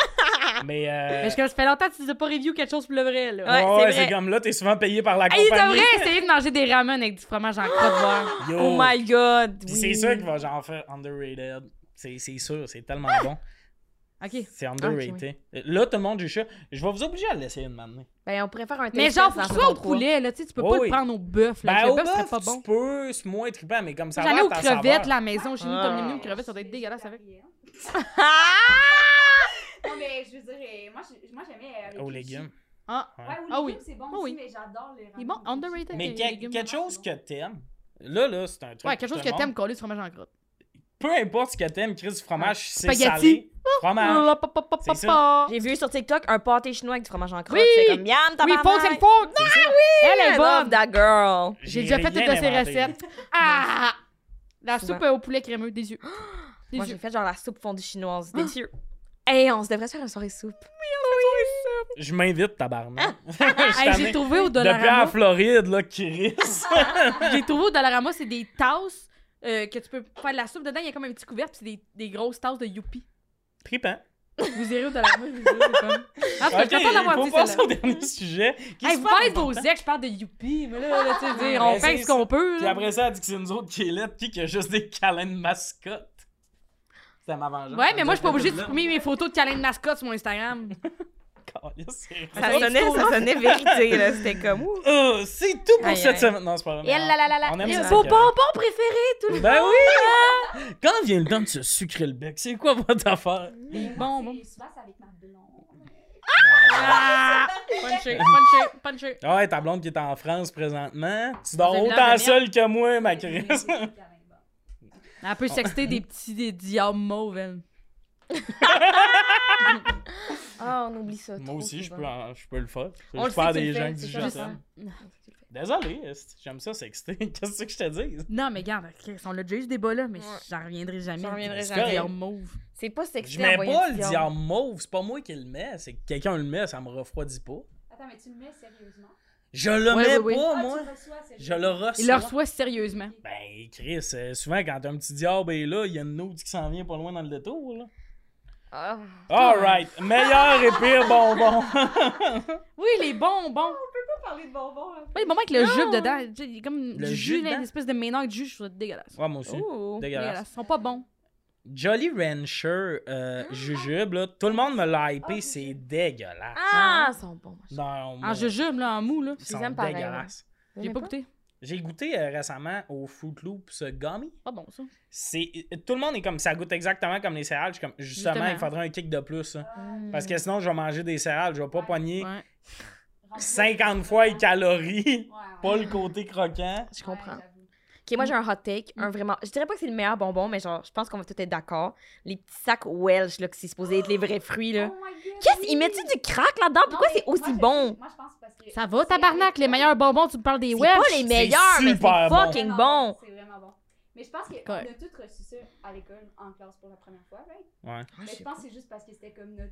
Speaker 1: Mais. euh,
Speaker 2: Mais je- ça fait longtemps que tu nous as pas review quelque chose pour le vrai, là.
Speaker 3: Ouais,
Speaker 1: ouais,
Speaker 3: c'est
Speaker 1: ouais,
Speaker 3: vrai. Ah,
Speaker 1: c'est comme là, t'es souvent payé par la
Speaker 2: Hey, il
Speaker 1: compagnie.
Speaker 2: devrait essayer de manger des ramen avec du fromage en crotte de beurre.
Speaker 1: Yo.
Speaker 3: Oh my god!
Speaker 1: Puis
Speaker 3: Oui.
Speaker 1: c'est sûr qu'il va genre faire Underrated. C'est c'est sûr, c'est tellement
Speaker 3: Ah!
Speaker 1: bon.
Speaker 2: OK.
Speaker 1: C'est underrated. Euh, Là, tout le monde du chat. Je vais vous obliger à l'essayer une matinée.
Speaker 3: Ben, on pourrait faire un test.
Speaker 2: Mais genre, faut
Speaker 3: dans
Speaker 2: qu'il soit
Speaker 3: la
Speaker 2: au
Speaker 3: saison trois.
Speaker 2: poulet, là. Tu sais, tu peux
Speaker 1: Oh
Speaker 2: pas
Speaker 1: oui.
Speaker 2: le prendre au bœuf, là.
Speaker 1: Ben,
Speaker 2: le
Speaker 1: au
Speaker 2: bœuf serait
Speaker 1: bœuf,
Speaker 2: pas
Speaker 1: tu
Speaker 2: bon.
Speaker 1: peux, c'est moins trippant, mais comme ça va.
Speaker 2: J'allais aux
Speaker 1: ta
Speaker 2: crevettes,
Speaker 1: saveur.
Speaker 2: là, à la maison. Chez nous,
Speaker 3: Ah.
Speaker 2: comme les minimes crevettes, ça doit être dégueulasse avec.
Speaker 3: Ah!
Speaker 4: Non, mais je veux dire, euh, moi, je- moi j'aimais. euh, avec
Speaker 1: Aux
Speaker 4: le
Speaker 1: légumes.
Speaker 4: jus.
Speaker 2: Ah,
Speaker 4: Ouais, aux
Speaker 2: Ah
Speaker 4: légumes,
Speaker 2: oui.
Speaker 4: c'est bon
Speaker 2: Ah
Speaker 4: aussi,
Speaker 2: oui.
Speaker 4: mais j'adore les
Speaker 2: il est bon,
Speaker 4: ramen.
Speaker 2: underrated.
Speaker 1: Mais
Speaker 2: les
Speaker 1: quel-
Speaker 2: légumes.
Speaker 1: quelque chose que t'aimes. Là, là, c'est un truc.
Speaker 2: Ouais, quelque chose
Speaker 1: tout le
Speaker 2: que t'aimes
Speaker 1: monde-
Speaker 2: coller du fromage en crotte.
Speaker 1: Peu importe ce que t'aimes, Chris, du fromage, c'est
Speaker 2: Spaghetti. Oh,
Speaker 1: salé. Fromage. C'est ça.
Speaker 2: Oui,
Speaker 3: J'ai vu sur TikTok un pâté chinois avec du fromage en crotte.
Speaker 2: Oui!
Speaker 3: C'est comme miam, tabarnak.
Speaker 2: Fox and Fork!
Speaker 1: C'est ça.
Speaker 2: Elle
Speaker 3: I
Speaker 2: est
Speaker 3: love
Speaker 2: bonne!
Speaker 3: that girl.
Speaker 2: ah J'ai déjà fait toutes
Speaker 1: rien
Speaker 2: de ses
Speaker 1: inventé. *laughs*
Speaker 2: recettes. Ah! La
Speaker 3: Souvent.
Speaker 2: soupe au poulet crémeux, des yeux. *gasps* Des
Speaker 3: Moi,
Speaker 2: yeux.
Speaker 3: j'ai fait genre la soupe fondue
Speaker 2: Ah.
Speaker 3: chinoise. Délicieux. Hey, on se devrait se faire une soirée soupe.
Speaker 1: Je m'invite,
Speaker 2: Ah,
Speaker 1: tabarnak.
Speaker 2: Hey, j'ai trouvé au
Speaker 1: Depuis la
Speaker 2: Dollarama.
Speaker 1: Floride, là,
Speaker 2: *laughs*
Speaker 1: Chris.
Speaker 3: *laughs*
Speaker 2: J'ai trouvé au Dollarama, c'est des tasses euh, que tu peux faire de la soupe dedans. Il y a comme un petit couvercle, puis c'est des, des grosses tasses de Youpi.
Speaker 1: Trippant.
Speaker 2: Ah, Vous irez au Dollarama, je vous jure, c'est comme. Ah,
Speaker 1: Ok,
Speaker 2: je suis contente d'avoir
Speaker 1: faut
Speaker 2: dit
Speaker 1: passer
Speaker 2: celle-là.
Speaker 1: au dernier sujet. qui
Speaker 2: Hey,
Speaker 1: se
Speaker 2: vous
Speaker 1: fait
Speaker 2: parlez de vos
Speaker 1: important.
Speaker 2: ex, je parle de Youpi. Mais là, là, tu sais, je veux dire, on
Speaker 1: Mais
Speaker 2: fait
Speaker 1: c'est-
Speaker 2: ce qu'on peut.
Speaker 1: Puis
Speaker 2: là.
Speaker 1: après ça, elle dit que c'est nous autres qui est lettre, puis qui a juste des câlins de mascotte. C'était ma vengeance.
Speaker 2: Ouais, mais moi, je suis pas obligée de supprimer mes photos de câlin de mascotte sur mon Instagram.
Speaker 1: Oh,
Speaker 3: Ça
Speaker 2: Hey,
Speaker 3: sonnait,
Speaker 2: tu
Speaker 3: ça sonnait
Speaker 2: *laughs*
Speaker 3: vérité, là. C'était comme ouh.
Speaker 1: Oh, c'est tout pour
Speaker 3: Aïe,
Speaker 1: cette
Speaker 3: aïe.
Speaker 1: semaine. Non, *laughs* c'est pas vrai.
Speaker 3: Et là, là, là, là.
Speaker 1: On aime
Speaker 3: Et
Speaker 1: ça.
Speaker 3: là.
Speaker 2: Vos bonbons préférés, tout le
Speaker 1: Ben
Speaker 2: monde.
Speaker 1: oui! hein? Quand vient le temps de se sucrer le bec, c'est quoi votre affaire?
Speaker 2: Des
Speaker 4: Bon,
Speaker 2: bonbons.
Speaker 4: Souvent, c'est avec ma blonde.
Speaker 2: Ah! Puncher, puncher, puncher.
Speaker 1: Ah, Ouais, ta blonde qui est en France présentement. Tu dors
Speaker 2: Vous avez
Speaker 1: autant
Speaker 2: l'air de
Speaker 1: seule que moi, *laughs* ma
Speaker 4: Mais
Speaker 1: Chris.
Speaker 4: j'ai des câlins bas.
Speaker 2: Elle peut sexter des petits des diables mauves, elle.
Speaker 3: Ah, on oublie ça.
Speaker 1: Moi
Speaker 3: trop
Speaker 1: aussi, je
Speaker 3: souvent.
Speaker 1: peux, en- je peux le faire.
Speaker 3: On
Speaker 1: Je
Speaker 3: le
Speaker 1: parle
Speaker 3: sait que tu
Speaker 1: des gens
Speaker 3: le fais,
Speaker 1: qui
Speaker 3: c'est
Speaker 1: disent
Speaker 3: ça,
Speaker 1: je
Speaker 3: c'est
Speaker 1: t'aime.
Speaker 2: Non,
Speaker 1: Désolé, esti, j'aime ça sexter. *laughs* Qu'est-ce que je te dis?
Speaker 2: Non, mais regarde, Chris, on l'a déjà eu ce débat-là, mais j'en reviendrai jamais.
Speaker 3: J'en reviendrai
Speaker 2: Des
Speaker 1: jamais.
Speaker 2: Diables mauves.
Speaker 3: C'est pas sexy.
Speaker 1: Je mets
Speaker 3: d'envoyer
Speaker 1: pas
Speaker 3: du
Speaker 1: le
Speaker 3: diable.
Speaker 1: diable mauve, c'est pas moi qui le mets, c'est que quelqu'un le met, ça me refroidit pas.
Speaker 4: Attends, mais tu le mets sérieusement?
Speaker 1: Je le
Speaker 2: Ouais,
Speaker 1: mets
Speaker 2: oui, oui.
Speaker 1: pas,
Speaker 4: Ah,
Speaker 1: moi.
Speaker 4: tu reçois sérieusement.
Speaker 1: Je le reçois.
Speaker 2: Il le reçoit sérieusement.
Speaker 1: Ben, Chris, euh, souvent quand un petit diable est là, il y a une autre qui s'en vient pas loin dans le détour, là.
Speaker 3: Ah.
Speaker 1: Alright, meilleur et pire bonbon.
Speaker 2: Oui, les bonbons.
Speaker 4: Pas parler de bonbons, là.
Speaker 2: Oui, les bonbons avec le jus dedans. Tu sais, Il y a comme
Speaker 1: Le jus
Speaker 2: du jus, là,
Speaker 1: dedans?
Speaker 2: une espèce de mélange de jus, je trouve ça dégueulasse.
Speaker 1: *laughs*
Speaker 2: Oh,
Speaker 1: ouais, moi aussi.
Speaker 3: Ouh.
Speaker 1: Dégueulasse.
Speaker 2: Dégueulasse. Ils sont pas bons.
Speaker 1: Jolly Rancher euh, jujube, là, tout le monde me l'a hypé, c'est dégueulasse.
Speaker 3: Ah, ils sont bons. moi,
Speaker 1: Non, moi,
Speaker 2: Oh, En jujube, là, en mou, là.
Speaker 1: ils
Speaker 3: je
Speaker 1: sont
Speaker 3: les aime pareil,
Speaker 1: dégueulasses.
Speaker 3: ouais.
Speaker 2: J'ai
Speaker 3: J'aime
Speaker 2: pas goûté.
Speaker 1: J'ai goûté euh, récemment au Fruit Loops Gummy.
Speaker 2: Pas bon, ça.
Speaker 1: C'est euh, tout le monde est comme ça goûte exactement comme les céréales, je suis comme justement,
Speaker 2: Justement.
Speaker 1: il faudrait un kick de plus. hein.
Speaker 3: Mm.
Speaker 1: Parce que sinon je vais manger des céréales, je vais pas poigner
Speaker 2: Ouais.
Speaker 1: 50 fois les calories, *laughs*
Speaker 4: Ouais, ouais.
Speaker 1: pas le côté croquant.
Speaker 3: Je comprends.
Speaker 4: Ouais, j'avoue.
Speaker 3: Ok, moi j'ai un hot take, un vraiment. Je dirais pas que c'est le meilleur bonbon, mais genre, je pense qu'on va tous être d'accord. Les petits sacs Welsh, là, que c'est supposé être les vrais fruits, là.
Speaker 4: Oh my God,
Speaker 3: Qu'est-ce,
Speaker 4: oui!
Speaker 3: ils mettent-tu du crack là-dedans? Pourquoi
Speaker 4: Non, mais
Speaker 3: c'est aussi
Speaker 4: moi, je-
Speaker 3: bon?
Speaker 4: Moi, je pense parce que.
Speaker 2: Ça va,
Speaker 4: c'est-
Speaker 2: tabarnak, les meilleurs bonbons, tu me parles des
Speaker 3: C'est
Speaker 2: Welsh.
Speaker 3: pas les meilleurs, mais
Speaker 1: super bon.
Speaker 3: c'est fucking
Speaker 4: vraiment
Speaker 3: bon.
Speaker 4: C'est vraiment bon. Mais je pense qu'on a
Speaker 2: Correct.
Speaker 4: tous reçu ça à l'école, en classe pour la première fois, right?
Speaker 1: Ouais.
Speaker 3: Ah,
Speaker 4: Mais
Speaker 3: je
Speaker 4: je
Speaker 3: sais
Speaker 4: pense que c'est juste parce que c'était comme notre.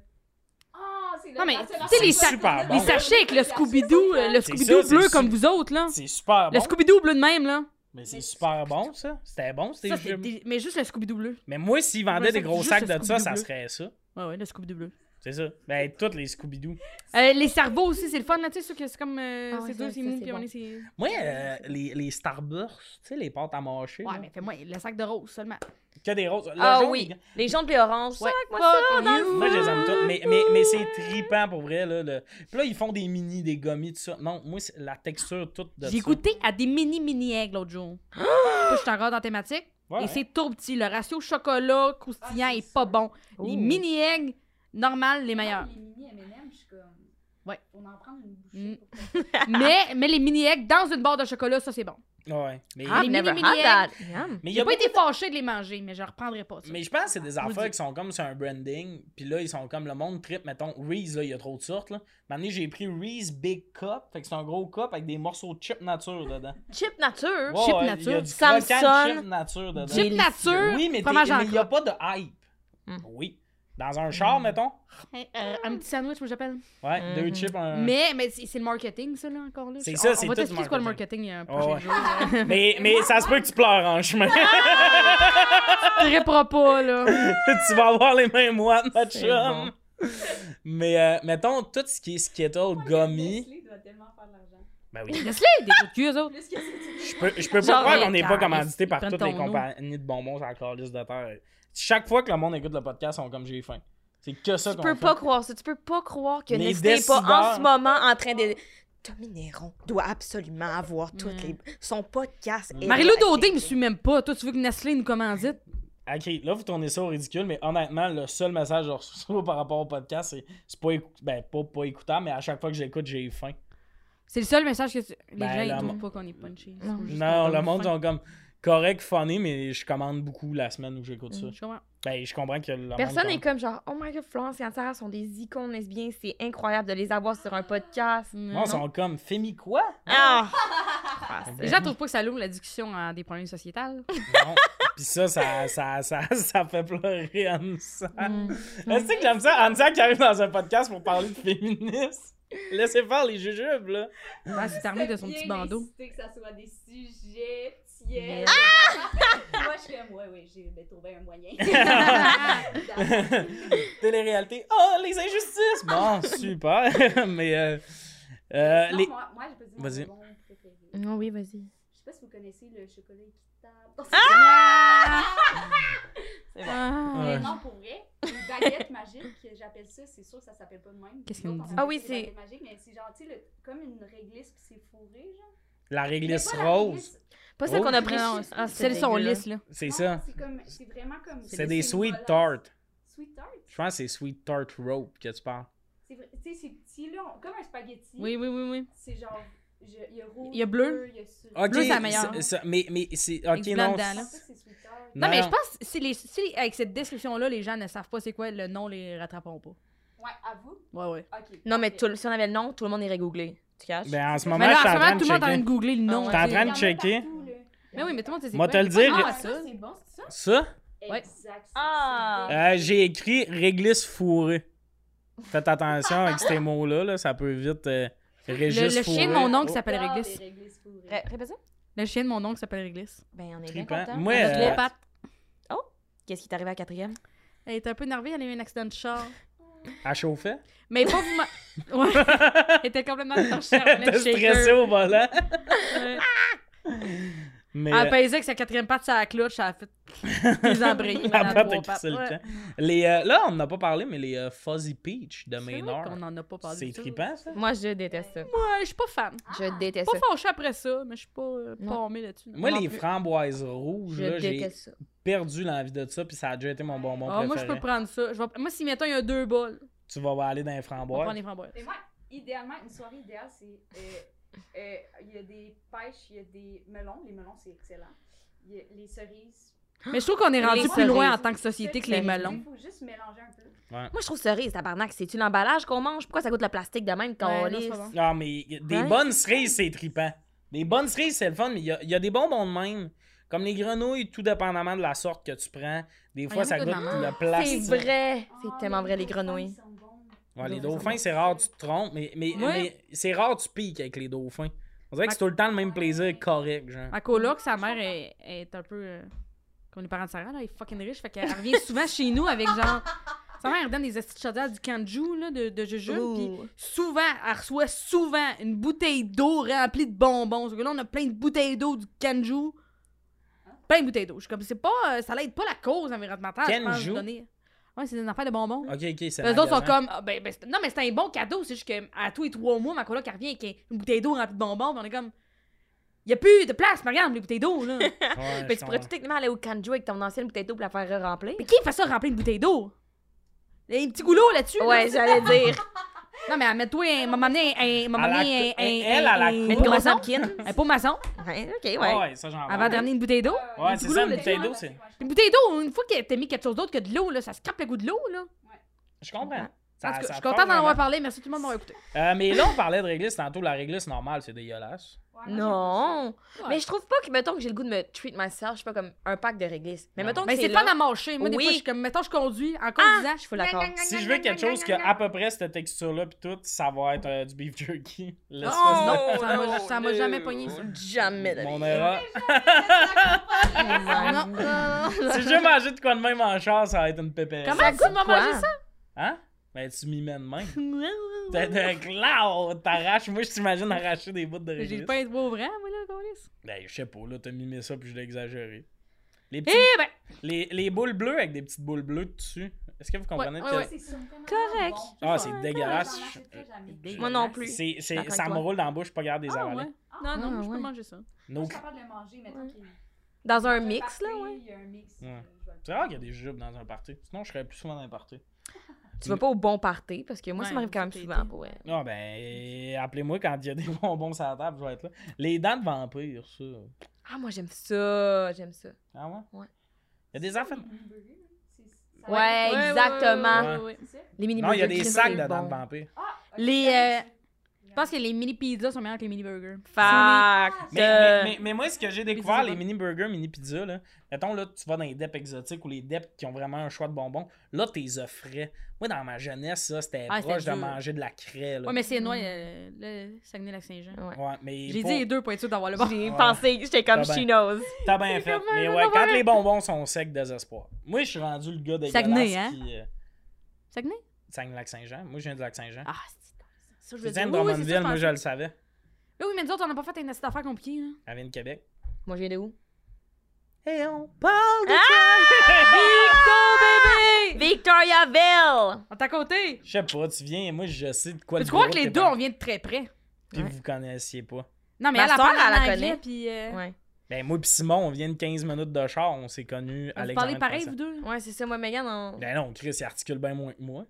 Speaker 4: Ah, c'est le
Speaker 2: Non, mais,
Speaker 4: national-
Speaker 2: tu sais, les
Speaker 1: sacs- super
Speaker 2: Les
Speaker 1: bon.
Speaker 2: sachets avec le Scooby-Doo, euh,
Speaker 1: C'est
Speaker 2: le
Speaker 1: ça,
Speaker 2: Scooby-Doo
Speaker 1: c'est
Speaker 2: bleu
Speaker 1: su-
Speaker 2: comme vous autres, là.
Speaker 1: C'est super
Speaker 2: Le
Speaker 1: bon.
Speaker 2: Scooby-Doo bleu de même, là.
Speaker 1: Mais c'est super bon ça. C'était bon, c'était
Speaker 2: Ça, c'est dé- Mais juste le Scooby-Doo bleu.
Speaker 1: Mais moi s'ils vendaient
Speaker 2: Juste
Speaker 1: des gros
Speaker 2: le
Speaker 1: sacs de ça,
Speaker 2: Scooby-Doo
Speaker 1: ça
Speaker 2: bleu.
Speaker 1: serait ça.
Speaker 2: Ouais, ouais, le Scooby-Doo bleu.
Speaker 1: C'est ça. Ben toutes les Scooby Doo.
Speaker 2: Euh, les cerveaux aussi, c'est le fun, là, tu sais, ceux que c'est comme. euh,
Speaker 3: Ah ouais,
Speaker 2: c'est
Speaker 3: ça,
Speaker 2: dur, c'est
Speaker 3: ça,
Speaker 2: mou,
Speaker 3: c'est
Speaker 2: puis
Speaker 3: bon.
Speaker 2: on est. c'est-
Speaker 1: Moi euh, les les Starburst, tu sais les pâtes à mâcher.
Speaker 2: Ouais,
Speaker 1: là.
Speaker 2: mais fais-moi le sac de rose seulement.
Speaker 1: Que des roses. Le
Speaker 3: Ah
Speaker 1: jaune,
Speaker 3: oui,
Speaker 1: il-
Speaker 3: les jaunes et oranges,
Speaker 2: Ouais.
Speaker 3: sac, moi ça.
Speaker 2: Fuck
Speaker 3: dans le
Speaker 2: you.
Speaker 3: fond.
Speaker 1: Moi, je les aime toutes. Mais, mais, mais c'est tripant pour vrai. Là, le- Puis là, ils font des mini, des gommis, tout ça. Non, moi, c'est la texture toute de
Speaker 2: J'ai
Speaker 1: ça.
Speaker 2: goûté à des mini mini eggs l'autre jour. *gasps* Puis Je suis encore dans thématique.
Speaker 1: Ouais, Ah,
Speaker 2: et
Speaker 1: ouais.
Speaker 2: c'est tout petit. Le ratio chocolat croustillant
Speaker 4: Ah, c'est
Speaker 2: est pas
Speaker 4: ça.
Speaker 2: bon.
Speaker 3: Ouh.
Speaker 2: Les mini eggs normales, les
Speaker 3: *laughs*
Speaker 2: meilleurs.
Speaker 4: Les mini MM, je suis comme.
Speaker 2: Ouais.
Speaker 4: On en prend une
Speaker 2: Mm.
Speaker 4: bouchée. pour que-
Speaker 2: mais, mais les mini eggs dans une barre de chocolat, ça c'est bon.
Speaker 1: Ouais. Mais
Speaker 3: I've
Speaker 2: Les
Speaker 3: never
Speaker 2: mini-mini
Speaker 3: had that. Yum.
Speaker 1: mais il y
Speaker 2: Ah. J'ai
Speaker 1: a
Speaker 2: pas
Speaker 1: beaucoup-
Speaker 2: été fâché de les manger, mais je reprendrai pas ça.
Speaker 1: Mais je pense que c'est des
Speaker 2: vous le
Speaker 1: affaires
Speaker 2: dis.
Speaker 1: qui sont comme sur un branding. Puis là, ils sont comme le monde trip. Mettons, Reese, là, il y a trop de sortes. Là. Maintenant, j'ai pris Reese Big Cup. Fait que c'est un gros cup avec des morceaux de chip nature dedans.
Speaker 3: Chip nature.
Speaker 1: Ouais,
Speaker 2: Chip
Speaker 1: ouais,
Speaker 2: nature.
Speaker 1: Il y a du
Speaker 3: Samson.
Speaker 1: croquant de chip nature dedans.
Speaker 2: Chip nature,
Speaker 1: Oui, mais t'es-
Speaker 2: fromage en
Speaker 1: mais il n'y a
Speaker 2: crotte.
Speaker 1: pas de hype.
Speaker 2: Hmm.
Speaker 3: Mm.
Speaker 1: Oui. Dans un char, mettons.
Speaker 2: Hey, euh, un petit sandwich, moi j'appelle.
Speaker 1: Ouais, deux
Speaker 3: Mhm.
Speaker 1: chips, un.
Speaker 2: Hmm. Mais, mais c'est c'est le marketing, ça, là, encore. là.
Speaker 1: C'est
Speaker 2: Je-
Speaker 1: ça,
Speaker 2: on-
Speaker 1: c'est
Speaker 2: On va
Speaker 1: tout
Speaker 2: t'expliquer
Speaker 1: du
Speaker 2: c'est quoi le
Speaker 1: marketing.
Speaker 2: marketing euh,
Speaker 1: Oh,
Speaker 2: prochain
Speaker 1: ouais.
Speaker 2: jour.
Speaker 1: *laughs*
Speaker 2: là.
Speaker 1: Mais, mais ça se peut que tu pleures en chemin. *laughs*
Speaker 2: Je dirais pas, là.
Speaker 1: tu vas avoir les mêmes moines, ma
Speaker 3: C'est
Speaker 1: chum. Mais euh, mettons, tout ce qui est
Speaker 2: Oh
Speaker 1: Skittle, gummy.
Speaker 4: Nestlé doit tellement faire de l'argent.
Speaker 1: Ben oui.
Speaker 2: Laisse-les, des coups de cul, eux autres.
Speaker 4: Plus que c'est.
Speaker 1: Je peux, je peux pas
Speaker 3: Genre,
Speaker 1: croire qu'on
Speaker 3: les
Speaker 1: n'est pas
Speaker 3: caisses,
Speaker 1: commandité par
Speaker 2: ils
Speaker 1: toutes
Speaker 2: prennent
Speaker 1: les
Speaker 2: ton eau.
Speaker 1: compagnies de bonbons sur la calice de terre. Chaque fois que le monde écoute le podcast, on comme j'ai faim. C'est que ça
Speaker 3: Tu
Speaker 1: qu'on
Speaker 3: peux
Speaker 1: fait.
Speaker 3: pas croire ça. Tu peux pas croire que
Speaker 1: Les
Speaker 3: Nestlé est pas en
Speaker 1: décideurs.
Speaker 3: ce moment en train de. Mm. Tommy Néron Oh. doit absolument avoir toutes les. Son podcast. est-
Speaker 2: Marilou Daudé me suit même pas. Toi, tu veux que Nestlé nous commandite?
Speaker 1: Ok, là, vous tournez ça au ridicule, mais honnêtement, le seul message que je reçois par rapport au podcast, c'est c'est pas, écou- ben, pas, pas écoutable, mais à chaque fois que j'écoute, j'ai faim.
Speaker 2: C'est le seul message que tu... Les
Speaker 1: Ben,
Speaker 2: gens, ils
Speaker 1: là,
Speaker 2: trouvent
Speaker 1: mon-
Speaker 2: pas qu'on est punché.
Speaker 3: Non.
Speaker 1: Non, le monde, ils sont comme correct, funny, mais je commande beaucoup la semaine où j'écoute ça.
Speaker 2: Je comprends.
Speaker 1: Ben, je comprends que. le monde
Speaker 3: Mm. Personne n'est
Speaker 1: commande.
Speaker 3: comme genre, oh my god, Florence et Anne Sarah sont des icônes lesbiennes, c'est incroyable de les avoir sur un podcast.
Speaker 1: Non, ils sont comme Femi quoi?
Speaker 3: Ah!
Speaker 2: Déjà, trouve pas que ça l'ouvre la discussion à des problèmes *laughs* sociétals.
Speaker 1: Non. *laughs* Puis ça, ça, ça, ça, ça fait pleurer Ansa.
Speaker 2: Ah.
Speaker 1: Est-ce que j'aime ça? Ansa qui arrive dans un podcast pour parler de féminisme. Laissez faire les jujubes, là.
Speaker 2: Ah, c'est armé de son petit bandeau.
Speaker 4: que ça soit des sujets tièdes. Ah! Moi, je suis comme, ouais, ouais, j'ai ben, trouvé un moyen.
Speaker 1: *laughs*
Speaker 4: Euh,
Speaker 1: Télé-réalité. Oh, les injustices! Bon, super. *laughs* Mais euh, euh,
Speaker 4: Non,
Speaker 1: les...
Speaker 4: Moi, moi, je peux dire mon
Speaker 1: Vas-y.
Speaker 4: bonbon préféré.
Speaker 3: Non, oui, vas-y.
Speaker 4: Je sais pas si vous connaissez le chocolat équitable.
Speaker 2: Ah.
Speaker 1: Ouais.
Speaker 4: Mais non, pour vrai, une baguette magique, j'appelle ça, c'est sûr que ça s'appelle pas de même.
Speaker 2: Qu'est-ce qu'on
Speaker 4: Nous autres,
Speaker 2: dit?
Speaker 4: on
Speaker 3: Ah oui,
Speaker 4: appelle ça
Speaker 3: c'est-
Speaker 4: baguette magique, mais c'est gentil, le- comme une réglisse qui s'est fourrée, genre.
Speaker 1: La réglisse
Speaker 4: Mais pas la
Speaker 1: rose,
Speaker 4: réglisse,
Speaker 3: Pas celle
Speaker 1: Oh.
Speaker 3: qu'on a pris.
Speaker 2: Non,
Speaker 3: Ah, c'est
Speaker 2: Celles sont
Speaker 3: dégueu, là.
Speaker 2: lisses, là.
Speaker 1: c'est
Speaker 4: non,
Speaker 1: ça.
Speaker 4: C'est comme, c'est vraiment comme...
Speaker 1: C'est des sweet
Speaker 4: tarts.
Speaker 1: tarts.
Speaker 4: Sweet tart?
Speaker 1: Je pense que c'est sweet tart rope que tu parles.
Speaker 4: C'est vrai, tu sais, c'est petit, là, on- comme un spaghetti.
Speaker 2: Oui, oui, oui, oui.
Speaker 4: C'est genre, je- il y a rouge,
Speaker 2: Il y a bleu.
Speaker 4: il y a sur...
Speaker 1: Ok,
Speaker 2: Bleu, c'est la meilleure.
Speaker 1: ça- ça- mais mais c'est.
Speaker 2: Avec
Speaker 1: Ok,
Speaker 2: du blanc
Speaker 1: non.
Speaker 2: dedans,
Speaker 4: Je
Speaker 2: là.
Speaker 4: pense que c'est sweet tart.
Speaker 2: Non,
Speaker 1: Non,
Speaker 2: mais
Speaker 1: non.
Speaker 2: je pense, si, les, si avec cette description-là, les gens ne savent pas c'est quoi le nom, les rattraperont pas.
Speaker 4: Ouais, à vous?
Speaker 2: Ouais, ouais.
Speaker 4: OK.
Speaker 3: Non, mais
Speaker 4: parfait.
Speaker 3: tout- si on avait le nom, tout le monde irait googler. Tu caches?
Speaker 1: Ben, en ce moment,
Speaker 2: mais
Speaker 1: je
Speaker 2: là,
Speaker 1: suis
Speaker 2: en
Speaker 1: en
Speaker 2: ce moment,
Speaker 1: train
Speaker 2: tout
Speaker 1: de
Speaker 2: le monde est en train
Speaker 1: checker.
Speaker 2: de googler le nom.
Speaker 1: T'es en
Speaker 2: tu sais.
Speaker 1: train de
Speaker 4: Il y en a
Speaker 1: checker.
Speaker 4: partout, là.
Speaker 2: Mais oui, mais tout le monde sait hein? c'est
Speaker 1: Moi,
Speaker 2: quoi.
Speaker 1: te le dire.
Speaker 2: Ah, ça.
Speaker 4: C'est bon, c'est ça?
Speaker 1: Ça?
Speaker 2: Ouais.
Speaker 4: Exact. c'est-
Speaker 3: Ah.
Speaker 4: c'est bon.
Speaker 1: Euh, J'ai écrit réglisse fourrée. Faites attention avec ces mots-là, là, ça peut vite. euh,
Speaker 2: Le,
Speaker 1: Régis
Speaker 2: le
Speaker 1: fourré.
Speaker 2: chien de mon oncle
Speaker 1: Oh,
Speaker 2: s'appelle
Speaker 4: Ah,
Speaker 2: Réglisse.
Speaker 4: des réglisses fourrées.
Speaker 3: Ré- Répète ça?
Speaker 2: Le chien de mon oncle s'appelle Réglisse.
Speaker 3: Ben, on est bien
Speaker 1: trippant.
Speaker 3: content.
Speaker 1: Moi,
Speaker 2: Elle a trois
Speaker 1: euh,
Speaker 2: pattes.
Speaker 3: Qu'est-ce qui t'est arrivé à la quatrième?
Speaker 2: Elle est un peu énervée, elle a eu un accident de char.
Speaker 1: à chauffer.
Speaker 2: *laughs* Mais pas vous. ma- *laughs* Ouais. Elle était complètement torchée. Elle venait
Speaker 1: T'es
Speaker 2: de shaker.
Speaker 1: stressé au volant.
Speaker 2: Ouais.
Speaker 1: Mais
Speaker 2: Elle
Speaker 1: euh,
Speaker 2: pesait avec sa quatrième patte, ça la clutch, elle a fait des *laughs*
Speaker 1: *laughs*
Speaker 2: embrayés.
Speaker 1: la
Speaker 2: elle a
Speaker 1: patte
Speaker 2: trois
Speaker 1: a crissé le
Speaker 2: pattes.
Speaker 1: camp. Les, euh, là, on n'a pas parlé, mais les euh, Fuzzy Peach de
Speaker 2: Ouais. C'est
Speaker 1: Maynard.
Speaker 2: vrai qu'on en a pas parlé.
Speaker 1: C'est
Speaker 2: de ça.
Speaker 1: trippant, ça?
Speaker 3: Moi, je déteste ça.
Speaker 2: Ouais, je suis pas fan.
Speaker 3: Je déteste
Speaker 2: Pas
Speaker 3: ça.
Speaker 2: fâchée après ça, mais je suis pas euh,
Speaker 3: Non.
Speaker 2: pommée là-dessus.
Speaker 1: Moi,
Speaker 2: Non
Speaker 1: les
Speaker 2: plus.
Speaker 1: framboises rouges, là,
Speaker 3: Je
Speaker 1: j'ai
Speaker 3: déteste ça.
Speaker 1: perdu l'envie de ça, puis ça a déjà été mon bonbon
Speaker 2: Ah,
Speaker 1: préféré.
Speaker 2: moi, je peux prendre ça. Je vais- Moi, si mettons, il y a deux bols,
Speaker 1: Tu vas aller dans les
Speaker 2: je vais prendre
Speaker 1: framboises.
Speaker 2: les framboises.
Speaker 4: Mais moi, idéalement, une soirée idéale, c'est. euh, euh, Il y a des pêches, il y a des melons. Les melons, c'est excellent. Il y a les cerises.
Speaker 2: Mais je trouve qu'on est rendu
Speaker 3: Les
Speaker 2: plus loin en
Speaker 3: cerises.
Speaker 2: tant que société que les
Speaker 3: Cerises.
Speaker 2: melons.
Speaker 4: Il faut juste mélanger un peu.
Speaker 3: Moi, je trouve cerise, tabarnak. C'est-tu l'emballage qu'on mange? Pourquoi ça goûte le plastique de même quand
Speaker 2: Ouais, non,
Speaker 3: on
Speaker 2: c'est
Speaker 3: lit?
Speaker 2: pas bon.
Speaker 1: Ah, mais y a- des
Speaker 3: Ouais.
Speaker 1: bonnes cerises, c'est trippant. Des bonnes cerises, c'est le fun, mais il y a, il y a des bonbons de même. Comme les grenouilles, tout dépendamment de la sorte que tu prends. Des fois,
Speaker 2: Ah, y en a
Speaker 1: ça
Speaker 2: qui
Speaker 1: goûte
Speaker 2: goûtent la
Speaker 1: le
Speaker 3: C'est
Speaker 1: plastique.
Speaker 3: vrai! C'est
Speaker 4: Ah,
Speaker 3: tellement vrai, les
Speaker 4: dauphins,
Speaker 3: grenouilles.
Speaker 4: ils sont bons.
Speaker 1: Ouais, les
Speaker 3: Dauphins,
Speaker 1: dauphins,
Speaker 4: ouais.
Speaker 1: c'est rare, tu te trompes, mais, mais,
Speaker 2: Ouais.
Speaker 1: mais c'est rare, tu piques avec les dauphins. On dirait que c'est tout le temps le même plaisir correct, genre.
Speaker 2: Ma coloc, sa mère est, est un peu euh, comme les parents de Sarah, là, elle est fucking riche, fait qu'elle revient souvent chez nous avec genre. Sa mère elle donne des astuces chaudières du canju, là, de, de jujube, puis
Speaker 3: Ouh.
Speaker 2: souvent, elle reçoit souvent une bouteille d'eau remplie de bonbons. Donc là, on a plein de bouteilles d'eau du Kanju. Plein de bouteilles d'eau. Je suis comme, c'est pas, euh, ça l'aide pas la cause environnementale. je pense,
Speaker 1: Kanju?
Speaker 2: de donner- Ouais, c'est une affaire de bonbons.
Speaker 1: Ok, ok, c'est
Speaker 2: Les autres sont
Speaker 1: magasin.
Speaker 2: comme, ah, ben, ben, c'est- non, mais c'est un bon cadeau. C'est juste que à tous les trois mois, ma coloc, elle revient avec une bouteille d'eau remplie de bonbons. puis on est comme, y a plus de place, regarde, les bouteilles d'eau,
Speaker 1: *laughs*
Speaker 2: là. mais
Speaker 1: Ouais, je
Speaker 3: Mais tu pourrais tout
Speaker 1: comprends.
Speaker 3: techniquement aller au Kanjo avec ton ancienne bouteille d'eau pour la faire remplir.
Speaker 2: qui fait ça remplir une bouteille d'eau? Il y a un petit goulot là-dessus. là.
Speaker 3: *laughs* Ouais, j'allais dire.
Speaker 2: Non, mais mets-toi, un- m'a amené un. un- m'a
Speaker 1: À la
Speaker 2: amené
Speaker 1: cou-
Speaker 2: un. un-
Speaker 1: elle, à la
Speaker 2: un-
Speaker 1: cou-
Speaker 2: un
Speaker 3: Une grosse
Speaker 2: poisson.
Speaker 3: napkin.
Speaker 2: Un pot maçon.
Speaker 3: Ouais, ok, ouais.
Speaker 2: Ah
Speaker 1: Ah Ouais, ça, j'en
Speaker 2: Avant de
Speaker 1: vois.
Speaker 2: ramener une bouteille d'eau.
Speaker 4: Euh,
Speaker 1: Ouais,
Speaker 4: les
Speaker 1: c'est
Speaker 4: goulous,
Speaker 1: ça, une
Speaker 4: les
Speaker 1: bouteille
Speaker 4: gens,
Speaker 1: d'eau, c'est-
Speaker 4: ouais, je
Speaker 2: Une bouteille d'eau, une fois que t'as mis quelque chose d'autre que de l'eau, là, ça scrape le goût de l'eau. Là.
Speaker 1: Je comprends.
Speaker 2: En
Speaker 1: Ça- hein.
Speaker 2: tout
Speaker 1: ça
Speaker 2: cas, je suis
Speaker 1: part
Speaker 2: contente d'en
Speaker 1: vraiment.
Speaker 2: avoir parlé. Merci tout le monde d'avoir écouté.
Speaker 1: Euh, mais là, on parlais de réglisse tantôt. La réglisse normale, c'est dégueulasse.
Speaker 4: comprends.
Speaker 2: Ah,
Speaker 4: Ouais, moi, j'aime
Speaker 3: Non! Mais je trouve pas que, mettons, que j'ai le goût de me treat myself, je suis pas comme un pack de réglisse. Mais
Speaker 1: Non.
Speaker 3: mettons
Speaker 2: Mais
Speaker 3: que
Speaker 2: Ben, c'est
Speaker 3: là,
Speaker 2: fun à mâcher. Moi, des
Speaker 3: Oui.
Speaker 2: fois, je suis comme, mettons, je conduis en
Speaker 3: Ah!
Speaker 2: conduisant.
Speaker 3: Je suis full d'accord.
Speaker 1: Si je veux quelque chose qui a à peu près cette texture-là, puis tout, ça va être euh, du beef jerky.
Speaker 2: *laughs*
Speaker 1: L'espèce
Speaker 2: Oh,
Speaker 1: de-
Speaker 2: non, ça m'a- ça m'a
Speaker 1: non.
Speaker 2: jamais pogné. *laughs* ça.
Speaker 3: Jamais de
Speaker 1: Mon
Speaker 2: *laughs*
Speaker 3: vie.
Speaker 1: erreur.
Speaker 3: Ah,
Speaker 2: Non.
Speaker 3: non. *laughs*
Speaker 1: si je veux manger de quoi de même en char, ça va être une pépère.
Speaker 2: Comment tu m'as
Speaker 3: quoi?
Speaker 2: mangé ça?
Speaker 1: Hein? Ben, tu m'y mets de même.
Speaker 2: J'ai
Speaker 1: T'es un clown, t'arraches. Moi, je t'imagine arracher des bouts de
Speaker 2: le
Speaker 1: réglisse.
Speaker 2: pain de beau vrai, moi, là, câlisse.
Speaker 1: Ben, je sais pas, là, t'as mimé ça, puis je l'ai exagéré. Les, petits-
Speaker 2: Eh ben,
Speaker 1: les, les boules bleues avec des petites boules bleues dessus. Est-ce que vous comprenez?
Speaker 2: Ouais,
Speaker 1: que-
Speaker 2: ouais,
Speaker 4: ça. C'est surprenant
Speaker 3: Correct.
Speaker 4: bon.
Speaker 1: Ah, c'est
Speaker 2: Ouais,
Speaker 1: dégueulasse. Euh,
Speaker 4: J'en
Speaker 1: Je-
Speaker 4: achèterai jamais.
Speaker 1: je-
Speaker 3: Moi non plus.
Speaker 1: C'est, c'est-
Speaker 3: D'accord
Speaker 1: ça
Speaker 3: avec
Speaker 1: me
Speaker 3: toi.
Speaker 1: roule dans la bouche, pas garde des
Speaker 2: ah
Speaker 1: avalés.
Speaker 2: ouais. Non, non,
Speaker 3: Ah,
Speaker 2: moi, je peux
Speaker 3: ouais.
Speaker 2: manger ça.
Speaker 4: Moi,
Speaker 1: No-
Speaker 4: Je suis capable de le manger, mettons qu'il y a
Speaker 3: Dans un
Speaker 4: un
Speaker 3: mix, là,
Speaker 4: party,
Speaker 3: ouais.
Speaker 4: Il y a un mix.
Speaker 1: Ouais.
Speaker 4: euh, je vais le
Speaker 1: C'est rare qu'il y a des jujubes dans un party. Sinon, je serais plus souvent dans un party.
Speaker 3: Tu vas pas au bon party, parce que moi,
Speaker 2: Ouais,
Speaker 3: ça m'arrive quand même
Speaker 2: ça, t'es
Speaker 3: souvent.
Speaker 2: été.
Speaker 3: pour vrai.
Speaker 1: Non, *laughs* ben, appelez-moi quand il y a des bonbons sur la table, je vais être là. Les dents de vampire, ça.
Speaker 3: Ah, moi, j'aime ça. J'aime ça.
Speaker 1: Ah ouais?
Speaker 3: Ouais.
Speaker 1: Il y a des affaires.
Speaker 3: Ouais, exactement.
Speaker 1: ouais,
Speaker 2: ouais.
Speaker 4: C'est ça?
Speaker 3: Les mini
Speaker 1: Non, il y a
Speaker 3: burgers,
Speaker 1: des
Speaker 3: c'est
Speaker 1: sacs
Speaker 3: bon.
Speaker 1: dedans de vampire.
Speaker 4: Ah, ok,
Speaker 2: Les,
Speaker 4: ça,
Speaker 2: euh,
Speaker 4: je-
Speaker 2: Je pense que les mini pizzas sont meilleurs que les mini burgers.
Speaker 3: Fact.
Speaker 1: Mais,
Speaker 3: Euh,
Speaker 1: mais- mais- mais moi, ce que j'ai
Speaker 2: c'est
Speaker 1: découvert,
Speaker 2: bon.
Speaker 1: les mini burgers, mini pizzas, là, mettons, là, tu vas dans les DEP exotiques ou les DEP qui ont vraiment un choix de bonbons, là, t'es offrais. Moi, dans ma jeunesse, là, c'était
Speaker 2: Ah, c'était
Speaker 1: proche de
Speaker 2: dur.
Speaker 1: manger de la craie. Là.
Speaker 2: Ouais, mais c'est noir, euh, le Saguenay-Lac-Saint-Jean.
Speaker 1: Ouais, mais
Speaker 2: J'ai
Speaker 1: pour-
Speaker 2: dit les deux pour être sûr d'avoir le bon.
Speaker 3: J'ai
Speaker 1: Ouais.
Speaker 3: pensé, j'étais comme,
Speaker 1: T'as
Speaker 3: she
Speaker 1: bien-
Speaker 3: knows.
Speaker 1: T'as
Speaker 2: *laughs*
Speaker 1: bien fait.
Speaker 2: comme un
Speaker 1: Mais
Speaker 2: bon
Speaker 1: ouais, quand
Speaker 2: bonbon.
Speaker 1: les bonbons sont secs, désespoir. Moi, je suis rendu le gars dégueulasse
Speaker 2: Saguenay, hein?
Speaker 1: qui... euh,
Speaker 2: Saguenay?
Speaker 1: Saguenay-Lac-Saint-Jean. Moi, je viens du Lac-Saint-Jean.
Speaker 2: Ah, c'est ça, je
Speaker 1: tu
Speaker 2: veux
Speaker 1: viens
Speaker 2: dire.
Speaker 1: de
Speaker 2: Oui, oui, c'est ça,
Speaker 1: Drummondville, moi,
Speaker 2: je
Speaker 1: je
Speaker 2: pensais.
Speaker 1: le savais.
Speaker 2: Mais oui, mais nous autres, on n'a pas fait une petite affaire compliquée, là.
Speaker 1: Elle vient de Québec.
Speaker 3: Moi, je viens de où?
Speaker 1: Et on parle de...
Speaker 3: Victoria Victoriaville!
Speaker 2: On t'a côté!
Speaker 1: Je sais pas, tu viens et moi, je sais de quoi
Speaker 2: Mais
Speaker 1: le
Speaker 2: tu crois
Speaker 1: bureau
Speaker 2: que
Speaker 1: de
Speaker 2: les
Speaker 1: tes
Speaker 2: deux,
Speaker 1: parents-
Speaker 2: on vient de très près.
Speaker 1: Puis
Speaker 3: Ouais.
Speaker 1: vous connaissiez pas.
Speaker 2: Non, mais
Speaker 3: Ma
Speaker 2: elle, elle
Speaker 3: soeur,
Speaker 2: parle
Speaker 3: elle la
Speaker 2: en anglais,
Speaker 3: connaît.
Speaker 2: puis... euh,
Speaker 3: Ouais.
Speaker 1: Ben, moi pis Simon, on vient de 15 minutes de char, on s'est connus à
Speaker 2: Vous
Speaker 1: l'examen
Speaker 2: parlez
Speaker 1: de
Speaker 2: pareil, vous
Speaker 1: français.
Speaker 2: deux?
Speaker 3: Ouais, c'est ça, moi, Megan, on...
Speaker 1: Ben non, Chris, il articule bien moins que moi.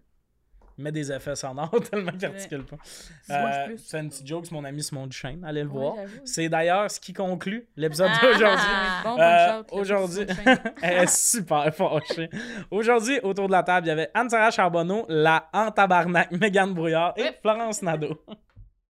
Speaker 1: Il met des effets sonores *laughs* tellement qu'il
Speaker 2: C'est vrai.
Speaker 1: articule pas.
Speaker 2: Dis-moi
Speaker 1: Euh,
Speaker 2: plus.
Speaker 1: c'est une petite joke, c'est mon ami Simon Duchesne, allez le
Speaker 3: Ouais,
Speaker 1: voir.
Speaker 3: j'avoue.
Speaker 1: C'est d'ailleurs ce qui conclut l'épisode d'aujourd'hui. *laughs*
Speaker 3: Ah.
Speaker 2: Bon,
Speaker 1: Euh,
Speaker 2: bon shout, là,
Speaker 1: Aujourd'hui,
Speaker 2: sur le chaîne.
Speaker 1: elle est super fâchée. Aujourd'hui, autour de la table, il y avait Anne-Sara Charbonneau, la en tabarnak Mégane Brouillard et Florence Nadeau.